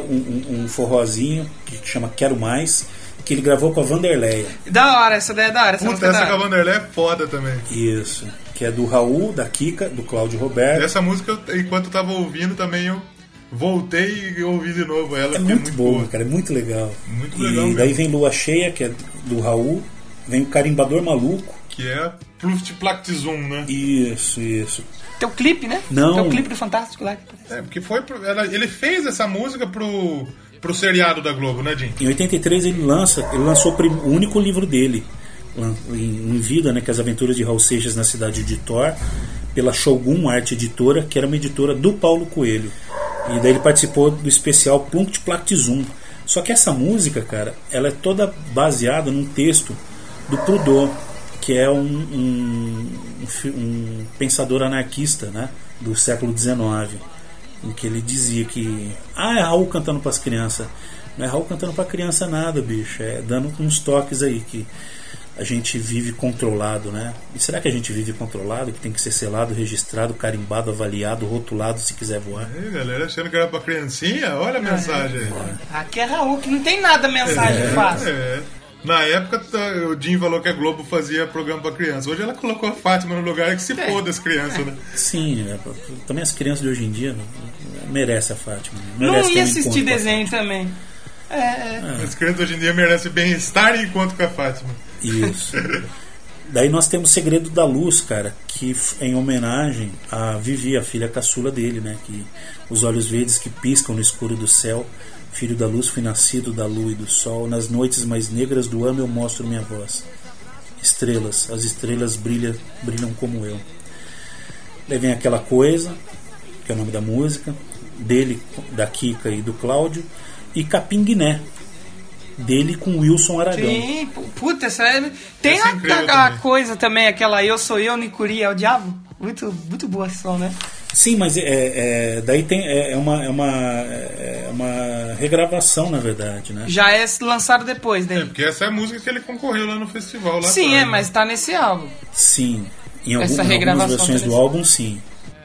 [SPEAKER 3] um- um forrozinho, que chama Quero Mais, que ele gravou com a Vanderleia.
[SPEAKER 1] Da hora, essa daí é da hora. Essa
[SPEAKER 2] Puta,
[SPEAKER 1] música é
[SPEAKER 2] essa
[SPEAKER 1] da
[SPEAKER 2] com a
[SPEAKER 1] hora.
[SPEAKER 2] Vanderlei é foda também.
[SPEAKER 3] Isso. Que é do Raul, da Kika, do Cláudio Roberto.
[SPEAKER 2] Essa música, eu- enquanto eu tava ouvindo também, eu voltei e ouvi de novo ela.
[SPEAKER 3] É
[SPEAKER 2] porque
[SPEAKER 3] muito, boa, cara, é muito legal.
[SPEAKER 2] Muito
[SPEAKER 3] e
[SPEAKER 2] legal
[SPEAKER 3] daí
[SPEAKER 2] mesmo.
[SPEAKER 3] vem Lua Cheia, que é do Raul, vem o Carimbador Maluco.
[SPEAKER 2] Que é Pluftplactizum, né?
[SPEAKER 3] Isso, isso.
[SPEAKER 1] Tem o clipe, né?
[SPEAKER 3] Não.
[SPEAKER 1] Tem o clipe do Fantástico lá.
[SPEAKER 2] É, porque foi pro- ela- ele fez essa música pro, pro seriado da Globo, né, Jim?
[SPEAKER 3] Em 83 ele lança, ele lançou o prim- o único livro dele lan- em, em vida, né, que é as Aventuras de Raul Seixas na cidade de Thor, pela Shogun Arte Editora, que era uma editora do Paulo Coelho. E daí ele participou do especial Punct Plactizum. Só que essa música, cara, ela é toda baseada num texto do Proudhon, que é um, um- um fi- um pensador anarquista, né, do século XIX em que ele dizia que ah, é Raul cantando pras crianças. Não é Raul cantando pra criança nada, bicho. É dando uns toques aí que a gente vive controlado, né? E será que a gente vive controlado? Que tem que ser selado, registrado, carimbado, avaliado, rotulado se quiser voar.
[SPEAKER 2] Aí, galera, achando que era pra criancinha, olha a
[SPEAKER 1] É.
[SPEAKER 2] mensagem aí.
[SPEAKER 1] Aqui é Raul, que não tem nada mensagem fácil.
[SPEAKER 2] É. Na época, tá, o Jim falou que a Globo fazia programa pra criança. Hoje ela colocou a Fátima no lugar que se
[SPEAKER 1] É.
[SPEAKER 2] foda as crianças, né?
[SPEAKER 3] Sim, né? também as crianças de hoje em dia merecem a Fátima.
[SPEAKER 1] Não
[SPEAKER 3] merece ter
[SPEAKER 1] ia
[SPEAKER 3] um
[SPEAKER 1] assistir
[SPEAKER 3] encontro com a
[SPEAKER 1] desenho também. É, é.
[SPEAKER 2] As crianças hoje em dia merecem bem-estar enquanto com a Fátima.
[SPEAKER 3] Isso. Daí nós temos Segredo da Luz, cara, que f- é em homenagem a Vivi, a filha caçula dele, né? Que os olhos verdes que piscam no escuro do céu, filho da luz, fui nascido da lua e do sol, nas noites mais negras do ano eu mostro minha voz. Estrelas, as estrelas brilham, brilham como eu. Daí vem aquela coisa, que é o nome da música, dele, da Kika e do Cláudio, e Capinguiné, dele com Wilson Aragão.
[SPEAKER 1] Sim, pu- puta, essa é... Tem
[SPEAKER 2] Essa é
[SPEAKER 1] a-
[SPEAKER 2] incrível
[SPEAKER 1] a, a
[SPEAKER 2] também.
[SPEAKER 1] coisa também, aquela Eu Sou Eu, Nicuri é o Diabo. Muito, muito boa esse som, né?
[SPEAKER 3] Sim, mas é, é- daí tem é, é uma é uma é uma regravação na verdade, né?
[SPEAKER 1] Já é lançado depois
[SPEAKER 2] É,
[SPEAKER 1] dele.
[SPEAKER 2] porque essa é a música que ele concorreu lá no festival. Lá
[SPEAKER 1] Sim,
[SPEAKER 2] atrás,
[SPEAKER 1] é,
[SPEAKER 2] né?
[SPEAKER 1] mas tá nesse álbum.
[SPEAKER 3] Sim, em, algum-
[SPEAKER 1] Essa
[SPEAKER 3] em algumas
[SPEAKER 1] regravação
[SPEAKER 3] versões do
[SPEAKER 1] também.
[SPEAKER 3] álbum, sim.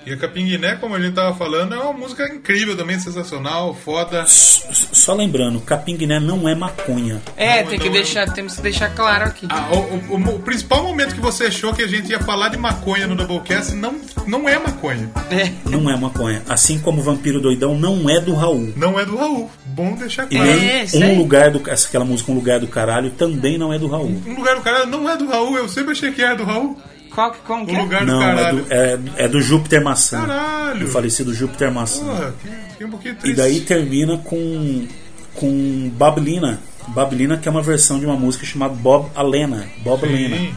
[SPEAKER 2] E a Capinguiné, como a gente tava falando, é uma música incrível também, sensacional, foda.
[SPEAKER 3] S- s- Só lembrando, capinguiné não é maconha.
[SPEAKER 1] É,
[SPEAKER 2] Não,
[SPEAKER 1] tem que
[SPEAKER 2] então
[SPEAKER 1] deixar, temos que deixar claro aqui.
[SPEAKER 2] Ah, o, o- o principal momento que você achou que a gente ia falar de maconha no Doublecast não, não é maconha.
[SPEAKER 1] É.
[SPEAKER 3] Não é maconha. Assim como Vampiro Doidão não é do Raul.
[SPEAKER 2] Não é do Raul. Bom deixar
[SPEAKER 3] E
[SPEAKER 2] claro.
[SPEAKER 3] nem
[SPEAKER 1] É, isso
[SPEAKER 3] um
[SPEAKER 1] aí.
[SPEAKER 3] lugar do essa- aquela música um lugar do caralho também não é do Raul.
[SPEAKER 2] Um lugar do caralho não é do Raul, eu sempre achei que era do Raul.
[SPEAKER 1] Qual que, como que
[SPEAKER 2] Um
[SPEAKER 1] é?
[SPEAKER 2] lugar
[SPEAKER 3] Não,
[SPEAKER 2] do
[SPEAKER 3] é
[SPEAKER 2] caralho.
[SPEAKER 3] do, é, é do Júpiter Maçã.
[SPEAKER 2] Caralho.
[SPEAKER 3] Do falecido Júpiter Maçã.
[SPEAKER 2] Porra, fiquei- fiquei um pouquinho
[SPEAKER 3] E
[SPEAKER 2] triste.
[SPEAKER 3] daí termina com com Babylina. Babylina que é uma versão de uma música chamada Bob Alena. Bob Alena.
[SPEAKER 2] Sim.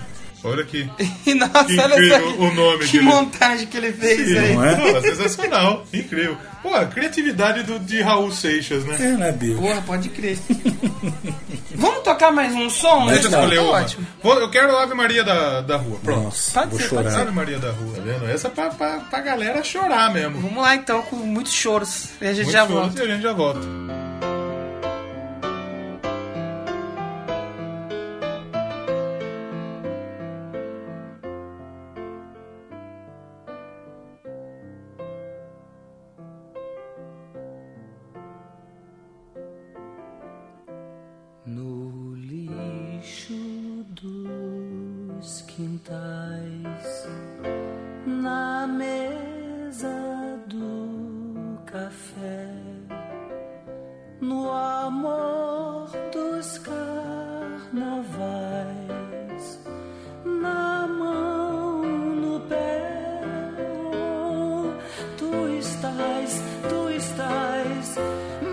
[SPEAKER 2] Olha aqui.
[SPEAKER 1] Nossa,
[SPEAKER 2] Que
[SPEAKER 1] olha só
[SPEAKER 2] incrível
[SPEAKER 1] que-
[SPEAKER 2] o nome
[SPEAKER 1] que
[SPEAKER 2] dele.
[SPEAKER 1] montagem que ele fez aí.
[SPEAKER 3] não é?
[SPEAKER 2] Pô, sensacional. assim, Incrível. Pô, a criatividade do, de Raul Seixas, né?
[SPEAKER 3] É, né, Bill?
[SPEAKER 1] Porra, pode crer. Vamos tocar mais um som?
[SPEAKER 2] Deixa eu
[SPEAKER 1] Tá
[SPEAKER 2] escolher uma.
[SPEAKER 1] Ótimo.
[SPEAKER 2] Vou- eu quero Ave Maria da, da Rua. Pronto.
[SPEAKER 3] Nossa,
[SPEAKER 1] Pode
[SPEAKER 3] vou
[SPEAKER 1] ser, pode
[SPEAKER 3] chorar.
[SPEAKER 2] Ave Maria da Rua, tá vendo? Essa é pra, pra, pra galera chorar mesmo.
[SPEAKER 1] Vamos lá então, com muitos choros. E a gente
[SPEAKER 2] Muito
[SPEAKER 1] já
[SPEAKER 2] show,
[SPEAKER 1] volta.
[SPEAKER 2] E a gente já volta.
[SPEAKER 4] No livro paz na mesa do café, no amor dos carnavais, na mão, no pé. Tu estás, tu estás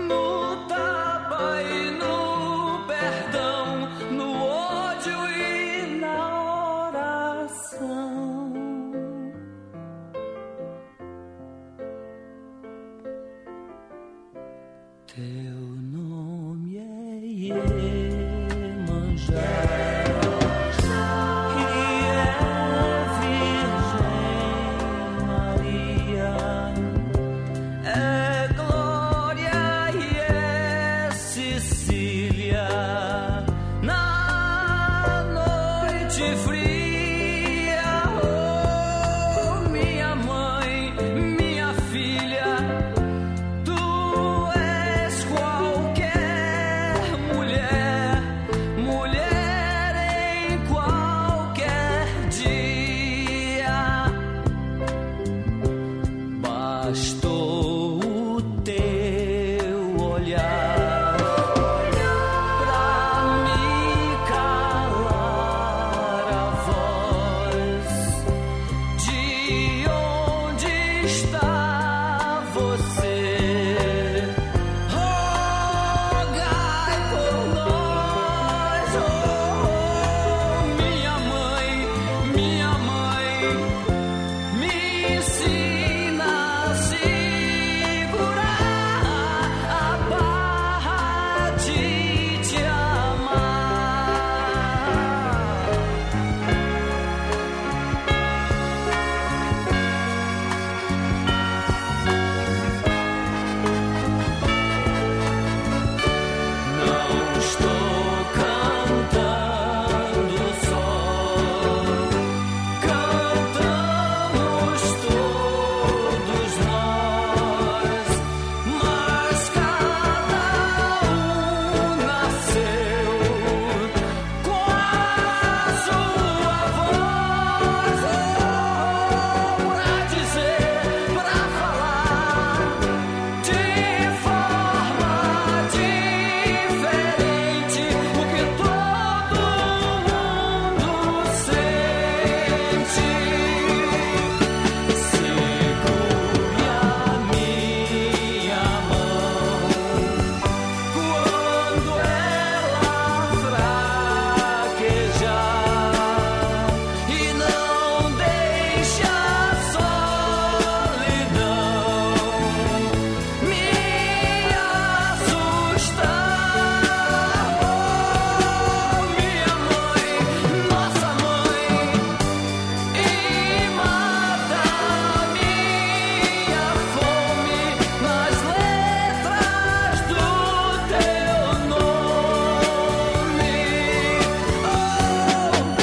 [SPEAKER 4] no tapa e no perdão, no ódio e na oração. Teu nome é Iemanjá E é Virgem Maria É Glória e é Sicília Na noite fria Oh, minha mãe, minha filha Tu és qualquer mulher, mulher em qualquer dia. Bastou o teu olhar pra me calar a voz. De onde está você? Rogai por nós, oh, oh, minha mãe, minha mãe, me ensina a segurar a barra de te amar. Não estou cantando só, cantamos todos nós, mas cada um nasceu com a sua voz pra dizer, pra falar. De forma diferente, o que todo mundo sente. Segure a minha mão quando ela fraquejar e não deixe a solidão me assustar, oh, minha mãe, nossa mãe, e mata minha fome nas letras do teu Oh, nome. Oh, minha mãe, nossa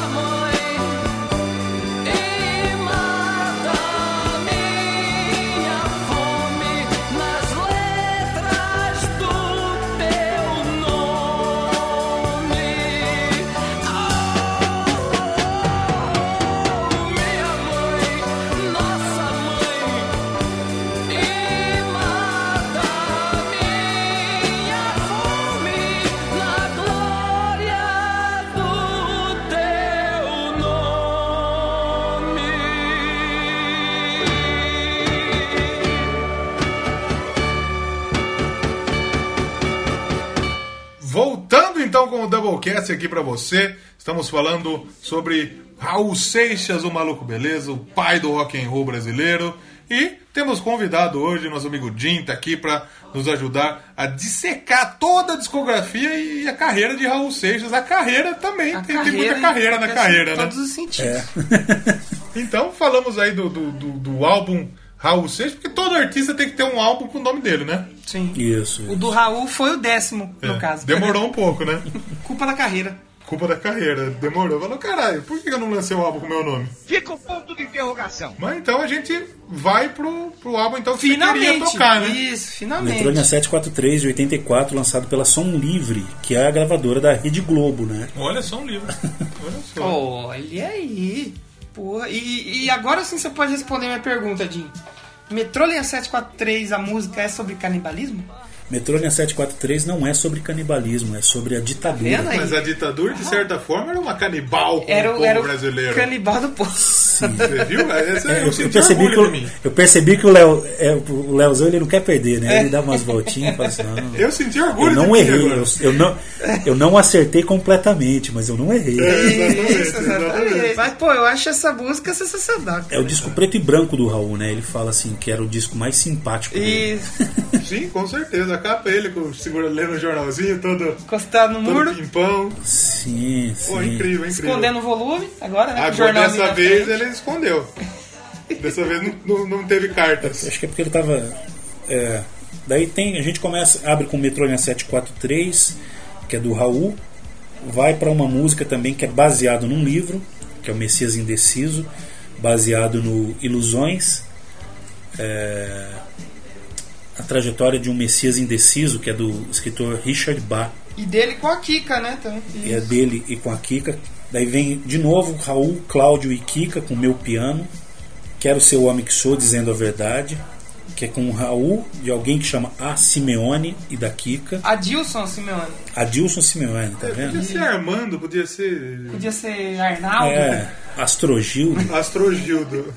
[SPEAKER 4] mãe. E mata minha fome nas letras do teu nome. Minha mãe, nossa mãe, e mata minha fome na glória do teu nome.
[SPEAKER 2] Voltando então com o Doublecast aqui pra você, estamos falando sobre Raul Seixas, o maluco beleza, o pai do rock and roll brasileiro, e temos convidado hoje nosso amigo Jim tá aqui pra nos ajudar a dissecar toda a discografia e a carreira de Raul Seixas, a carreira também, tem, tem muita carreira na
[SPEAKER 1] em
[SPEAKER 2] carreira,
[SPEAKER 1] Assim,
[SPEAKER 2] né?
[SPEAKER 1] todos os sentidos.
[SPEAKER 2] Então falamos aí do, do, do, do álbum Raul Seixas, porque todo artista tem que ter um álbum com o nome dele, né?
[SPEAKER 1] Sim.
[SPEAKER 3] Isso.
[SPEAKER 1] O do Raul foi o décimo,
[SPEAKER 2] É,
[SPEAKER 1] no caso.
[SPEAKER 2] Demorou um pouco, né?
[SPEAKER 1] Culpa da carreira.
[SPEAKER 2] Culpa da carreira, demorou. Falou, caralho, por que eu não lancei o álbum com o meu nome?
[SPEAKER 7] Fica o ponto de interrogação.
[SPEAKER 2] Mas então a gente vai pro, pro álbum então que você queria
[SPEAKER 1] Finalmente.
[SPEAKER 2] tocar, né?
[SPEAKER 1] Isso,
[SPEAKER 3] Metrônia
[SPEAKER 1] finalmente.
[SPEAKER 3] 743 de 84, lançado pela Som Livre, que é a gravadora da Rede Globo, né?
[SPEAKER 2] Olha só um livro. Olha só.
[SPEAKER 1] Oh. Olha aí. Porra. E, e agora sim você pode responder minha pergunta, Jim. Metrônia 743, a música é sobre canibalismo?
[SPEAKER 3] Metrônia 743 não é sobre canibalismo, é sobre a ditadura.
[SPEAKER 1] Vendo aí?
[SPEAKER 2] Mas a ditadura, de certa forma, era uma canibal com
[SPEAKER 1] Era
[SPEAKER 2] o
[SPEAKER 1] o,
[SPEAKER 2] é povo
[SPEAKER 1] era o
[SPEAKER 2] brasileiro.
[SPEAKER 1] canibal do povo.
[SPEAKER 2] Você viu? Essa,
[SPEAKER 3] É,
[SPEAKER 2] eu,
[SPEAKER 3] eu, eu
[SPEAKER 2] senti
[SPEAKER 3] percebi que
[SPEAKER 2] orgulho
[SPEAKER 3] eu,
[SPEAKER 2] de mim.
[SPEAKER 3] eu percebi que o Léo, é, o Léozão ele não quer perder, né? Ele dá umas voltinhas e fala assim, não,
[SPEAKER 2] Eu senti orgulho
[SPEAKER 3] eu
[SPEAKER 2] de
[SPEAKER 3] não
[SPEAKER 2] mim
[SPEAKER 3] errei,
[SPEAKER 2] agora.
[SPEAKER 3] eu, eu não, eu não acertei completamente, mas eu não errei.
[SPEAKER 2] É, Exatamente,
[SPEAKER 1] Isso, exatamente.
[SPEAKER 2] exatamente.
[SPEAKER 1] Mas, pô, eu acho essa música sensacional.
[SPEAKER 3] É o disco preto e branco do Raul, né? Ele fala assim que era o disco mais simpático. dele.
[SPEAKER 1] E
[SPEAKER 2] Sim, com certeza. A capa é ele com- segura lendo o jornalzinho todo,
[SPEAKER 1] encostado no
[SPEAKER 2] todo
[SPEAKER 1] muro,
[SPEAKER 2] pimpão.
[SPEAKER 3] Sim,
[SPEAKER 2] Pô,
[SPEAKER 3] sim.
[SPEAKER 2] incrível, incrível.
[SPEAKER 1] escondendo o volume, agora, né? com o
[SPEAKER 2] Agora
[SPEAKER 1] jornalzinho
[SPEAKER 2] dessa
[SPEAKER 1] na
[SPEAKER 2] vez é-
[SPEAKER 1] frente.
[SPEAKER 2] ele escondeu. Dessa vez não, não, não teve cartas.
[SPEAKER 3] Acho que é porque ele tava. é, daí tem. A gente começa, abre com Metrônia 743, que é do Raul. Vai para uma música também que é baseado num livro, que é o Messias Indeciso, baseado no Ilusões. é, a trajetória de um Messias Indeciso, que é do escritor Richard Bach.
[SPEAKER 1] E dele com a Kika, né? Também.
[SPEAKER 3] é dele e com a Kika. Daí vem de novo Raul, Cláudio e Kika com Meu Piano. Quero ser o homem que sou, dizendo a verdade. Que é com o Raul, de alguém que chama A Simeone e da Kika.
[SPEAKER 1] Adilson Simeone.
[SPEAKER 3] Adilson Simeone, tá
[SPEAKER 2] Podia
[SPEAKER 3] vendo?
[SPEAKER 2] ser Armando, podia ser
[SPEAKER 1] Podia ser Arnaldo.
[SPEAKER 2] né?
[SPEAKER 3] É, Astrogildo.
[SPEAKER 2] Astrogildo.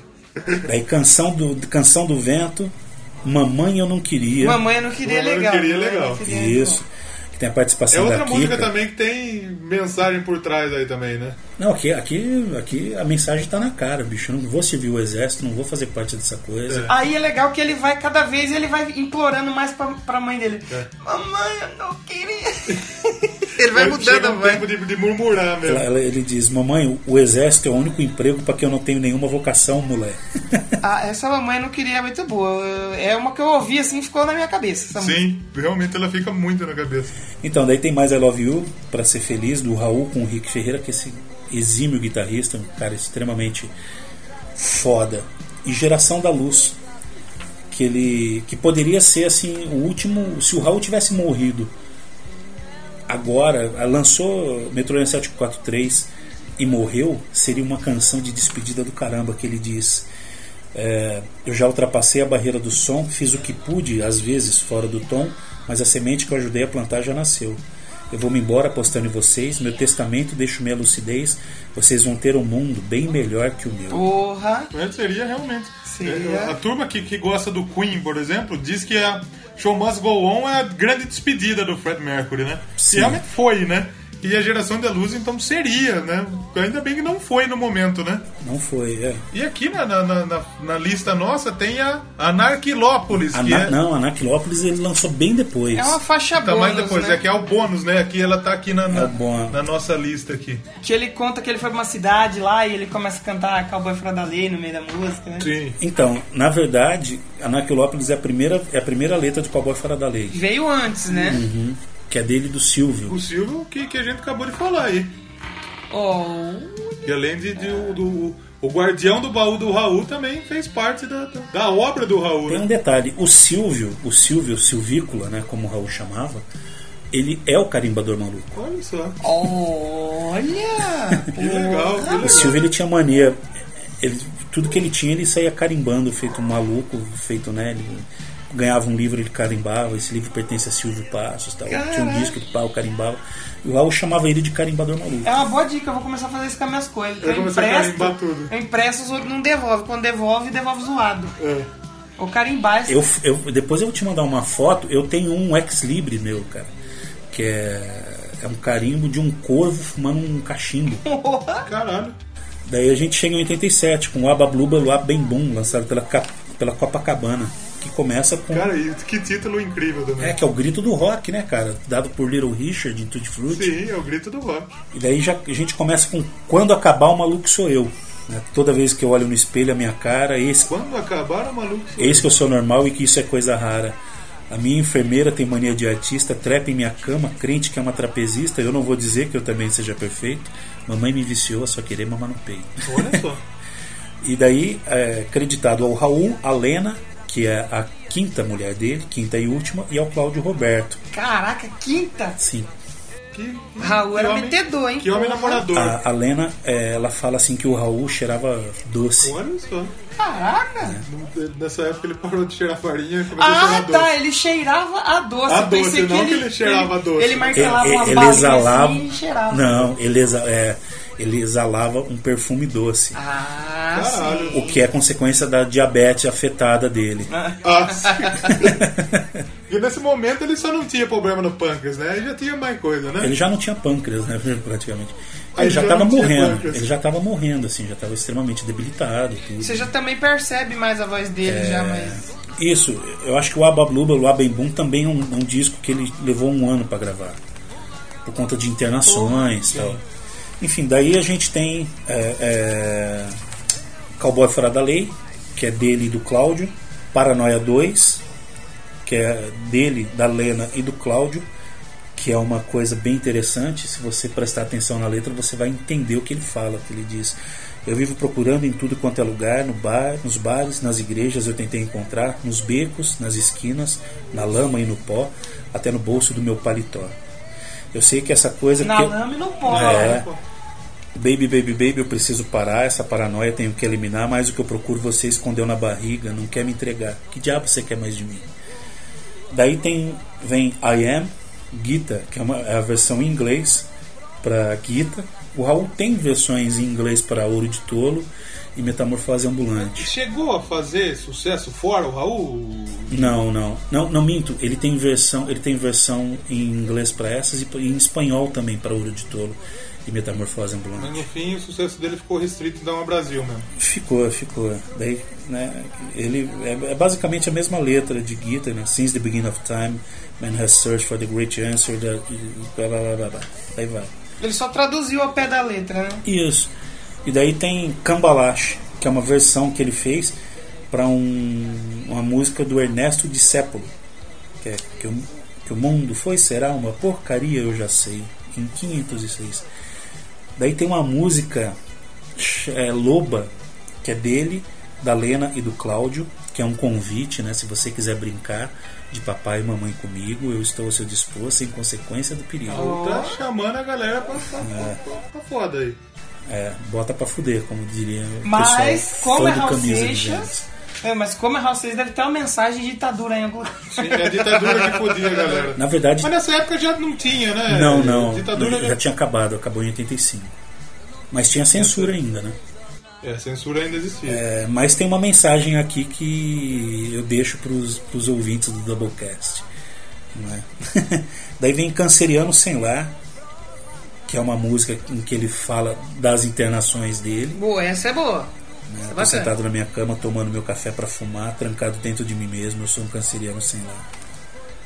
[SPEAKER 3] Daí canção do, canção do Vento. Mamãe Eu Não Queria.
[SPEAKER 1] Mamãe não queria
[SPEAKER 2] Mamãe Não
[SPEAKER 1] legal.
[SPEAKER 2] Queria
[SPEAKER 1] Mamãe
[SPEAKER 2] Legal.
[SPEAKER 1] Não Queria Legal.
[SPEAKER 3] Isso. Que tem a
[SPEAKER 2] É
[SPEAKER 3] participação
[SPEAKER 2] outra
[SPEAKER 3] da
[SPEAKER 2] música
[SPEAKER 3] Kika.
[SPEAKER 2] também que tem mensagem por trás aí também, né?
[SPEAKER 3] Não, aqui, aqui, aqui a mensagem tá na cara, bicho. Eu não vou servir o exército, não vou fazer parte dessa coisa.
[SPEAKER 1] Aí é legal que ele vai, cada vez ele vai implorando mais pra, pra mãe dele.
[SPEAKER 2] É.
[SPEAKER 1] Mamãe, eu não queria. ele vai
[SPEAKER 2] Eu-
[SPEAKER 1] mudando
[SPEAKER 2] chega
[SPEAKER 1] a
[SPEAKER 2] um
[SPEAKER 1] voz.
[SPEAKER 2] tempo de, de murmurar mesmo.
[SPEAKER 3] Ela- ela- ele diz, mamãe, o- o exército é o único emprego para que eu não tenho nenhuma vocação, mulher.
[SPEAKER 1] Ah, essa mamãe não queria é muito boa. Eu- É uma que eu ouvi assim ficou na minha cabeça. essa música.
[SPEAKER 2] Sim, realmente ela fica muito na cabeça.
[SPEAKER 3] Então, daí tem mais I Love You, para ser feliz, do Raul com o Rick Ferreira, que é esse exímio guitarrista, um cara extremamente foda. E Geração da Luz, que ele que poderia ser assim o último, se o Raul tivesse morrido agora, ah, lançou Metrônia 743 e morreu, seria uma canção de despedida do caramba que ele diz. É, eu já ultrapassei a barreira do som, fiz o que pude, às vezes fora do tom, mas a semente que eu ajudei a plantar já nasceu. Eu vou me embora apostando em vocês, meu testamento deixo minha lucidez, vocês vão ter um mundo bem melhor que o meu.
[SPEAKER 1] Porra.
[SPEAKER 2] É, Seria realmente.
[SPEAKER 1] Seria.
[SPEAKER 2] É, A turma que, que gosta do Queen, por exemplo, diz que a Show Must Go On é a grande despedida do Fred Mercury, né?
[SPEAKER 3] Sim.
[SPEAKER 2] E realmente foi, né? E a geração da luz, então, seria, né? Ainda bem que não foi no momento, né?
[SPEAKER 3] Não foi, é.
[SPEAKER 2] E aqui na, na, na- na- na lista nossa tem a Anarquilópolis, que
[SPEAKER 3] Ana,
[SPEAKER 2] é...
[SPEAKER 3] Não, Anaclópolis ele lançou bem depois.
[SPEAKER 1] É uma faixa
[SPEAKER 2] Tá
[SPEAKER 1] boa.
[SPEAKER 2] mais depois, é que é o bônus, né? Aqui ela tá aqui na, na,
[SPEAKER 3] É o bônus.
[SPEAKER 2] na nossa lista aqui.
[SPEAKER 1] Que ele conta que ele foi pra uma cidade lá e ele começa a cantar Cowboy Fora da Lei no meio da música, né?
[SPEAKER 2] Sim.
[SPEAKER 3] Então, na verdade, Anaclópolis é a primeira, é a primeira letra de Cowboy Fora da Lei,
[SPEAKER 1] Veio antes, né?
[SPEAKER 3] que é dele e do Silvio.
[SPEAKER 2] O Silvio, que, que a gente acabou de falar aí.
[SPEAKER 1] Oh,
[SPEAKER 2] E além de, de o- do, o guardião do baú do Raul também fez parte da, da, da obra do Raul,
[SPEAKER 3] Tem
[SPEAKER 2] né?
[SPEAKER 3] um detalhe, o Silvio, o Silvio, Silvícola, né, como o Raul chamava, ele é o carimbador maluco.
[SPEAKER 2] Olha só.
[SPEAKER 1] olha!
[SPEAKER 2] Que legal, que
[SPEAKER 3] O
[SPEAKER 2] legal.
[SPEAKER 3] Silvio ele tinha mania. ele- tudo que ele tinha ele saía carimbando, feito um maluco, feito, né? Ele ganhava um livro, ele carimbava. Esse livro pertence a Silvio Passos, tal. Tinha um
[SPEAKER 1] Caraca.
[SPEAKER 3] disco que pau carimbava. E o Raul chamava ele de carimbador maluco.
[SPEAKER 1] É uma boa dica, eu vou começar a fazer isso com as minhas coisas. que
[SPEAKER 2] Eu
[SPEAKER 1] Eu,
[SPEAKER 2] comecei a
[SPEAKER 1] empresto,
[SPEAKER 2] carimbar tudo.
[SPEAKER 1] eu empresto, os outros não devolve. Quando devolve, devolve zoado.
[SPEAKER 2] É.
[SPEAKER 1] O carimbar é
[SPEAKER 3] Eu, eu- depois eu vou te mandar uma foto. Eu tenho um ex-libre meu, cara, que é, é um carimbo de um corvo fumando um cachimbo.
[SPEAKER 1] porra.
[SPEAKER 2] Caralho.
[SPEAKER 3] Daí a gente chega em 87 com o Aba Bluba Luá Bem Bum, lançado pela, Cap- pela Copacabana, que começa com.
[SPEAKER 2] Cara, e que título incrível também.
[SPEAKER 3] É, que é o grito do rock, né, cara? Dado por Little Richard em Tutti Frutti.
[SPEAKER 2] Sim, é o grito do rock.
[SPEAKER 3] E daí já, a gente começa com Quando Acabar o Maluco Sou Eu. né? Toda vez que eu olho no espelho a minha cara, eis,
[SPEAKER 2] Quando acabaram, maluco.
[SPEAKER 3] eis que eu sou normal e que isso é coisa rara. A minha enfermeira tem mania de artista, trepa em minha cama, crente que é uma trapezista. Eu não vou dizer que eu também seja perfeito. Mamãe me viciou a só querer mamar no peito.
[SPEAKER 2] Olha só.
[SPEAKER 3] E daí, é, creditado ao Raul, a Lena, que é a quinta mulher dele, quinta e última, e ao Cláudio Roberto.
[SPEAKER 1] Caraca, quinta?
[SPEAKER 3] Sim.
[SPEAKER 2] Que,
[SPEAKER 1] Raul
[SPEAKER 2] que
[SPEAKER 1] era
[SPEAKER 2] homem-
[SPEAKER 1] metedor, hein?
[SPEAKER 2] Que homem namorador.
[SPEAKER 3] A, a Lena, é, ela fala assim que o Raul cheirava doce.
[SPEAKER 2] Olha só.
[SPEAKER 1] Caraca!
[SPEAKER 2] Nessa época ele parou de cheirar farinha e começou a
[SPEAKER 1] Ah,
[SPEAKER 2] cheirar doce.
[SPEAKER 1] tá, ele cheirava a doce.
[SPEAKER 2] A
[SPEAKER 1] Eu pensei
[SPEAKER 2] doce, não que ele cheirava a doce.
[SPEAKER 1] Ele
[SPEAKER 3] Ele,
[SPEAKER 1] martelava umas
[SPEAKER 3] ele- ele
[SPEAKER 1] balinhas
[SPEAKER 3] exalava.
[SPEAKER 1] assim e cheirava.
[SPEAKER 3] não, ele, exa, é, ele exalava um perfume doce.
[SPEAKER 1] Ah,
[SPEAKER 2] Caralho.
[SPEAKER 1] sim.
[SPEAKER 3] O que é consequência da diabetes afetada dele.
[SPEAKER 2] Ah, sim. e nesse momento ele só não tinha problema no pâncreas, né? Ele já tinha mais coisa, né?
[SPEAKER 3] Ele já não tinha pâncreas, né, praticamente.
[SPEAKER 2] Aí
[SPEAKER 3] Ele
[SPEAKER 2] Ah, já
[SPEAKER 3] já estava
[SPEAKER 2] não tinha
[SPEAKER 3] morrendo.
[SPEAKER 2] pâncreas.
[SPEAKER 3] Ele já estava morrendo, assim, já estava extremamente debilitado. e Tudo.
[SPEAKER 1] Você já também percebe mais a voz dele
[SPEAKER 3] É.
[SPEAKER 1] já, mas.
[SPEAKER 3] Isso, eu acho que o Ababluba, o Abembum também é um, um disco que ele levou um ano pra gravar. Por conta de internações e tal. Enfim, daí a gente tem é, é, Cowboy Fora da Lei, que é dele e do Cláudio. Paranoia 2, que é dele, da Lena e do Cláudio. Que é uma coisa bem interessante. Se você prestar atenção na letra, você vai entender o que ele fala, o que ele diz. Eu vivo procurando em tudo quanto é lugar, no bar, nos bares, nas igrejas eu tentei encontrar, nos becos, nas esquinas, na lama e no pó, até no bolso do meu paletó. Eu sei que essa coisa
[SPEAKER 1] Na
[SPEAKER 3] que eu-
[SPEAKER 1] lama e no pó.
[SPEAKER 3] É.
[SPEAKER 1] pô.
[SPEAKER 3] Baby, baby, baby, eu preciso parar, essa paranoia eu tenho que eliminar, mas o que eu procuro você escondeu na barriga, não quer me entregar. Que diabo você quer mais de mim? Daí tem vem I Am, Gita, que é, uma, é a versão em inglês para Gita. O Raul tem versões em inglês para Ouro de Tolo e Metamorfose Ambulante.
[SPEAKER 2] Chegou a fazer sucesso fora o Raul?
[SPEAKER 3] Não, não, não, não minto. Ele tem versão, ele tem versão em inglês para essas e, e em espanhol também para Ouro de Tolo e Metamorfose Ambulante.
[SPEAKER 2] Mas no fim o sucesso dele ficou restrito a uma Brasil mesmo.
[SPEAKER 3] Ficou, ficou. Daí, né, ele é, é basicamente a mesma letra de Gita, né? Since the beginning of time, man has searched for the great answer that... Blá, blá, blá, blá, blá. Daí vai.
[SPEAKER 1] Ele só traduziu ao pé da letra, né?
[SPEAKER 3] Isso. E daí tem Cambalache, que é uma versão que ele fez para uma música do Ernesto Discépolo, que é que o, que o mundo foi será uma porcaria, eu já sei, em 506. Daí tem uma música é, Loba, que é dele, da Lena e do Cláudio, que é um convite, né? Se você quiser brincar de papai e mamãe comigo, eu estou ao seu dispor, sem consequência do perigo.
[SPEAKER 2] Raul tá chamando a galera pra, pra, pra- pra foda aí.
[SPEAKER 3] É, bota pra fuder, como diria o
[SPEAKER 1] Mas,
[SPEAKER 3] pessoal,
[SPEAKER 1] como é
[SPEAKER 3] fã do
[SPEAKER 1] Raul
[SPEAKER 3] camisa de
[SPEAKER 1] Seixas.
[SPEAKER 3] Vênus.
[SPEAKER 1] É, mas como é Raul Seixas, deve ter uma mensagem de tá ditadura em algum lugar.
[SPEAKER 2] Sim, é a ditadura que podia, galera.
[SPEAKER 3] Na verdade,
[SPEAKER 2] Mas nessa época já não tinha, né?
[SPEAKER 3] não,
[SPEAKER 1] é
[SPEAKER 3] não. É.
[SPEAKER 2] Ditadura
[SPEAKER 1] né?
[SPEAKER 3] Já tinha acabado, acabou em 85. Mas tinha censura ainda, né?
[SPEAKER 2] É, censura ainda existia.
[SPEAKER 3] É, mas tem uma mensagem aqui que eu deixo pros, pros ouvintes do Doublecast. né? Daí vem Canceriano Sem Lar, que é uma música em que ele fala das internações dele.
[SPEAKER 1] Boa, essa é boa.
[SPEAKER 3] Né? Tô
[SPEAKER 1] bacana.
[SPEAKER 3] sentado na minha cama, tomando meu café pra fumar, trancado dentro de mim mesmo, eu sou um canceriano sem lar.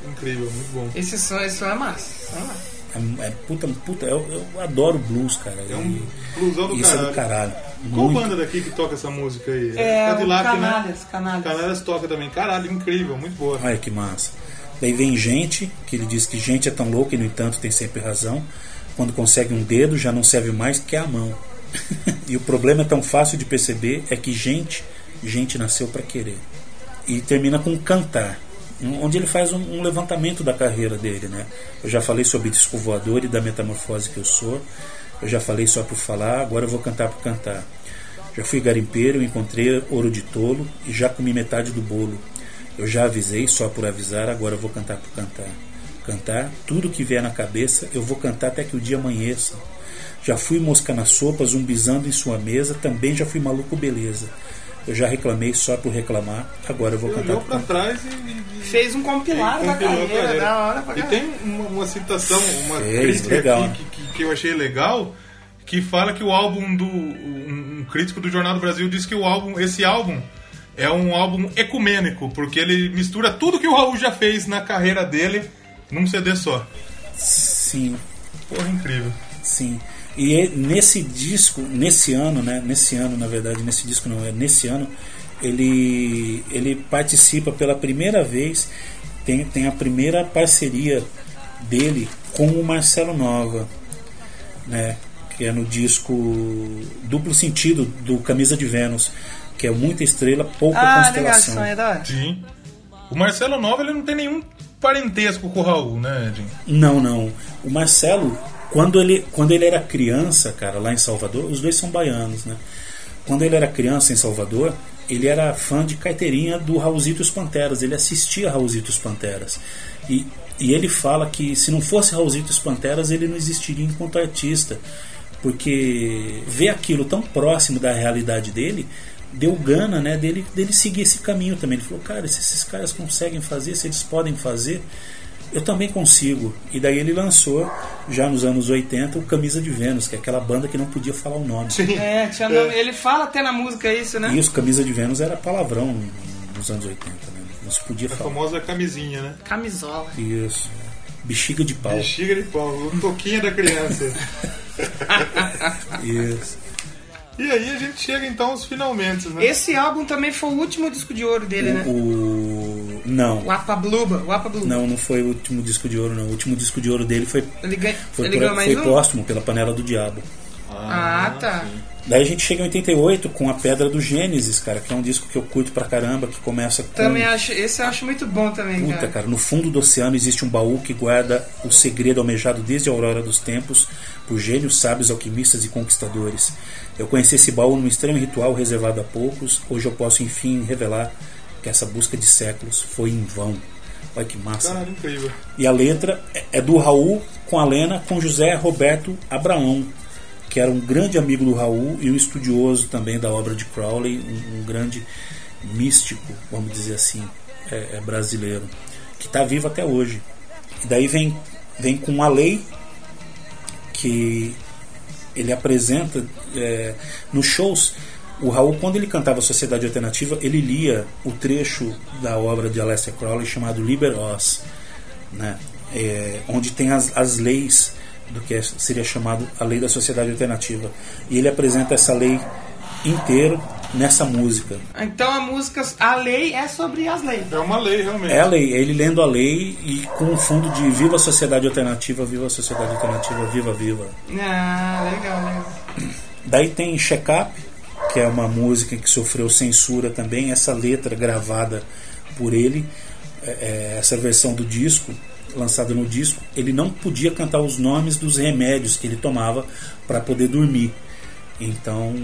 [SPEAKER 2] Incrível, muito bom.
[SPEAKER 1] Esse som, esse som é massa. esse som é massa.
[SPEAKER 3] É, é puta, puta, eu, eu adoro blues, cara.
[SPEAKER 2] É
[SPEAKER 3] E
[SPEAKER 2] um blusão do
[SPEAKER 3] isso é
[SPEAKER 2] caralho.
[SPEAKER 3] do caralho.
[SPEAKER 2] Qual
[SPEAKER 3] Muito.
[SPEAKER 2] banda daqui que toca essa música aí?
[SPEAKER 1] É,
[SPEAKER 2] Cadillac,
[SPEAKER 1] o Canalhas, Canalhas.
[SPEAKER 2] né? Canalhas toca também. Caralho, incrível, muito boa.
[SPEAKER 3] Olha que massa. Daí vem gente, que ele diz que gente é tão louca e no entanto tem sempre razão. Quando consegue um dedo, já não serve mais que a mão. e o problema é tão fácil de perceber é que gente, gente nasceu pra querer. E termina com cantar, um- onde ele faz um, um levantamento da carreira dele, né? Eu já falei sobre disco voador e da metamorfose que eu sou. Eu já falei só por falar, agora eu vou cantar por cantar. Já fui garimpeiro, encontrei ouro de tolo e já comi metade do bolo. Eu já avisei só por avisar, agora eu vou cantar por cantar. Cantar tudo que vier na cabeça, eu vou cantar até que o dia amanheça. Já fui mosca na sopa, zumbizando em sua mesa, também já fui maluco beleza. Eu já reclamei só por reclamar, agora eu vou
[SPEAKER 2] Ele
[SPEAKER 3] cantar
[SPEAKER 2] olhou
[SPEAKER 3] por
[SPEAKER 2] pra
[SPEAKER 3] cantar.
[SPEAKER 2] trás e. e-
[SPEAKER 1] Fez um compilado da
[SPEAKER 2] compilou a
[SPEAKER 1] carreira,
[SPEAKER 2] carreira.
[SPEAKER 1] da hora pra
[SPEAKER 2] E
[SPEAKER 1] caralho.
[SPEAKER 2] tem uma, uma citação, uma
[SPEAKER 3] Fez,
[SPEAKER 2] crítica
[SPEAKER 3] legal.
[SPEAKER 2] aqui que, que- que eu achei legal, que fala que o álbum do. Um, um crítico do Jornal do Brasil diz que o álbum, esse álbum é um álbum ecumênico, porque ele mistura tudo que o Raul já fez na carreira dele num CD só.
[SPEAKER 3] Sim,
[SPEAKER 2] Porra, incrível.
[SPEAKER 3] Sim. E e- nesse disco, nesse ano, né? Nesse ano, na verdade, nesse disco não, é nesse ano, ele, ele participa pela primeira vez tem, tem a primeira parceria dele com o Marcelo Nova, né? Que é no disco Duplo Sentido do Camisa de Vênus, que é muita estrela, pouca
[SPEAKER 1] Ah, legal, esse
[SPEAKER 3] constelação.
[SPEAKER 1] som é da hora.
[SPEAKER 2] Sim. O Marcelo Nova ele não tem nenhum parentesco com o Raul, né, Edinho?
[SPEAKER 3] Não, não. O Marcelo, quando ele, quando ele era criança, cara, lá em Salvador, os dois são baianos, né? Quando ele era criança em Salvador, ele era fã de carteirinha do Raulzito e os Panteras. Ele assistia Raulzito e os Panteras. E, e ele fala que se não fosse Raulzito e os Panteras, ele não existiria enquanto artista. Porque ver aquilo tão próximo da realidade dele deu gana né, dele, dele seguir esse caminho também. Ele falou, cara, se esses caras conseguem fazer, se eles podem fazer, eu também consigo. E daí ele lançou, já nos anos 80, o Camisa de Vênus, que é aquela banda que não podia falar o nome.
[SPEAKER 1] É, tinha nome. Ele fala até na música isso, né?
[SPEAKER 3] E os Camisa de Vênus era palavrão nos anos 80, né? Não se
[SPEAKER 1] É
[SPEAKER 3] podia
[SPEAKER 2] A
[SPEAKER 3] falar.
[SPEAKER 2] famosa camisinha, né?
[SPEAKER 1] Camisola.
[SPEAKER 3] Isso. Bexiga de pau.
[SPEAKER 2] Bexiga de É pau, o toquinho da criança.
[SPEAKER 3] Isso.
[SPEAKER 2] e aí a gente chega então aos finalmente, né?
[SPEAKER 1] Esse álbum também foi o último disco de ouro dele, né?
[SPEAKER 3] O. Não.
[SPEAKER 1] O Apa Bluba. O Apa Bluba.
[SPEAKER 3] Não, não foi o último disco de ouro, não. O último disco de ouro dele foi,
[SPEAKER 1] Ele ganha-
[SPEAKER 3] foi,
[SPEAKER 1] ele
[SPEAKER 3] por-
[SPEAKER 1] ganhou mais
[SPEAKER 3] foi
[SPEAKER 1] um?
[SPEAKER 3] póstumo, pela panela do diabo.
[SPEAKER 1] Ah, tá.
[SPEAKER 3] Daí a gente chega em 88 com a Pedra do Gênesis, cara, que é um disco que eu curto pra caramba, que começa com.
[SPEAKER 1] Também acho. Esse eu acho muito bom também,
[SPEAKER 3] Puta,
[SPEAKER 1] cara.
[SPEAKER 3] cara, no fundo do oceano existe um baú que guarda o segredo almejado desde a aurora dos tempos por gênios, sábios, alquimistas e conquistadores. Eu conheci esse baú num estranho ritual reservado a poucos. Hoje eu posso, enfim, revelar que essa busca de séculos foi em vão. Olha que massa.
[SPEAKER 2] Caralho, incrível.
[SPEAKER 3] E a letra é- é do Raul com a Lena com José Roberto Abraão, que era um grande amigo do Raul e um estudioso também da obra de Crowley, um, um grande místico, vamos dizer assim, é- é brasileiro, que está vivo até hoje. E daí vem, vem com a lei que ele apresenta é, nos shows. O Raul, quando ele cantava Sociedade Alternativa, ele lia o trecho da obra de Aleister Crowley chamado Liber Oz, né? É, onde tem as, as leis do que é- seria chamado a lei da sociedade alternativa. E ele apresenta essa lei inteira nessa música.
[SPEAKER 1] Então a música. A lei é sobre as leis.
[SPEAKER 2] É uma lei, realmente.
[SPEAKER 3] É a lei, é ele lendo a lei e com o fundo de Viva a Sociedade Alternativa, Viva a Sociedade Alternativa, Viva, Viva.
[SPEAKER 1] Ah, legal, legal.
[SPEAKER 3] Daí tem Check Up, que é uma música que sofreu censura também. Essa letra gravada por ele, é, é, essa versão do disco, lançada no disco, ele não podia cantar os nomes dos remédios que ele tomava para poder dormir. Então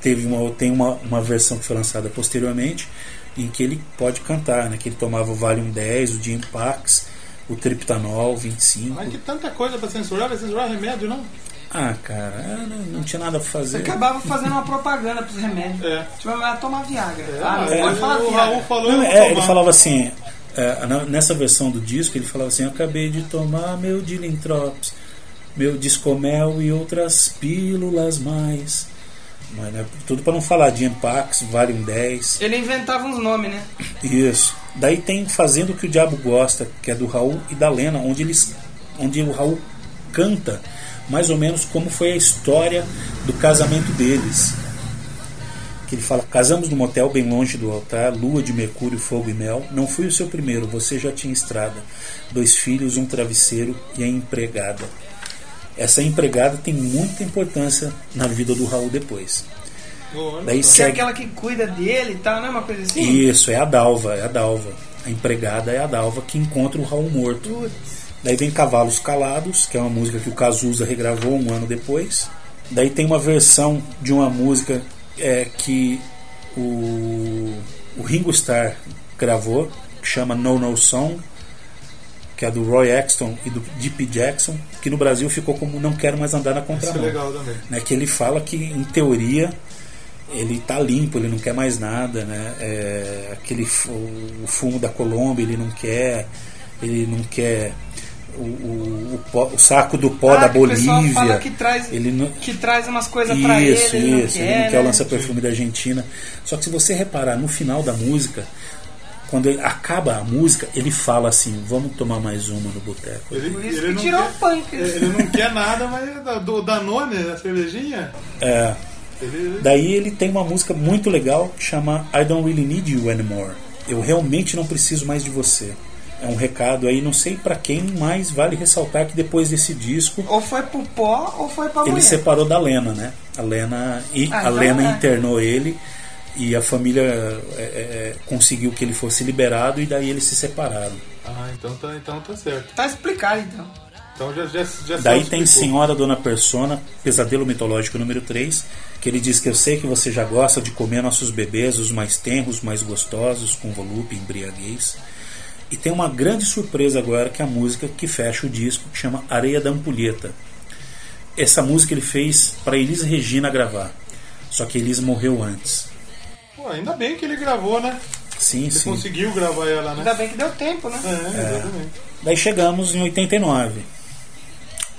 [SPEAKER 3] teve uma, tem uma, uma versão que foi lançada posteriormente em que ele pode cantar, né? Que ele tomava o Valium 10, o Dimpax, o Triptanol 25.
[SPEAKER 2] Mas que tanta coisa pra censurar, vai censurar remédio, não?
[SPEAKER 3] Ah, cara, eu não, não tinha nada pra fazer.
[SPEAKER 1] Acabava fazendo uma propaganda pros remédios.
[SPEAKER 2] É.
[SPEAKER 1] Tipo, ela tomar Viagra. ah, não
[SPEAKER 2] é,
[SPEAKER 1] pode falar
[SPEAKER 2] o
[SPEAKER 1] Viagra.
[SPEAKER 2] Raul falou.
[SPEAKER 3] Não,
[SPEAKER 2] eu vou
[SPEAKER 3] é, ele
[SPEAKER 2] tomar.
[SPEAKER 3] falava assim, é, na- nessa versão do disco, ele falava assim, eu acabei de tomar meu Dilintrops, meu Discomel e outras pílulas mais. Mas, né, tudo para não falar de Empax, Valium 10,
[SPEAKER 1] Ele inventava uns nomes, né?
[SPEAKER 3] isso. Daí tem Fazendo o que o Diabo Gosta, que é do Raul e da Lena, onde, eles, onde o Raul canta mais ou menos como foi a história do casamento deles. Que ele fala: Casamos num motel bem longe do altar, lua de mercúrio, fogo e mel. Não fui o seu primeiro, você já tinha estrada. Dois filhos, um travesseiro e a empregada. Essa empregada tem muita importância na vida do Raul depois. Daí
[SPEAKER 1] Que é
[SPEAKER 3] segue.
[SPEAKER 1] aquela que cuida dele e tal, não é uma coisa assim?
[SPEAKER 3] Isso, é a Dalva, é a Dalva. A empregada é a Dalva que encontra o Raul morto. Daí vem Cavalos Calados, que é uma música que o Cazuza regravou um ano depois. Daí tem uma versão de uma música é, que o, o Ringo Starr gravou, que chama No No Song, que é do Roy Exton e do D.P. Jackson, que no Brasil ficou como Não Quero Mais Andar na
[SPEAKER 2] Isso é
[SPEAKER 3] Contramão
[SPEAKER 2] legal também.
[SPEAKER 3] né, que ele fala que em teoria ele tá limpo, ele não quer mais nada, né? É, aquele fu- o fumo da Colômbia ele não quer, ele não quer o, o- o pó- o saco do pó
[SPEAKER 1] Ah,
[SPEAKER 3] da
[SPEAKER 1] que o pessoal
[SPEAKER 3] Bolívia.
[SPEAKER 1] fala que traz-
[SPEAKER 3] ele não,
[SPEAKER 1] Que traz umas coisas pra ele.
[SPEAKER 3] isso,
[SPEAKER 1] ele
[SPEAKER 3] isso.
[SPEAKER 1] não
[SPEAKER 3] ele não
[SPEAKER 1] quer,
[SPEAKER 3] quer o
[SPEAKER 1] né?
[SPEAKER 3] lança-perfume da Argentina. Só que se você reparar no final da música, quando ele- acaba a música, ele fala assim: vamos tomar mais uma no boteco.
[SPEAKER 2] Ele,
[SPEAKER 1] Por isso
[SPEAKER 2] ele
[SPEAKER 1] que tirou
[SPEAKER 2] não quer- É,
[SPEAKER 1] o punk.
[SPEAKER 2] Ele não quer nada, mas é da- do Danone, a cervejinha,
[SPEAKER 3] É,
[SPEAKER 2] ele
[SPEAKER 3] Daí ele tem uma música muito legal que chama I Don't Really Need You Anymore. Eu realmente não preciso mais de você. É um recado aí, não sei pra quem, mas vale ressaltar que depois desse disco
[SPEAKER 1] Ou foi pro pó ou foi pra
[SPEAKER 3] ele
[SPEAKER 1] mulher.
[SPEAKER 3] separou da Lena, né? A Lena, e,
[SPEAKER 1] Ah,
[SPEAKER 3] a
[SPEAKER 1] então
[SPEAKER 3] Lena
[SPEAKER 1] é.
[SPEAKER 3] internou ele e a família é, é, é, conseguiu que ele fosse liberado e daí eles se separaram.
[SPEAKER 2] Ah, então tá, então tá certo.
[SPEAKER 1] Tá explicado então.
[SPEAKER 2] Então já, já, já se
[SPEAKER 3] Daí tem
[SPEAKER 2] explicou.
[SPEAKER 3] Senhora Dona Persona, Pesadelo Mitológico número 3, que ele diz que eu sei que você já gosta de comer nossos bebês, os mais tenros, mais gostosos, com volúpia, embriaguez. E tem uma grande surpresa agora, que é a música que fecha o disco, que chama Areia da Ampulheta. Essa música ele fez para Elis Regina gravar, só que Elis morreu antes.
[SPEAKER 2] Pô, ainda bem que ele gravou, né?
[SPEAKER 3] Sim,
[SPEAKER 2] Ele
[SPEAKER 3] sim.
[SPEAKER 2] conseguiu gravar ela, né?
[SPEAKER 1] Ainda bem que deu tempo, né?
[SPEAKER 2] É, exatamente.
[SPEAKER 3] Daí chegamos em 89,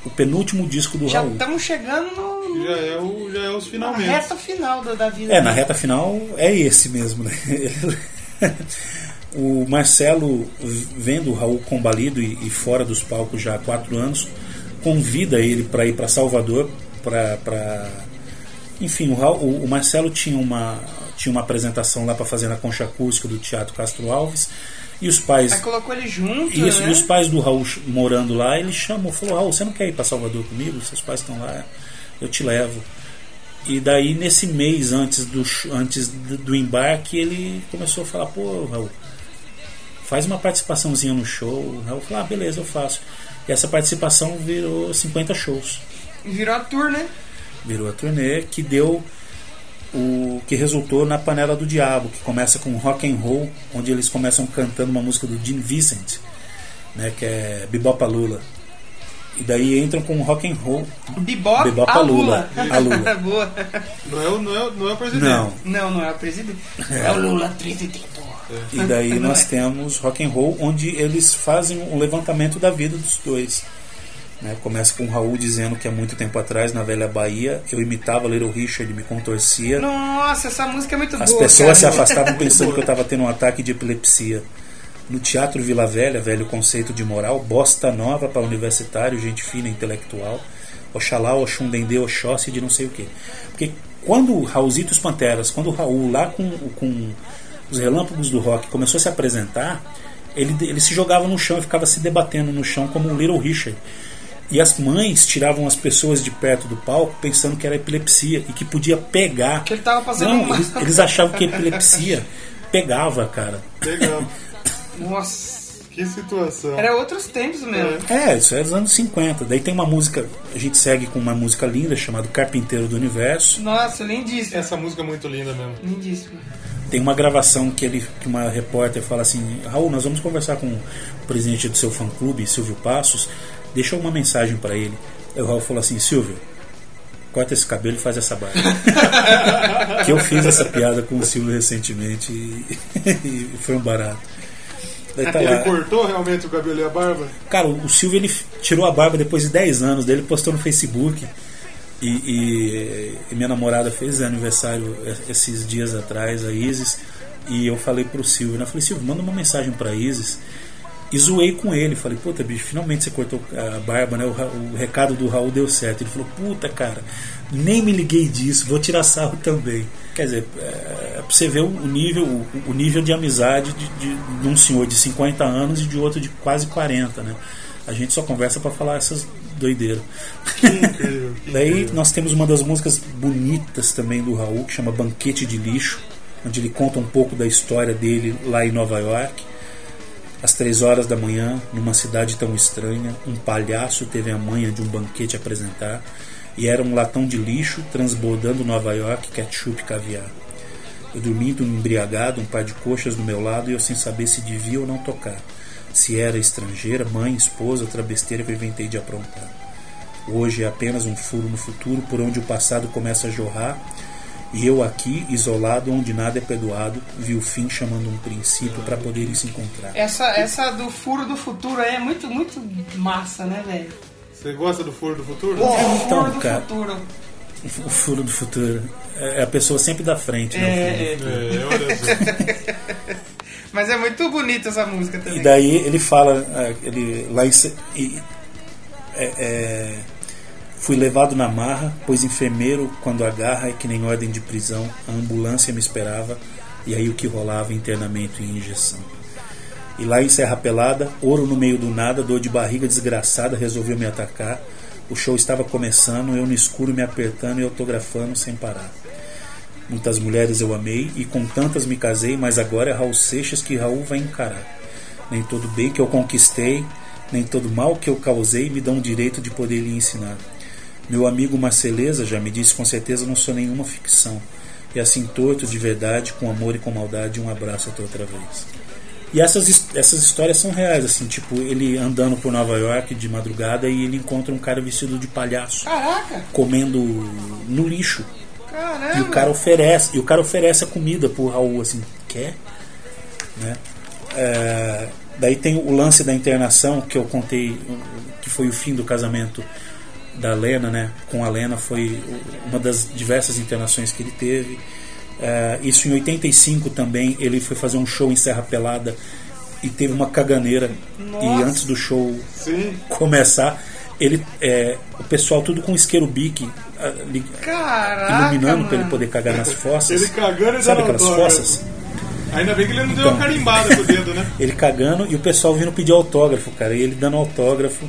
[SPEAKER 3] o penúltimo disco do
[SPEAKER 1] Já
[SPEAKER 3] Raul.
[SPEAKER 1] estamos chegando no,
[SPEAKER 2] Já é, o, já é os
[SPEAKER 1] na
[SPEAKER 2] finalmente.
[SPEAKER 1] reta final da, da vida. né?
[SPEAKER 3] É, na reta final é esse mesmo, né? o Marcelo, vendo o Raul combalido e, e fora dos palcos já há quatro anos, convida ele para ir para Salvador para. Pra... Enfim, o, Raul- o- o Marcelo tinha uma, tinha uma apresentação lá para fazer na concha acústica do Teatro Castro Alves e os pais.
[SPEAKER 1] Aí colocou ele junto,
[SPEAKER 3] Isso,
[SPEAKER 1] né?
[SPEAKER 3] e os pais do Raul ch- morando lá, ele chamou, falou: Raul, você não quer ir para Salvador comigo? Seus pais estão lá, eu te levo. E daí, nesse mês antes do, sh- antes do do embarque, ele começou a falar: pô, Raul, faz uma participaçãozinha no show. O Raul falou: ah, beleza, eu faço. E essa participação virou 50 shows.
[SPEAKER 1] Virou a tour, né?
[SPEAKER 3] Virou a turnê que deu o que resultou na Panela do Diabo, que começa com rock and roll, onde eles começam cantando uma música do Gene Vincent, né, que é Bibopa Lula. E daí entram com rock and roll.
[SPEAKER 1] Bebop,
[SPEAKER 3] Bebop
[SPEAKER 1] a
[SPEAKER 3] a Lula.
[SPEAKER 1] Lula.
[SPEAKER 3] A Lula.
[SPEAKER 1] Boa.
[SPEAKER 2] Não, é o, não, é, o- não é o presidente.
[SPEAKER 3] Não.
[SPEAKER 1] Não, não é o presidente. É o Lula 33.
[SPEAKER 3] E daí nós temos rock and roll, onde eles fazem um levantamento da vida dos dois. né? Começa com o Raul dizendo que há muito tempo atrás, na velha Bahia, eu imitava Little Richard, me contorcia.
[SPEAKER 1] Nossa, essa música é muito
[SPEAKER 3] As
[SPEAKER 1] boa.
[SPEAKER 3] pessoas se
[SPEAKER 1] cara.
[SPEAKER 3] afastavam pensando que eu estava tendo um ataque de epilepsia. No Teatro Vila Velha, velho conceito de moral, bosta nova para universitário, gente fina, intelectual, Oxalá, Oxundendê, Oxóssi de não sei o quê. Porque quando o Raulzito e os Panteras, quando o Raul lá com, com os relâmpagos do rock começou a se apresentar, ele, ele se jogava no chão e ficava se debatendo no chão como um Little Richard. E as mães tiravam as pessoas de perto do palco pensando que era epilepsia e que podia pegar.
[SPEAKER 1] Que ele tava um passando
[SPEAKER 3] Não,
[SPEAKER 1] mal.
[SPEAKER 3] eles, eles achavam que epilepsia pegava, cara.
[SPEAKER 2] Legal.
[SPEAKER 1] Nossa.
[SPEAKER 2] que situação.
[SPEAKER 1] Era outros tempos mesmo.
[SPEAKER 3] É, isso é dos anos 50. Daí tem uma música, a gente segue com uma música linda chamada Carpinteiro do Universo.
[SPEAKER 1] Nossa, lindíssimo.
[SPEAKER 2] Essa música é muito linda mesmo.
[SPEAKER 1] Lindíssimo.
[SPEAKER 3] Tem uma gravação que ele, que uma repórter fala assim: Raul, nós vamos conversar com o presidente do seu fã-clube, Silvio Passos. Deixa uma mensagem pra ele. Aí o Raul falou assim: Silvio, corta esse cabelo e faz essa barba. que eu fiz essa piada com o Silvio recentemente e, e foi um barato. Daí tá
[SPEAKER 2] Ele
[SPEAKER 3] lá.
[SPEAKER 2] cortou realmente o cabelo e a barba?
[SPEAKER 3] Cara, o Silvio ele f- tirou a barba depois de 10 anos dele, postou no Facebook. E, e- e minha namorada fez aniversário es- esses dias atrás, a Isis. E eu falei pro Silvio, né? Eu falei, Silvio, manda uma mensagem pra Isis. E zoei com ele. Falei, puta, bicho, finalmente você cortou a barba, né? O, Ra- o recado do Raul deu certo. Ele falou, puta, cara, nem me liguei disso, vou tirar sarro também. Quer dizer, é, é pra você ver o nível, o, o nível de amizade de, de- de um senhor de 50 anos e de outro de quase 40, né? A gente só conversa pra falar essas doideiras.
[SPEAKER 2] Incrível.
[SPEAKER 3] Daí nós temos uma das músicas bonitas também do Raul, que chama Banquete de Lixo, onde ele conta um pouco da história dele lá em Nova York. Às três horas da manhã, numa cidade tão estranha, um palhaço teve a manha de um banquete apresentar e era um latão de lixo transbordando Nova York, ketchup e caviar. Eu dormindo embriagado, um par de coxas do meu lado e eu sem saber se devia ou não tocar. Se era estrangeira, mãe, esposa, outra besteira que eu inventei de aprontar. Hoje é apenas um furo no futuro por onde o passado começa a jorrar. E eu aqui, isolado, onde nada é perdoado, vi o fim chamando um princípio para poderem se encontrar.
[SPEAKER 1] Essa, essa do furo do futuro aí é muito, muito massa, né, velho?
[SPEAKER 2] Você gosta do Furo do Futuro?
[SPEAKER 1] O
[SPEAKER 3] então,
[SPEAKER 1] furo do
[SPEAKER 3] cara.
[SPEAKER 1] futuro.
[SPEAKER 3] O fu- o furo do futuro. É a pessoa sempre da frente, né?
[SPEAKER 1] É, é.
[SPEAKER 2] É, olha só.
[SPEAKER 1] Mas é muito bonita essa música
[SPEAKER 3] E
[SPEAKER 1] também.
[SPEAKER 3] daí ele fala, ah, ele lá em, Se- e- é, é, fui levado na marra, pois enfermeiro quando agarra é que nem ordem de prisão, a ambulância me esperava e aí o que rolava internamento e injeção. E lá em Serra Pelada, ouro no meio do nada, dor de barriga desgraçada, resolveu me atacar. O show estava começando, eu no escuro me apertando e autografando sem parar. Muitas mulheres eu amei e com tantas me casei, mas agora é Raul Seixas que Raul vai encarar. Nem todo bem que eu conquistei, nem todo mal que eu causei me dão o direito de poder lhe ensinar. Meu amigo Marceleza já me disse com certeza não sou nenhuma ficção. E assim torto de verdade, com amor e com maldade, um abraço até outra vez. E essas, his- essas histórias são reais, assim, tipo, ele andando por Nova York de madrugada e ele encontra um cara vestido de palhaço
[SPEAKER 1] Caraca,
[SPEAKER 3] comendo no lixo. E o
[SPEAKER 1] caramba.
[SPEAKER 3] cara oferece, e o cara oferece a comida pro Raul, assim, quer? Né? É, daí tem o lance da internação que eu contei, que foi o fim do casamento da Lena, né? Com a Lena foi uma das diversas internações que ele teve. É, isso em 85 também, ele foi fazer um show em Serra Pelada e teve uma caganeira. E
[SPEAKER 1] Nossa.
[SPEAKER 3] antes do show
[SPEAKER 2] Sim.
[SPEAKER 3] começar, ele, é, o pessoal tudo com isqueiro bique ah, li-
[SPEAKER 1] Caraca,
[SPEAKER 3] iluminando
[SPEAKER 1] mano.
[SPEAKER 3] pra ele poder cagar nas fossas.
[SPEAKER 2] Ele cagando e
[SPEAKER 3] Sabe
[SPEAKER 2] dando né?
[SPEAKER 3] aquelas
[SPEAKER 2] autógrafo.
[SPEAKER 3] fossas?
[SPEAKER 2] Ainda bem que ele não deu uma
[SPEAKER 3] Então.
[SPEAKER 2] carimbada com o dedo, né?
[SPEAKER 3] Ele cagando e o pessoal vindo pedir autógrafo, cara. E ele dando autógrafo.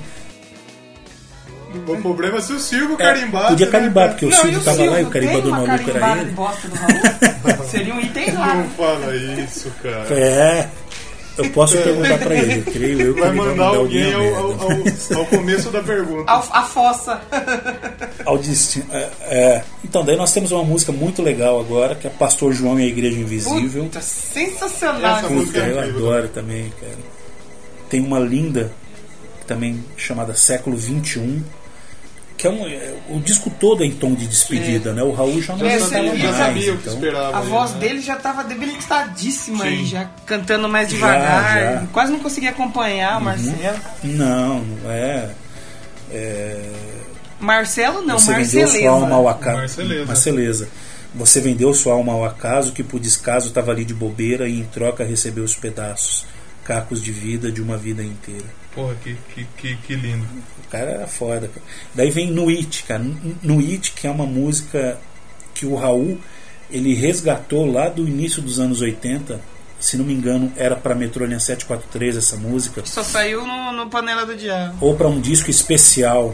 [SPEAKER 2] O problema é se o Silvio carimbar.
[SPEAKER 3] podia
[SPEAKER 2] né,
[SPEAKER 3] carimbar,
[SPEAKER 2] cara?
[SPEAKER 3] porque o
[SPEAKER 1] Não,
[SPEAKER 3] Silvio
[SPEAKER 1] e
[SPEAKER 3] tava lá e o
[SPEAKER 1] Silvio, tem
[SPEAKER 3] carimbador
[SPEAKER 1] uma
[SPEAKER 3] maluco era
[SPEAKER 1] carimbada de
[SPEAKER 3] ele.
[SPEAKER 1] bosta do Raul? Seria um item raro.
[SPEAKER 2] Não fala isso, cara.
[SPEAKER 3] É. Eu posso perguntar pra ele, creio eu que
[SPEAKER 2] É. Vai
[SPEAKER 3] ele vai
[SPEAKER 2] mandar
[SPEAKER 3] mandar
[SPEAKER 2] alguém ao,
[SPEAKER 3] alguma
[SPEAKER 2] ao,
[SPEAKER 3] merda.
[SPEAKER 2] ao- ao começo da pergunta.
[SPEAKER 1] A, a fossa.
[SPEAKER 3] Ao destino- é, é. Então, daí nós temos uma música muito legal agora, que é Pastor João e a Igreja Invisível.
[SPEAKER 1] Puta, sensacional.
[SPEAKER 2] Essa
[SPEAKER 1] essa
[SPEAKER 3] Puta,
[SPEAKER 2] música é
[SPEAKER 3] eu
[SPEAKER 2] incrível.
[SPEAKER 3] adoro também, cara. Tem uma linda, também chamada Século XXI, que é um. é- o disco todo é em tom de despedida, né? O Raul já não
[SPEAKER 1] Eu
[SPEAKER 3] estava
[SPEAKER 1] sabia, eu
[SPEAKER 3] mais.
[SPEAKER 2] sabia o que
[SPEAKER 3] então.
[SPEAKER 2] esperava.
[SPEAKER 1] A
[SPEAKER 2] aí,
[SPEAKER 1] voz
[SPEAKER 2] né?
[SPEAKER 1] dele já tava debilitadíssima aí,
[SPEAKER 2] Sim.
[SPEAKER 1] já cantando mais
[SPEAKER 3] Já,
[SPEAKER 1] devagar.
[SPEAKER 3] já. Uhum.
[SPEAKER 1] Quase não conseguia acompanhar o Marcelo.
[SPEAKER 3] Não, não é. é
[SPEAKER 1] Marcelo não,
[SPEAKER 3] você vendeu
[SPEAKER 1] Marceleza.
[SPEAKER 3] sua alma ao acaso.
[SPEAKER 2] Marceleza.
[SPEAKER 3] Marceleza. Você vendeu sua alma ao acaso que por descaso estava ali de bobeira e em troca recebeu os pedaços, cacos de vida de uma vida inteira.
[SPEAKER 2] Porra, que, que, que, que lindo.
[SPEAKER 3] O cara era foda. cara. Daí vem Nuit, cara. Nu- Nuit, que é uma música que o Raul ele resgatou lá do início dos anos 80. Se não me engano, era para Metrolina 743 essa música.
[SPEAKER 1] Só saiu no, no Panela do Diabo.
[SPEAKER 3] Ou para um disco especial.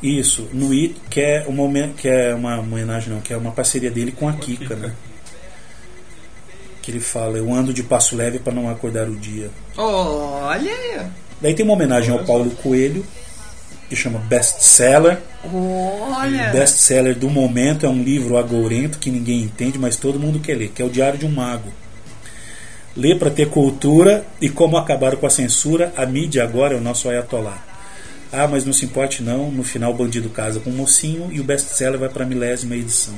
[SPEAKER 3] Isso, Nuit, que é uma, homen- que é uma homenagem, não, que é uma parceria dele com a Kika, né? Que ele fala: Eu ando de passo leve para não acordar o dia.
[SPEAKER 1] Olha aí.
[SPEAKER 3] Daí tem uma homenagem ao Paulo Coelho, que chama Best Seller.
[SPEAKER 1] ó. Olha.
[SPEAKER 3] best-seller do momento é um livro agourento que ninguém entende, mas todo mundo quer ler, que é o Diário de um Mago. Lê para ter cultura e como acabaram com a censura, a mídia agora é o nosso ayatolá. Ah, mas não se importe não, no final o bandido casa com o mocinho e o best-seller vai para a milésima edição.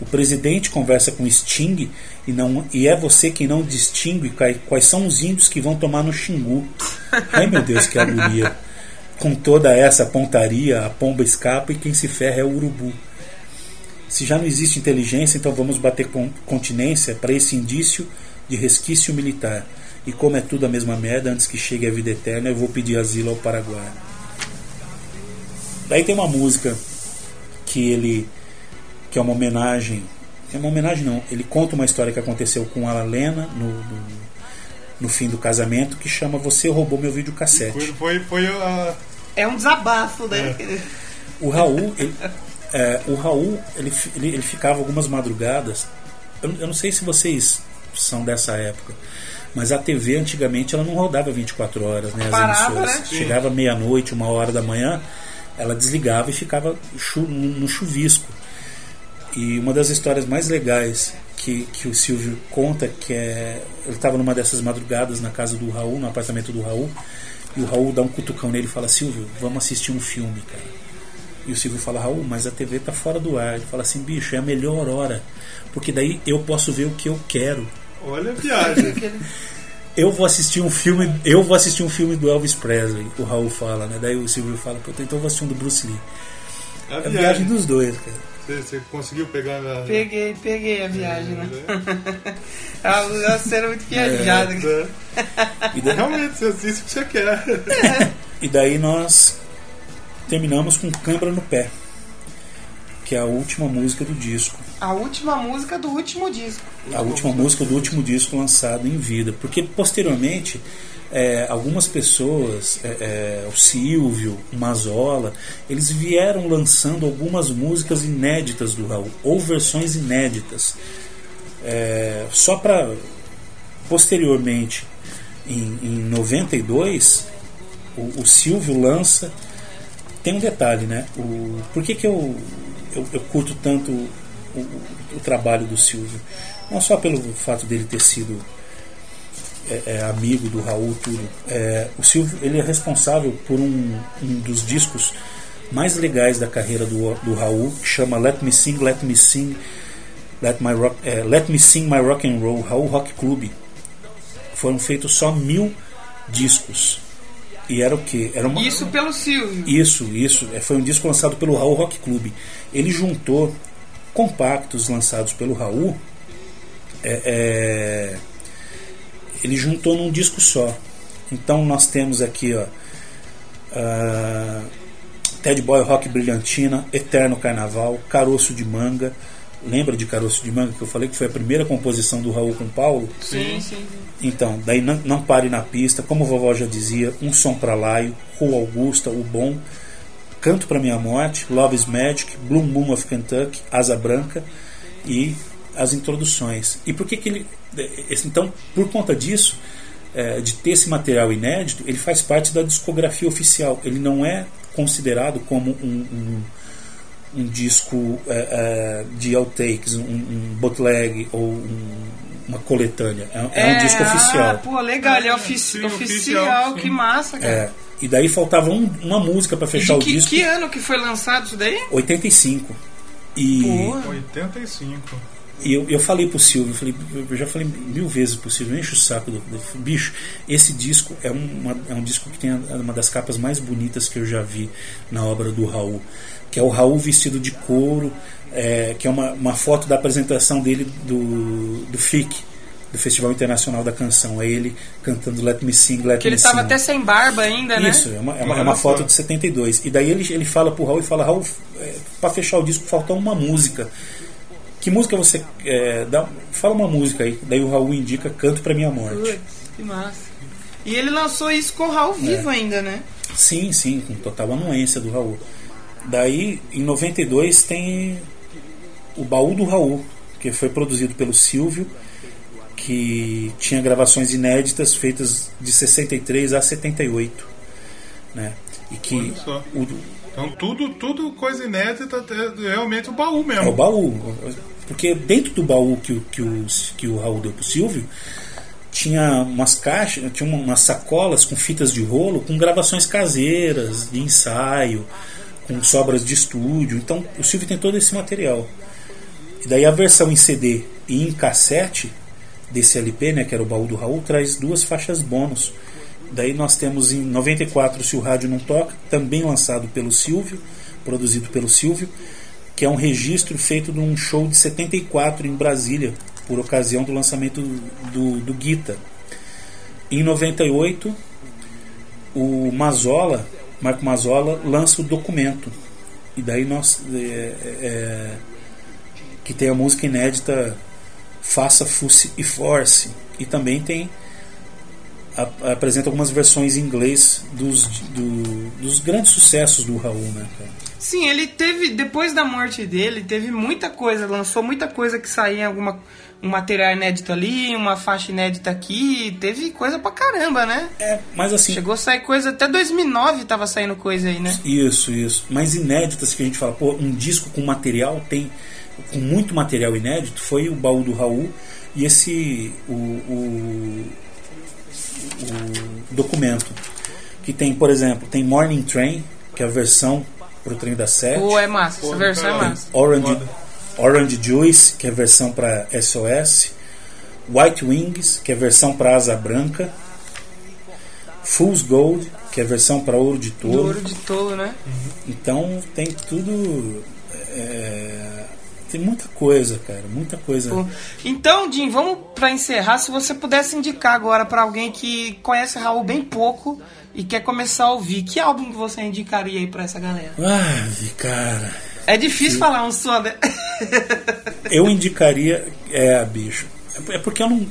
[SPEAKER 3] O presidente conversa com Sting e, não, e é você quem não distingue cai- quais são os índios que vão tomar no Xingu. Ai meu Deus, que agonia. Com toda essa pontaria, a pomba escapa e quem se ferra é o urubu. Se já não existe inteligência, então vamos bater con- continência para esse indício de resquício militar. E como é tudo a mesma merda, antes que chegue a vida eterna, eu vou pedir asilo ao Paraguai. Daí tem uma música que ele que é uma homenagem. É uma homenagem não, ele conta uma história que aconteceu com a Lena no, no, no fim do casamento que chama Você roubou meu videocassete.
[SPEAKER 2] Foi, foi a.
[SPEAKER 1] É um desabafo, né?
[SPEAKER 2] É.
[SPEAKER 3] O Raul, ele, é, o Raul ele, fi- ele, ele ficava algumas madrugadas. Eu, eu não sei se vocês são dessa época, mas a TV antigamente ela não rodava 24 horas, né? As
[SPEAKER 1] Parava,
[SPEAKER 3] emissoras.
[SPEAKER 1] né?
[SPEAKER 3] Chegava meia-noite, uma hora da manhã, ela desligava e ficava chu- no no chuvisco. E uma das histórias mais legais que, que o Silvio conta que é. Ele estava numa dessas madrugadas na casa do Raul, no apartamento do Raul, e o Raul dá um cutucão nele e fala, Silvio, vamos assistir um filme, cara. E o Silvio fala, Raul, mas a TV tá fora do ar. Ele fala assim, bicho, é a melhor hora. Porque daí eu posso ver o que eu quero.
[SPEAKER 2] Olha a viagem.
[SPEAKER 3] Eu vou assistir um filme, eu vou assistir um filme do Elvis Presley, o Raul fala, né? Daí o Silvio fala, Pô, então eu vou assistir um do Bruce Lee.
[SPEAKER 2] A
[SPEAKER 3] É a viagem
[SPEAKER 2] viagem.
[SPEAKER 3] dos dois, cara.
[SPEAKER 2] Você, você conseguiu pegar a.
[SPEAKER 1] Peguei, peguei a viagem, né? A, a cena é muito viajada.
[SPEAKER 3] E daí,
[SPEAKER 2] é, Realmente, você assiste o que você quer.
[SPEAKER 3] E daí nós terminamos com Câmara no Pé. que é a última música do disco.
[SPEAKER 1] A última música do último disco.
[SPEAKER 3] a última música do último disco lançado em vida. Porque posteriormente, é, algumas pessoas, é, é, o Silvio, o Mazola, eles vieram lançando algumas músicas inéditas do Raul, ou versões inéditas. É, só para posteriormente, em, em 92, o, o Silvio lança. Tem um detalhe, né? O, por que, que eu, eu, eu curto tanto o, o- o trabalho do Silvio? Não só pelo fato dele ter sido é, é, amigo do Raul tudo. É, o Silvio ele é responsável por um, um dos discos mais legais da carreira do, do Raul, que chama Let Me Sing, Let Me Sing, Let, My Rock, é, Let Me Sing My Rock and Roll, Raul Rock Club. Foram feitos só mil discos. E era o que? Era uma,
[SPEAKER 1] Isso pelo Silvio.
[SPEAKER 3] isso, isso. É, Foi um disco lançado pelo Raul Rock Club. Ele juntou compactos lançados pelo Raul. é, é, ele juntou num disco só. Então nós temos aqui, ó. ah, Ted Boy Rock Brilhantina, Eterno Carnaval, Caroço de Manga. Lembra de Caroço de Manga que eu falei que foi a primeira composição do Raul com Paulo?
[SPEAKER 1] Sim, sim. sim.
[SPEAKER 3] Então, daí não, não pare na pista, como vovó já dizia, um som pra laio, Rua Augusta, o bom, Canto pra Minha Morte, Love is Magic, Blue Moon of Kentucky, Asa Branca e as introduções. E por que que ele. esse- Então, por conta disso, eh, de ter esse material inédito, ele faz parte da discografia oficial. Ele não é considerado como um- um, um disco é, é, de outtakes, um, um bootleg ou um- uma coletânea. É, é um disco
[SPEAKER 1] ah,
[SPEAKER 3] oficial.
[SPEAKER 1] Pô, legal, ele é ofici-
[SPEAKER 2] Sim,
[SPEAKER 1] oficial,
[SPEAKER 2] oficial, sim.
[SPEAKER 1] que massa, cara.
[SPEAKER 3] É. E daí faltava um- uma música pra fechar
[SPEAKER 1] De
[SPEAKER 3] o
[SPEAKER 1] que,
[SPEAKER 3] disco,
[SPEAKER 1] que ano que foi lançado isso daí?
[SPEAKER 3] 85. E,
[SPEAKER 1] Pô.
[SPEAKER 2] 85.
[SPEAKER 3] e eu, eu falei pro Silvio, eu, falei, eu já falei mil vezes pro Silvio, enche o saco do, do- bicho. Esse disco é, uma- é um disco que tem a- uma das capas mais bonitas que eu já vi na obra do Raul, que é o Raul vestido de couro, é, que é uma, uma foto da apresentação dele do, do FIC, do Festival Internacional da Canção. É ele cantando Let Me Sing, Let
[SPEAKER 1] Que ele
[SPEAKER 3] Me
[SPEAKER 1] tava
[SPEAKER 3] Sing.
[SPEAKER 1] até sem barba ainda, né?
[SPEAKER 3] Isso, é uma, é uma- é
[SPEAKER 2] Olha
[SPEAKER 3] uma
[SPEAKER 2] só.
[SPEAKER 3] foto de 72. E daí ele, ele fala pro Raul e fala, Raul, é, pra fechar o disco faltou uma música. Que música você. é, dá- fala uma música aí. Daí o Raul indica Canto pra Minha Morte.
[SPEAKER 1] Putz, que massa. E ele lançou isso com o Raul
[SPEAKER 3] É.
[SPEAKER 1] vivo ainda, né?
[SPEAKER 3] Sim, sim, com total anuência do Raul. Daí, em 92, tem o Baú do Raul, que foi produzido pelo Silvio, que tinha gravações inéditas feitas de 63 a 78. Né? E que
[SPEAKER 2] Olha só.
[SPEAKER 3] o,
[SPEAKER 2] Então tudo, tudo coisa inédita, é realmente o baú
[SPEAKER 3] É o
[SPEAKER 2] mesmo.
[SPEAKER 3] baú. Porque dentro do baú que, o- que, o, que o Raul deu pro Silvio, tinha umas caixas, tinha uma- umas sacolas com fitas de rolo, com gravações caseiras, de ensaio, com sobras de estúdio. Então o Silvio tem todo esse material. E daí a versão em CD e em cassete desse LP, né, que era o baú do Raul, traz duas faixas bônus. Daí nós temos em 94 Se o Rádio Não Toca, também lançado pelo Silvio, produzido pelo Silvio, que é um registro feito de um show de 74 em Brasília, por ocasião do lançamento do, do Guita. Em 98, o Mazola, Marco Mazola, lança o documento. E daí nós. é, é, que tem a música inédita Faça, Fusse e Force. E também tem a- apresenta algumas versões em inglês dos, do- dos grandes sucessos do Raul, né? cara?
[SPEAKER 1] Sim, ele teve, depois da morte dele, teve muita coisa, lançou muita coisa que saía em alguma um material inédito ali, uma faixa inédita aqui, teve coisa pra caramba, né?
[SPEAKER 3] É, mas assim,
[SPEAKER 1] Chegou a sair coisa até 2009 tava saindo coisa aí, né?
[SPEAKER 3] Isso, isso. Mas inéditas que a gente fala, pô, um disco com material tem com muito material inédito foi o baú do Raul e esse o, o, o documento que tem, por exemplo, tem Morning Train que é a versão pro trem da sete.
[SPEAKER 1] Ou é massa, essa versão é
[SPEAKER 2] cara.
[SPEAKER 1] massa.
[SPEAKER 3] Orange,
[SPEAKER 2] Foda.
[SPEAKER 3] Orange Juice, que é a versão para SOS. White Wings, que é a versão para Asa Branca. Fool's Gold, que é a versão para Ouro de
[SPEAKER 1] Do
[SPEAKER 3] Touro.
[SPEAKER 1] ouro de touro, né?
[SPEAKER 3] Então tem tudo. é, tem muita coisa, cara. Muita coisa.
[SPEAKER 1] Pô. Então, Jim, vamos pra encerrar. Se você pudesse indicar agora pra alguém que conhece Raul bem pouco e quer começar a ouvir, que álbum que você indicaria aí pra essa galera?
[SPEAKER 3] Ave, cara.
[SPEAKER 1] É difícil falar um só, né?
[SPEAKER 3] Eu indicaria é bicho. É porque eu não.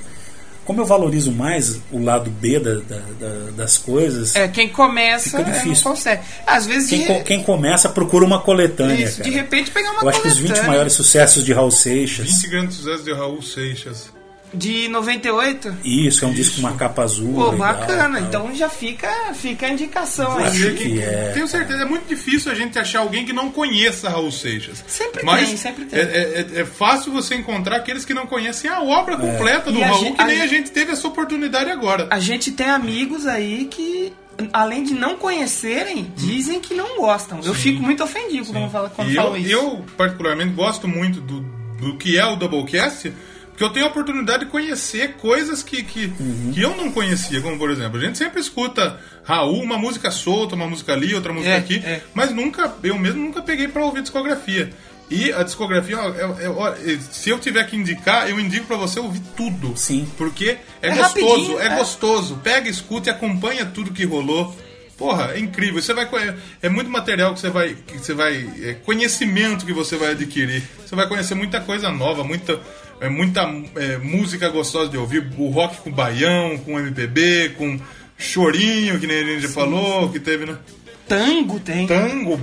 [SPEAKER 3] Como eu valorizo mais o lado B da- da- da- das coisas,
[SPEAKER 1] É, quem começa
[SPEAKER 3] Fica
[SPEAKER 1] é, não
[SPEAKER 3] difícil.
[SPEAKER 1] consegue. Às vezes,
[SPEAKER 3] quem,
[SPEAKER 1] de,
[SPEAKER 3] co- quem começa procura uma coletânea,
[SPEAKER 1] isso, de
[SPEAKER 3] cara.
[SPEAKER 1] repente, pegar uma
[SPEAKER 3] eu acho que os 20
[SPEAKER 1] coletânea
[SPEAKER 3] maiores sucessos de Raul Seixas.
[SPEAKER 2] 20 grandes sucessos de Raul Seixas.
[SPEAKER 1] de 98.
[SPEAKER 3] Isso, é um disco com uma capa azul.
[SPEAKER 1] Pô,
[SPEAKER 3] legal,
[SPEAKER 1] bacana.
[SPEAKER 3] tal.
[SPEAKER 1] Então já fica, fica a indicação aí.
[SPEAKER 3] Acho
[SPEAKER 2] Eu
[SPEAKER 3] que é.
[SPEAKER 2] Tenho certeza, é muito difícil a gente achar alguém que não conheça Raul Seixas.
[SPEAKER 1] Sempre
[SPEAKER 2] Mas
[SPEAKER 1] tem, sempre tem.
[SPEAKER 2] É, é- é fácil você encontrar aqueles que não conhecem a
[SPEAKER 3] É.
[SPEAKER 2] obra completa do
[SPEAKER 1] E a
[SPEAKER 2] Raul,
[SPEAKER 1] gente-
[SPEAKER 2] que
[SPEAKER 1] a
[SPEAKER 2] nem a
[SPEAKER 1] gente-
[SPEAKER 2] gente teve essa oportunidade agora.
[SPEAKER 1] A gente tem amigos aí que, além de não
[SPEAKER 2] Hum.
[SPEAKER 1] conhecerem, dizem que não gostam. Eu fico muito ofendido quando falo, quando
[SPEAKER 2] E
[SPEAKER 1] falo
[SPEAKER 2] eu,
[SPEAKER 1] isso.
[SPEAKER 2] eu, particularmente, gosto muito do, do que é o Doublecast, porque eu tenho a oportunidade de conhecer coisas que, que,
[SPEAKER 1] Uhum.
[SPEAKER 2] que eu não conhecia, como por exemplo, a gente sempre escuta Raul, uma música solta, uma música ali, outra música
[SPEAKER 1] É,
[SPEAKER 2] aqui,
[SPEAKER 1] é.
[SPEAKER 2] mas nunca, eu mesmo nunca peguei pra ouvir discografia. E a discografia, ó, é- é- ó, é- se eu tiver que indicar, eu indico pra você ouvir tudo.
[SPEAKER 3] Sim.
[SPEAKER 2] Porque é,
[SPEAKER 1] É
[SPEAKER 2] gostoso,
[SPEAKER 1] rapidinho,
[SPEAKER 2] é,
[SPEAKER 1] é.
[SPEAKER 2] gostoso. Pega, escuta e acompanha tudo que rolou. Porra, é incrível. Você vai conhe- é muito material que você vai que você vai é conhecimento que você vai adquirir. Você vai conhecer muita coisa nova, muita é, muita é, música gostosa de ouvir, o rock com baião, com MPB, com chorinho, que nem a gente já falou, que teve no
[SPEAKER 1] Tango tem.
[SPEAKER 2] tango,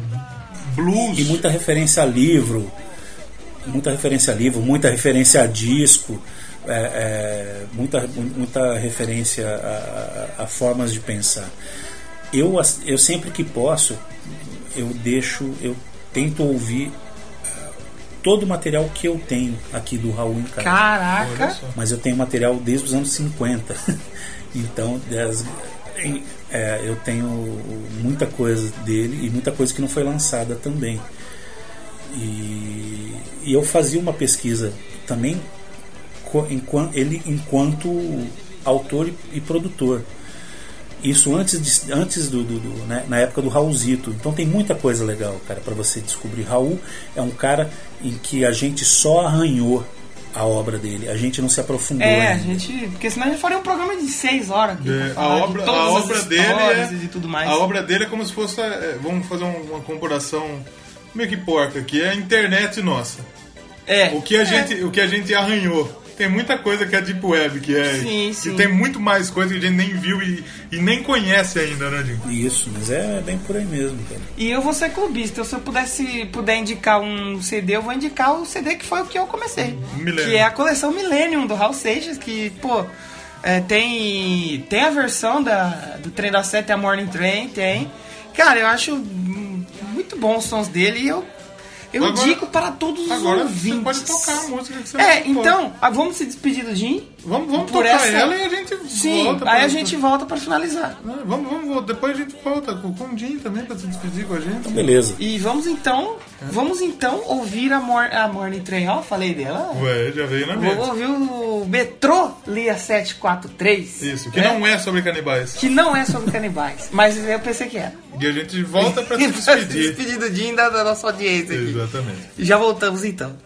[SPEAKER 2] blues.
[SPEAKER 3] E muita referência a livro, muita referência a livro, muita referência a disco, é, é, muita, mu- muita referência a, a- a formas de pensar. Eu, as- eu sempre que posso, eu deixo, eu tento ouvir ah, todo o material que eu tenho aqui do Raul em casa
[SPEAKER 1] Caraca.
[SPEAKER 3] mas eu tenho material desde os anos 50. então, das- em- é, eu tenho muita coisa dele e muita coisa que não foi lançada também. E, e eu fazia uma pesquisa também co- enquan- ele enquanto autor e, e produtor. Isso antes, de- antes do, do- do- né, na época do Raulzito. Então tem muita coisa legal, cara, para você descobrir. Raul é um cara em que a gente só arranhou a obra dele. A gente não se aprofundou.
[SPEAKER 1] É, a
[SPEAKER 3] ainda.
[SPEAKER 1] gente. Porque senão a gente faria um programa de seis horas aqui. pra
[SPEAKER 2] É, a
[SPEAKER 1] falar de
[SPEAKER 2] obra,
[SPEAKER 1] todas
[SPEAKER 2] a
[SPEAKER 1] as
[SPEAKER 2] obra dele
[SPEAKER 1] histórias
[SPEAKER 2] é,
[SPEAKER 1] e tudo mais.
[SPEAKER 2] a obra dele é como se fosse é, vamos fazer um- uma comparação meio que porca que é a internet nossa
[SPEAKER 1] É.
[SPEAKER 2] o que a
[SPEAKER 1] É.
[SPEAKER 2] gente o que a gente arranhou tem muita coisa que é deep web que é
[SPEAKER 1] Sim,
[SPEAKER 2] que
[SPEAKER 1] sim.
[SPEAKER 2] tem muito mais coisa que a gente nem viu e, e nem conhece ainda né Dinho?
[SPEAKER 3] Isso, mas é bem por aí mesmo, cara.
[SPEAKER 1] E eu vou ser clubista. Se eu pudesse puder indicar um CD, eu vou indicar o CD que foi o que eu comecei.
[SPEAKER 2] Millennium.
[SPEAKER 1] Que é a coleção Millennium do Raul Seixas, que, pô, é, tem. Tem a versão da, do Trem da Sete a Morning Train, tem. Cara, eu acho hum, muito bom os sons dele e eu. Eu
[SPEAKER 2] Agora-
[SPEAKER 1] indico para todos os
[SPEAKER 2] agora
[SPEAKER 1] ouvintes.
[SPEAKER 2] você pode tocar a música que você
[SPEAKER 1] É,
[SPEAKER 2] tocou.
[SPEAKER 1] então, ah, vamos se despedir do Jim?
[SPEAKER 2] vamos vamos
[SPEAKER 1] Por
[SPEAKER 2] tocar
[SPEAKER 1] essa-
[SPEAKER 2] ela e a gente
[SPEAKER 1] Sim,
[SPEAKER 2] volta pra-
[SPEAKER 1] aí a gente volta para finalizar.
[SPEAKER 2] Ah, vamos vamos volta. depois a gente volta com com o Dinho também pra se despedir com a gente
[SPEAKER 3] Beleza.
[SPEAKER 1] E vamos então, vamos então ouvir a, Mor a Morning Train. Ó, falei dela.
[SPEAKER 2] Ué, já veio na
[SPEAKER 1] Vamos
[SPEAKER 2] mesa
[SPEAKER 1] ouvir o Metrô Lia 743.
[SPEAKER 2] isso que não é sobre canibais
[SPEAKER 1] Que não é sobre canibais, mas eu pensei que era.
[SPEAKER 2] e a gente volta pra se despedir
[SPEAKER 1] Despedido do Jim da, da nossa audiência aqui.
[SPEAKER 2] exatamente
[SPEAKER 1] Já voltamos então.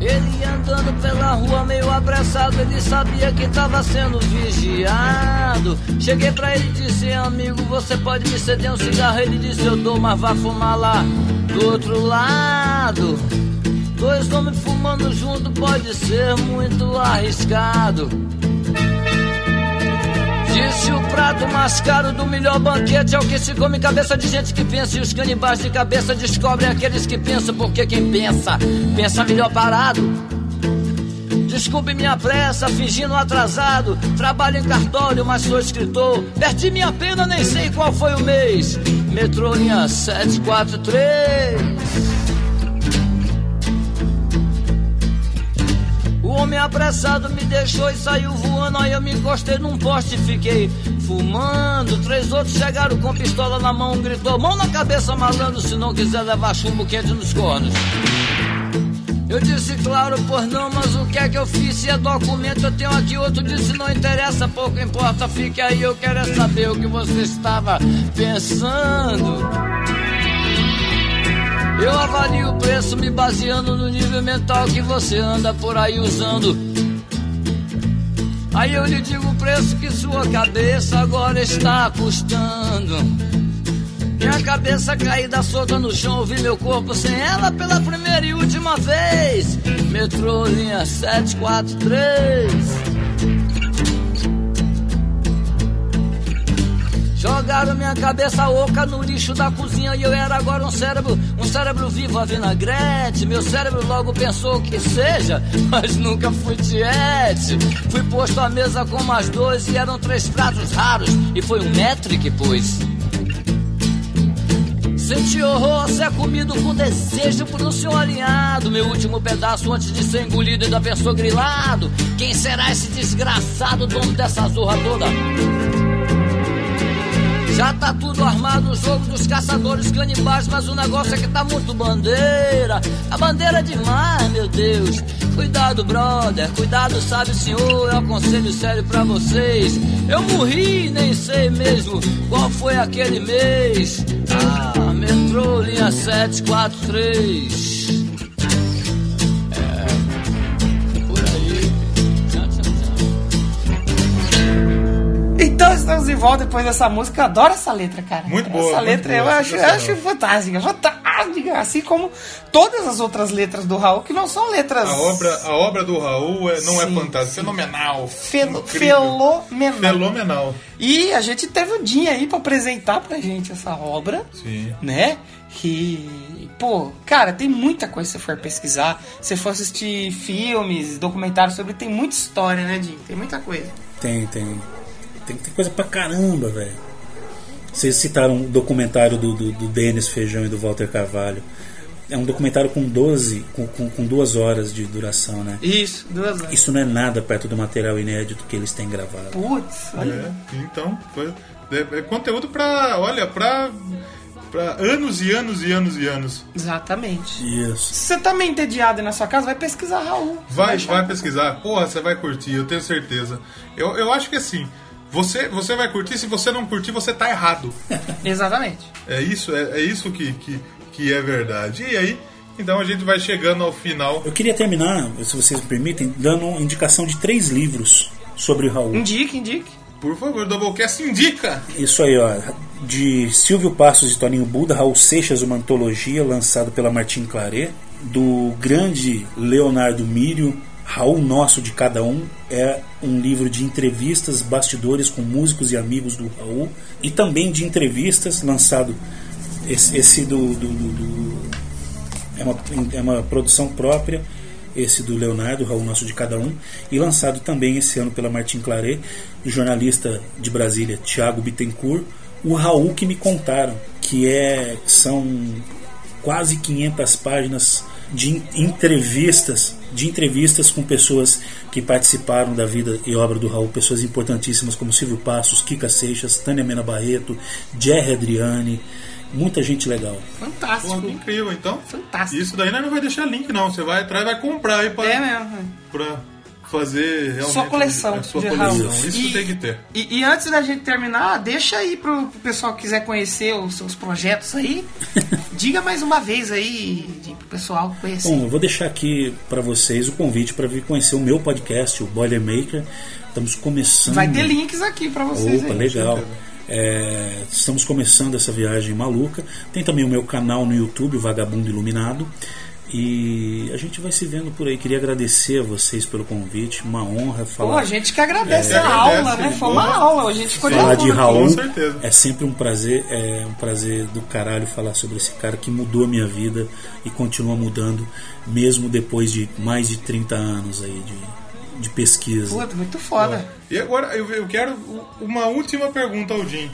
[SPEAKER 4] Ele andando pela rua meio apressado, ele sabia que tava sendo vigiado. Cheguei pra ele e disse, amigo, você pode me ceder um cigarro? Ele disse, eu dou, mas vá fumar lá do outro lado. Dois homens fumando junto pode ser muito arriscado. Disse o prato mais caro do melhor banquete é o que se come cabeça de gente que pensa. E os canibais de cabeça descobrem aqueles que pensam, porque quem pensa, pensa melhor parado. Desculpe minha pressa, fingindo atrasado. Trabalho em cartório, mas sou escritor. Perdi minha pena, nem sei qual foi o mês. Metrô linha 743. O homem apressado me deixou e saiu voando. Aí eu me encostei num poste e fiquei fumando. Três outros chegaram com pistola na mão, um gritou: Mão na cabeça, malandro, se não quiser levar chumbo quente nos cornos. Eu disse, claro, pois não, mas o que é que eu fiz? Se é documento, eu tenho aqui. Outro disse, não interessa, pouco importa, fique aí. Eu quero é saber o que você estava pensando. Eu avalio o preço me baseando no nível mental que você anda por aí usando. Aí eu lhe digo o preço que sua cabeça agora está custando. Minha cabeça caída solta no chão, vi meu corpo sem ela pela primeira e última vez. Metrô linha 743. Jogaram minha cabeça oca no lixo da cozinha e eu era agora um cérebro, um cérebro vivo a vinagrete. Meu cérebro logo pensou que seja, mas nunca fui tiete. Fui posto à mesa com mais dois e eram três pratos raros e foi um metro que pus. Senti horror ser comido com desejo por um senhor alinhado. Meu último pedaço antes de ser engolido e da pessoa grilado. Quem será esse desgraçado dono dessa zorra toda? Já tá tudo armado o jogo dos caçadores canibais, mas o negócio é que tá muito bandeira. A bandeira é demais, meu Deus. Cuidado, brother, cuidado, sabe, senhor. É um conselho sério pra vocês. Eu morri, nem sei mesmo qual foi aquele mês. Ah, metrô, linha 743. É, por aí. Tchau, tchau, tchau.
[SPEAKER 1] Então estamos de volta depois dessa música. Eu adoro essa letra, cara.
[SPEAKER 2] Muito boa,
[SPEAKER 1] Essa
[SPEAKER 2] muito
[SPEAKER 1] letra
[SPEAKER 2] boa,
[SPEAKER 1] eu acho, eu
[SPEAKER 2] sensacional.
[SPEAKER 1] acho fantástica, fantástica. Assim como todas as outras letras do Raul, que não são letras.
[SPEAKER 2] A obra, a obra do Raul é- não é
[SPEAKER 1] Sim,
[SPEAKER 2] fantástica,
[SPEAKER 1] sim.
[SPEAKER 2] fenomenal.
[SPEAKER 1] Fel-
[SPEAKER 2] incrível,
[SPEAKER 1] fenomenal.
[SPEAKER 2] Fenomenal.
[SPEAKER 1] E a gente teve um dia aí pra apresentar pra gente essa obra.
[SPEAKER 2] Sim.
[SPEAKER 1] né? Que, pô, cara, tem muita coisa se você for pesquisar. Se você for assistir filmes, documentários sobre, tem muita história, né, Jim? Tem muita coisa.
[SPEAKER 3] Tem, tem. Tem, tem coisa pra caramba, velho. Vocês citaram um documentário do, do, do Denis Feijão e do Walter Carvalho. É um documentário com 12, com, com, com duas horas de duração, né?
[SPEAKER 1] Isso, duas horas.
[SPEAKER 3] Isso não é nada perto do material inédito que eles têm gravado.
[SPEAKER 1] Putz, olha.
[SPEAKER 2] É, então, foi, é, é conteúdo pra, olha, pra, pra anos e anos e anos e anos.
[SPEAKER 1] Exatamente.
[SPEAKER 3] Isso.
[SPEAKER 1] Se você tá meio entediado aí na sua casa, vai pesquisar Raul. Você
[SPEAKER 2] Vai,
[SPEAKER 1] achar.
[SPEAKER 2] vai pesquisar. Porra, você vai curtir, eu tenho certeza. Eu, eu acho que assim, você, você vai curtir, se você não curtir, você tá errado.
[SPEAKER 1] Exatamente.
[SPEAKER 2] É isso, é, é isso que, que, que é verdade. E aí, então a gente vai chegando ao final.
[SPEAKER 3] Eu queria terminar, se vocês me permitem, dando uma indicação de três livros sobre o Raul.
[SPEAKER 1] Indique, indique.
[SPEAKER 2] Por favor, Doublecast indica!
[SPEAKER 3] Isso aí, ó. De Silvio Passos e Toninho Buda, Raul Seixas, uma antologia lançado pela Martim Claret, do grande Leonardo Mírio, Raul Nosso de Cada Um, é um livro de entrevistas, bastidores com músicos e amigos do Raul, e também de entrevistas, lançado esse, esse do- do- do- do é uma, é uma produção própria, esse do Leonardo, Raul Nosso de Cada Um, e lançado também esse ano pela Martin Claret, do jornalista de Brasília, Tiago Bittencourt, o Raul que me contaram, que é são quase 500 páginas de en- entrevistas, de entrevistas com pessoas que participaram da vida e obra do Raul, pessoas importantíssimas como Silvio Passos, Kika Seixas, Tânia Mena Barreto, Jerry Adriani, muita gente legal.
[SPEAKER 1] Fantástico.
[SPEAKER 2] Pô, que incrível, então.
[SPEAKER 1] Fantástico.
[SPEAKER 2] Isso daí nós não vai deixar link, não. Você vai atrás e vai comprar aí pra,
[SPEAKER 1] É mesmo.
[SPEAKER 2] pra fazer realmente
[SPEAKER 1] Sua coleção
[SPEAKER 2] a sua
[SPEAKER 1] de
[SPEAKER 2] coleção.
[SPEAKER 1] Raul.
[SPEAKER 2] Isso
[SPEAKER 1] E-
[SPEAKER 2] tem que ter.
[SPEAKER 1] E, e antes da gente terminar, deixa aí pro, pro pessoal que quiser conhecer os seus projetos aí. diga mais uma vez aí, Jim, pro pessoal conhecer.
[SPEAKER 3] Bom, eu vou deixar aqui para vocês o convite para vir conhecer o meu podcast, o Boilermaker. Estamos começando.
[SPEAKER 1] Vai ter links aqui pra vocês.
[SPEAKER 3] Hum. Opa,
[SPEAKER 1] aí.
[SPEAKER 3] legal. É, estamos começando essa viagem maluca. Tem também o meu canal no YouTube, o Vagabundo Iluminado. E a gente vai se vendo por aí. Queria agradecer a vocês pelo convite. Uma honra
[SPEAKER 1] Pô, a
[SPEAKER 3] falar,
[SPEAKER 1] gente que agradece
[SPEAKER 2] É,
[SPEAKER 1] a
[SPEAKER 2] agradece,
[SPEAKER 1] aula, né?
[SPEAKER 2] de
[SPEAKER 1] Foi
[SPEAKER 2] boa.
[SPEAKER 1] uma aula, a gente ficou de
[SPEAKER 3] falar de
[SPEAKER 1] aluno.
[SPEAKER 3] Raul.
[SPEAKER 2] Com certeza.
[SPEAKER 3] É sempre um prazer, é um prazer do caralho falar sobre esse cara que mudou a minha vida e continua mudando, mesmo depois de mais de 30 anos aí de, de pesquisa.
[SPEAKER 1] Puta, muito foda.
[SPEAKER 2] E agora eu, eu quero u- uma última pergunta ao Jim.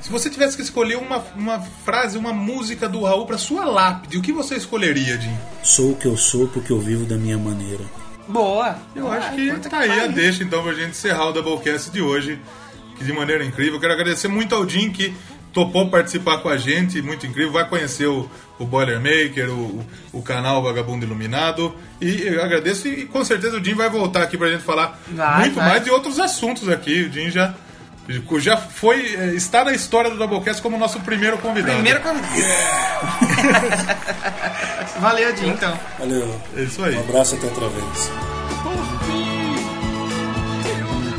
[SPEAKER 2] Se você tivesse que escolher uma, uma frase, uma música do Raul pra sua lápide, o que você escolheria, Jim?
[SPEAKER 3] Sou o que eu sou porque eu vivo da minha maneira.
[SPEAKER 1] Boa.
[SPEAKER 2] Eu
[SPEAKER 1] Ah,
[SPEAKER 2] acho que
[SPEAKER 1] puta
[SPEAKER 2] tá aí a
[SPEAKER 1] pariu.
[SPEAKER 2] deixa, então, pra gente encerrar o Doublecast de hoje, que de maneira incrível. Quero agradecer muito ao Jim que topou participar com a gente, muito incrível. Vai conhecer o, o Boilermaker, o, o canal Vagabundo Iluminado. E eu agradeço e com certeza o Jim vai voltar aqui pra gente falar
[SPEAKER 1] Vai,
[SPEAKER 2] muito
[SPEAKER 1] vai.
[SPEAKER 2] mais de outros assuntos aqui. O Jim já, já foi, eh, está na história do Doublecast como nosso primeiro convidado.
[SPEAKER 1] Primeiro convidado. Valeu, Jim, então.
[SPEAKER 3] Valeu.
[SPEAKER 2] É isso aí.
[SPEAKER 3] Um abraço até outra vez.
[SPEAKER 8] por fim, e o meu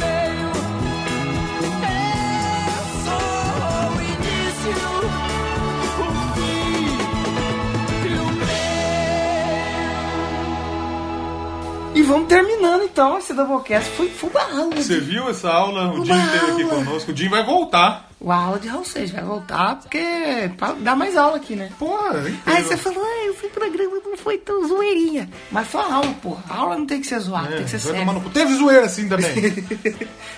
[SPEAKER 1] vamos terminando então esse Doublecast. Foi, foi uma aula. né?
[SPEAKER 2] Você
[SPEAKER 1] de-
[SPEAKER 2] viu essa aula? O
[SPEAKER 1] Uma
[SPEAKER 2] Jim esteve aqui
[SPEAKER 1] aula.
[SPEAKER 2] conosco. O Jim vai voltar.
[SPEAKER 1] Uma aula de Raul Seixas. Vai voltar porque pra dar mais aula aqui, né?
[SPEAKER 2] Porra, é
[SPEAKER 1] Aí
[SPEAKER 2] incrível.
[SPEAKER 1] você falou, ah, esse programa não foi tão zoeirinha. Mas foi aula, porra. Aula não tem que ser zoada,
[SPEAKER 2] É,
[SPEAKER 1] Ah, tem que ser
[SPEAKER 2] vai
[SPEAKER 1] séria.
[SPEAKER 2] tomar no cu. Teve zoeira assim também.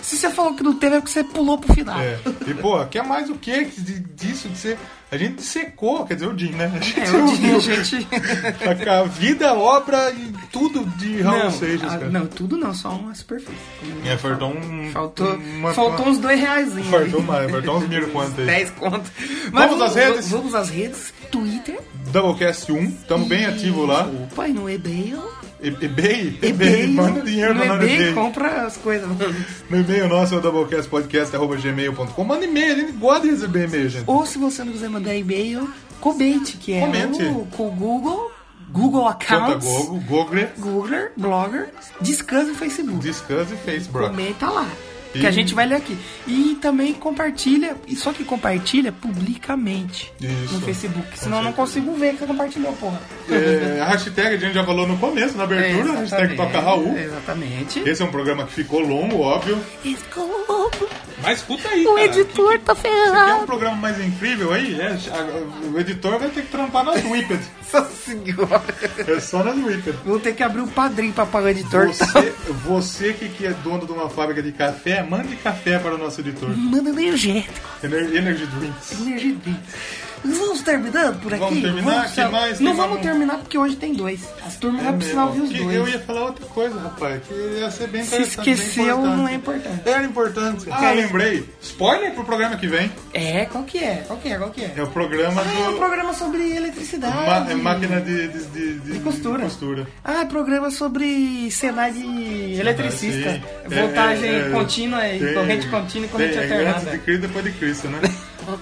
[SPEAKER 1] Se você falou que não teve, é porque você pulou pro final.
[SPEAKER 2] É. E, pô, quer mais o que disso? De ser... A gente secou, quer dizer, o Jim, né? A gente
[SPEAKER 1] É, eu diria,
[SPEAKER 2] ouviu
[SPEAKER 1] gente.
[SPEAKER 2] a, a vida, a obra e tudo de Raul
[SPEAKER 1] não,
[SPEAKER 2] Seixas,
[SPEAKER 1] ah,
[SPEAKER 2] cara.
[SPEAKER 1] não, tudo não, só uma superfície.
[SPEAKER 2] É, faltou um...
[SPEAKER 1] Faltou,
[SPEAKER 2] uma-
[SPEAKER 1] faltou um- uns dois reais.
[SPEAKER 2] Faltou mais, faltou uns mil quanto aí.
[SPEAKER 1] 10 conto. Mas
[SPEAKER 2] Vamos às redes?
[SPEAKER 1] Vamos às redes. Twitter.
[SPEAKER 2] Doublecast 1, tamo bem ativo lá.
[SPEAKER 1] Opa, e no e-mail.
[SPEAKER 2] E- eBay?
[SPEAKER 1] E-mail.
[SPEAKER 2] manda dinheiro
[SPEAKER 1] no
[SPEAKER 2] pra nós no
[SPEAKER 1] eBay.
[SPEAKER 2] eBay.
[SPEAKER 1] compra as coisas.
[SPEAKER 2] No e-mail nosso é o doublecastpodcast.gmail.com. Manda e-mail, a gente gosta de receber e-mail, gente.
[SPEAKER 1] Ou se você não quiser mandar e-mail, comente, que é
[SPEAKER 2] Comente.
[SPEAKER 1] o, com o Google, Google
[SPEAKER 2] Conta
[SPEAKER 1] Accounts,
[SPEAKER 2] Google, Google,
[SPEAKER 1] Googler, Blogger, Discuss e Facebook.
[SPEAKER 2] Discuss e Facebook.
[SPEAKER 1] Comenta tá lá.
[SPEAKER 2] E-
[SPEAKER 1] Que a gente vai ler aqui. E também compartilha, e só que compartilha publicamente
[SPEAKER 2] Isso.
[SPEAKER 1] no Facebook. Senão
[SPEAKER 2] Com
[SPEAKER 1] eu não consigo ver que você compartilhou, porra.
[SPEAKER 2] É, a hashtag a gente já falou no começo, na abertura, a hashtag
[SPEAKER 1] Exatamente,
[SPEAKER 2] Toca Raul.
[SPEAKER 1] Exatamente.
[SPEAKER 2] Esse é um programa que ficou longo, óbvio. Mas escuta aí,
[SPEAKER 9] O
[SPEAKER 2] cara.
[SPEAKER 9] editor tá
[SPEAKER 2] Você quer
[SPEAKER 9] ferrado.
[SPEAKER 2] um programa mais incrível aí? É, a- a- o editor vai ter que trampar nas Whipped.
[SPEAKER 1] Nossa senhora.
[SPEAKER 2] É só nas Whipped.
[SPEAKER 1] Vou ter que abrir o padrinho pra pagar o editor.
[SPEAKER 2] Você, você que, que é dono de uma fábrica de café, mande café para o nosso editor.
[SPEAKER 1] Manda energético,
[SPEAKER 2] Ener- Energy Drinks.
[SPEAKER 1] energia drinks. Vamos terminando por aqui?
[SPEAKER 2] Vamos terminar? Que
[SPEAKER 1] tchau.
[SPEAKER 2] mais?
[SPEAKER 1] Não
[SPEAKER 2] Tem
[SPEAKER 1] vamos
[SPEAKER 2] mais um?
[SPEAKER 1] terminar porque hoje tem dois. As turmas vão precisar ouvir os
[SPEAKER 2] É Que
[SPEAKER 1] dois.
[SPEAKER 2] eu ia falar outra coisa, rapaz, que ia ser bem
[SPEAKER 1] Se
[SPEAKER 2] interessante. bem
[SPEAKER 1] esqueceu,
[SPEAKER 2] importante.
[SPEAKER 1] não é importante.
[SPEAKER 2] Era importante. Ah, lembrei. Spoiler pro programa que vem.
[SPEAKER 1] É, qual que é? Qual que é? Qual que é?
[SPEAKER 2] É o programa
[SPEAKER 1] Ah, é um
[SPEAKER 2] do...
[SPEAKER 1] programa sobre eletricidade.
[SPEAKER 2] Ma- é máquina de, de, de- de-
[SPEAKER 1] De costura.
[SPEAKER 2] de costura.
[SPEAKER 1] Ah, é programa sobre cenário de eletricista.
[SPEAKER 2] Sim. É,
[SPEAKER 1] Voltagem
[SPEAKER 2] é, é.
[SPEAKER 1] contínua e
[SPEAKER 2] Tem-
[SPEAKER 1] corrente contínua um e corrente
[SPEAKER 2] tem, é
[SPEAKER 1] alternada.
[SPEAKER 2] Antes de Cristo, depois de Cristo, né? Nossa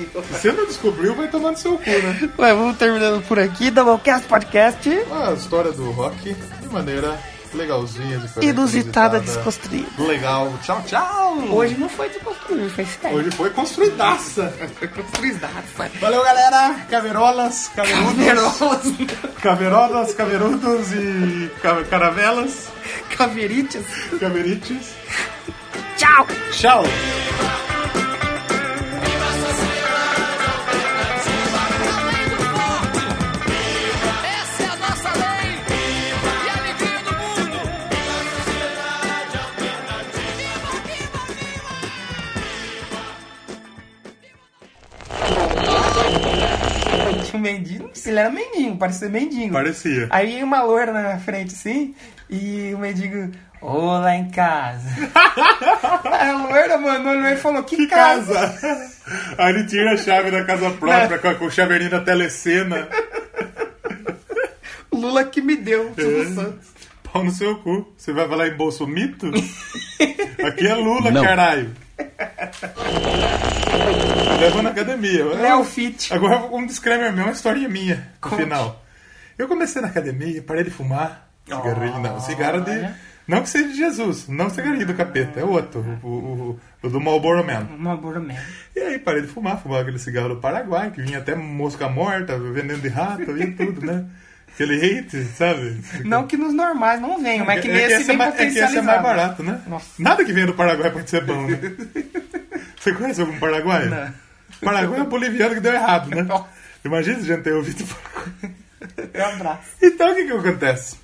[SPEAKER 2] senhora. Se você não descobriu, vai tomar no seu cu, né? Ah,
[SPEAKER 1] Ué, vamos terminando por aqui. Doublecast Podcast.
[SPEAKER 2] A história do rock de maneira legalzinha, diferente.
[SPEAKER 1] Inusitada,
[SPEAKER 2] inusitada.
[SPEAKER 1] desconstruída.
[SPEAKER 2] Legal. Tchau, tchau.
[SPEAKER 1] Hoje não foi desconstruído, foi sério.
[SPEAKER 2] Hoje foi construidaça.
[SPEAKER 1] foi construidaça.
[SPEAKER 2] Valeu, galera. Caveirolas, caveirudos. Caveirolas, caveirudos e ca- caravelas,
[SPEAKER 1] Caveritas.
[SPEAKER 2] caverites.
[SPEAKER 1] Tchau!
[SPEAKER 2] Tchau.
[SPEAKER 4] Essa é a nossa lei e a alegria do mundo.
[SPEAKER 1] Tinha um mendigo, ele era mendigo, parecia mendigo.
[SPEAKER 2] Parecia.
[SPEAKER 1] Aí veio uma loira na minha frente, assim, e o mendigo, ô, lá em casa. a loira mandou ele e falou, que,
[SPEAKER 2] Que
[SPEAKER 1] casa?
[SPEAKER 2] casa? Aí ele tira a chave da casa própria com a- com o chaveirinho da telecena.
[SPEAKER 1] Lula que me deu, Silvio
[SPEAKER 2] É.
[SPEAKER 1] Santos.
[SPEAKER 2] Pau no seu cu. Você vai falar em Bolsomito? Aqui é Lula,
[SPEAKER 9] Não.
[SPEAKER 2] caralho. Leva na academia.
[SPEAKER 1] Léo Fit.
[SPEAKER 2] Agora um disclaimer meu, uma historinha minha. No final. Eu comecei na academia, parei de fumar. Cigarrinho, não. Cigarro de. Não que seja de Jesus, não cigarrinho do capeta, é outro. O, o- o- o do Marlboro Man.
[SPEAKER 1] Uma bora mesmo.
[SPEAKER 2] E aí parei de fumar, fumava aquele cigarro do Paraguai, que vinha até mosca morta, veneno de rato, vinha tudo, né? Aquele hate, sabe?
[SPEAKER 1] Não que nos normais não venham, mas que nesse
[SPEAKER 2] esse é
[SPEAKER 1] vem
[SPEAKER 2] mais- é que esse é mais
[SPEAKER 1] potencializado.
[SPEAKER 2] barato, né?
[SPEAKER 1] Nossa.
[SPEAKER 2] Nada que venha do Paraguai pode ser bom, né? Você conhece algum paraguaio?
[SPEAKER 1] Não.
[SPEAKER 2] Paraguai é boliviano que deu errado, né?
[SPEAKER 1] Nossa.
[SPEAKER 2] Imagina se a gente ter ouvido Paraguai.
[SPEAKER 1] Um abraço.
[SPEAKER 2] Então o que que acontece?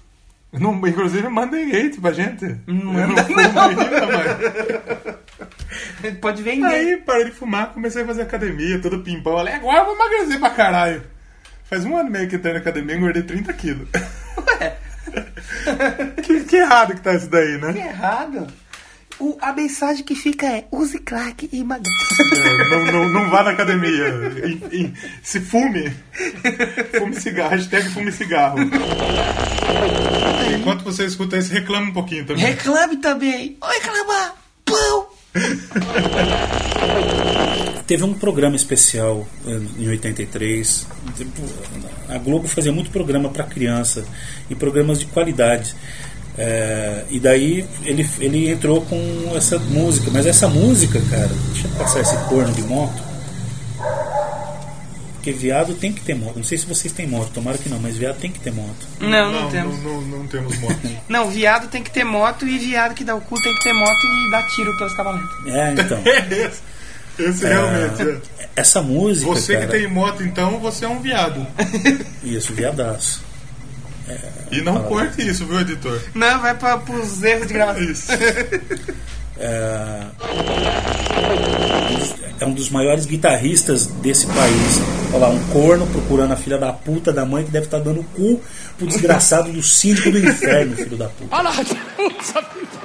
[SPEAKER 2] Não, inclusive mandem hate pra gente. Eu não fumo ainda, mas...
[SPEAKER 1] Pode vender.
[SPEAKER 2] Aí parei de fumar, comecei a fazer academia, todo pimpão. Eu Falei, agora eu vou emagrecer pra caralho. Faz um ano e meio que eu entrei na academia e engordei 30 quilos. que, que errado que tá isso daí, né?
[SPEAKER 1] Que errado. O- a mensagem que fica é, use crack e emagreça.
[SPEAKER 2] É, não, não, não vá na academia. E- e- se fume. Fume cigarro. Hashtag fume cigarro. Enquanto você escuta isso, reclama um pouquinho também.
[SPEAKER 1] Reclame também. Oi, reclamar. Pão.
[SPEAKER 3] Teve um programa especial eh, em 83. Tipo, A Globo fazia muito programa para criança e programas de qualidade. Eh, e daí ele, ele entrou com essa música. Mas essa música, cara, deixa eu passar esse corno de moto. Porque viado tem que ter moto. Não sei se vocês têm moto, tomara que não, mas viado tem que ter moto.
[SPEAKER 1] Não, não,
[SPEAKER 2] não,
[SPEAKER 1] temos.
[SPEAKER 2] Não, não- não temos moto.
[SPEAKER 1] Não. viado tem que ter moto e viado que dá o cu tem que ter moto e dá tiro pelas cavaletas.
[SPEAKER 3] É, então.
[SPEAKER 2] esse esse realmente. é.
[SPEAKER 3] Essa música.
[SPEAKER 2] Você que
[SPEAKER 3] cara,
[SPEAKER 2] tem moto, então, você é um viado.
[SPEAKER 3] Isso, viadaço.
[SPEAKER 2] E não corte isso, viu, editor?
[SPEAKER 1] Não, vai pra, pros erros de gravação.
[SPEAKER 2] Isso.
[SPEAKER 3] é um dos maiores guitarristas desse país. Olha lá, um corno procurando a filha da puta da mãe que tá deve estar dando o cu pro desgraçado do síndico do inferno, filho da puta.
[SPEAKER 4] Olha lá,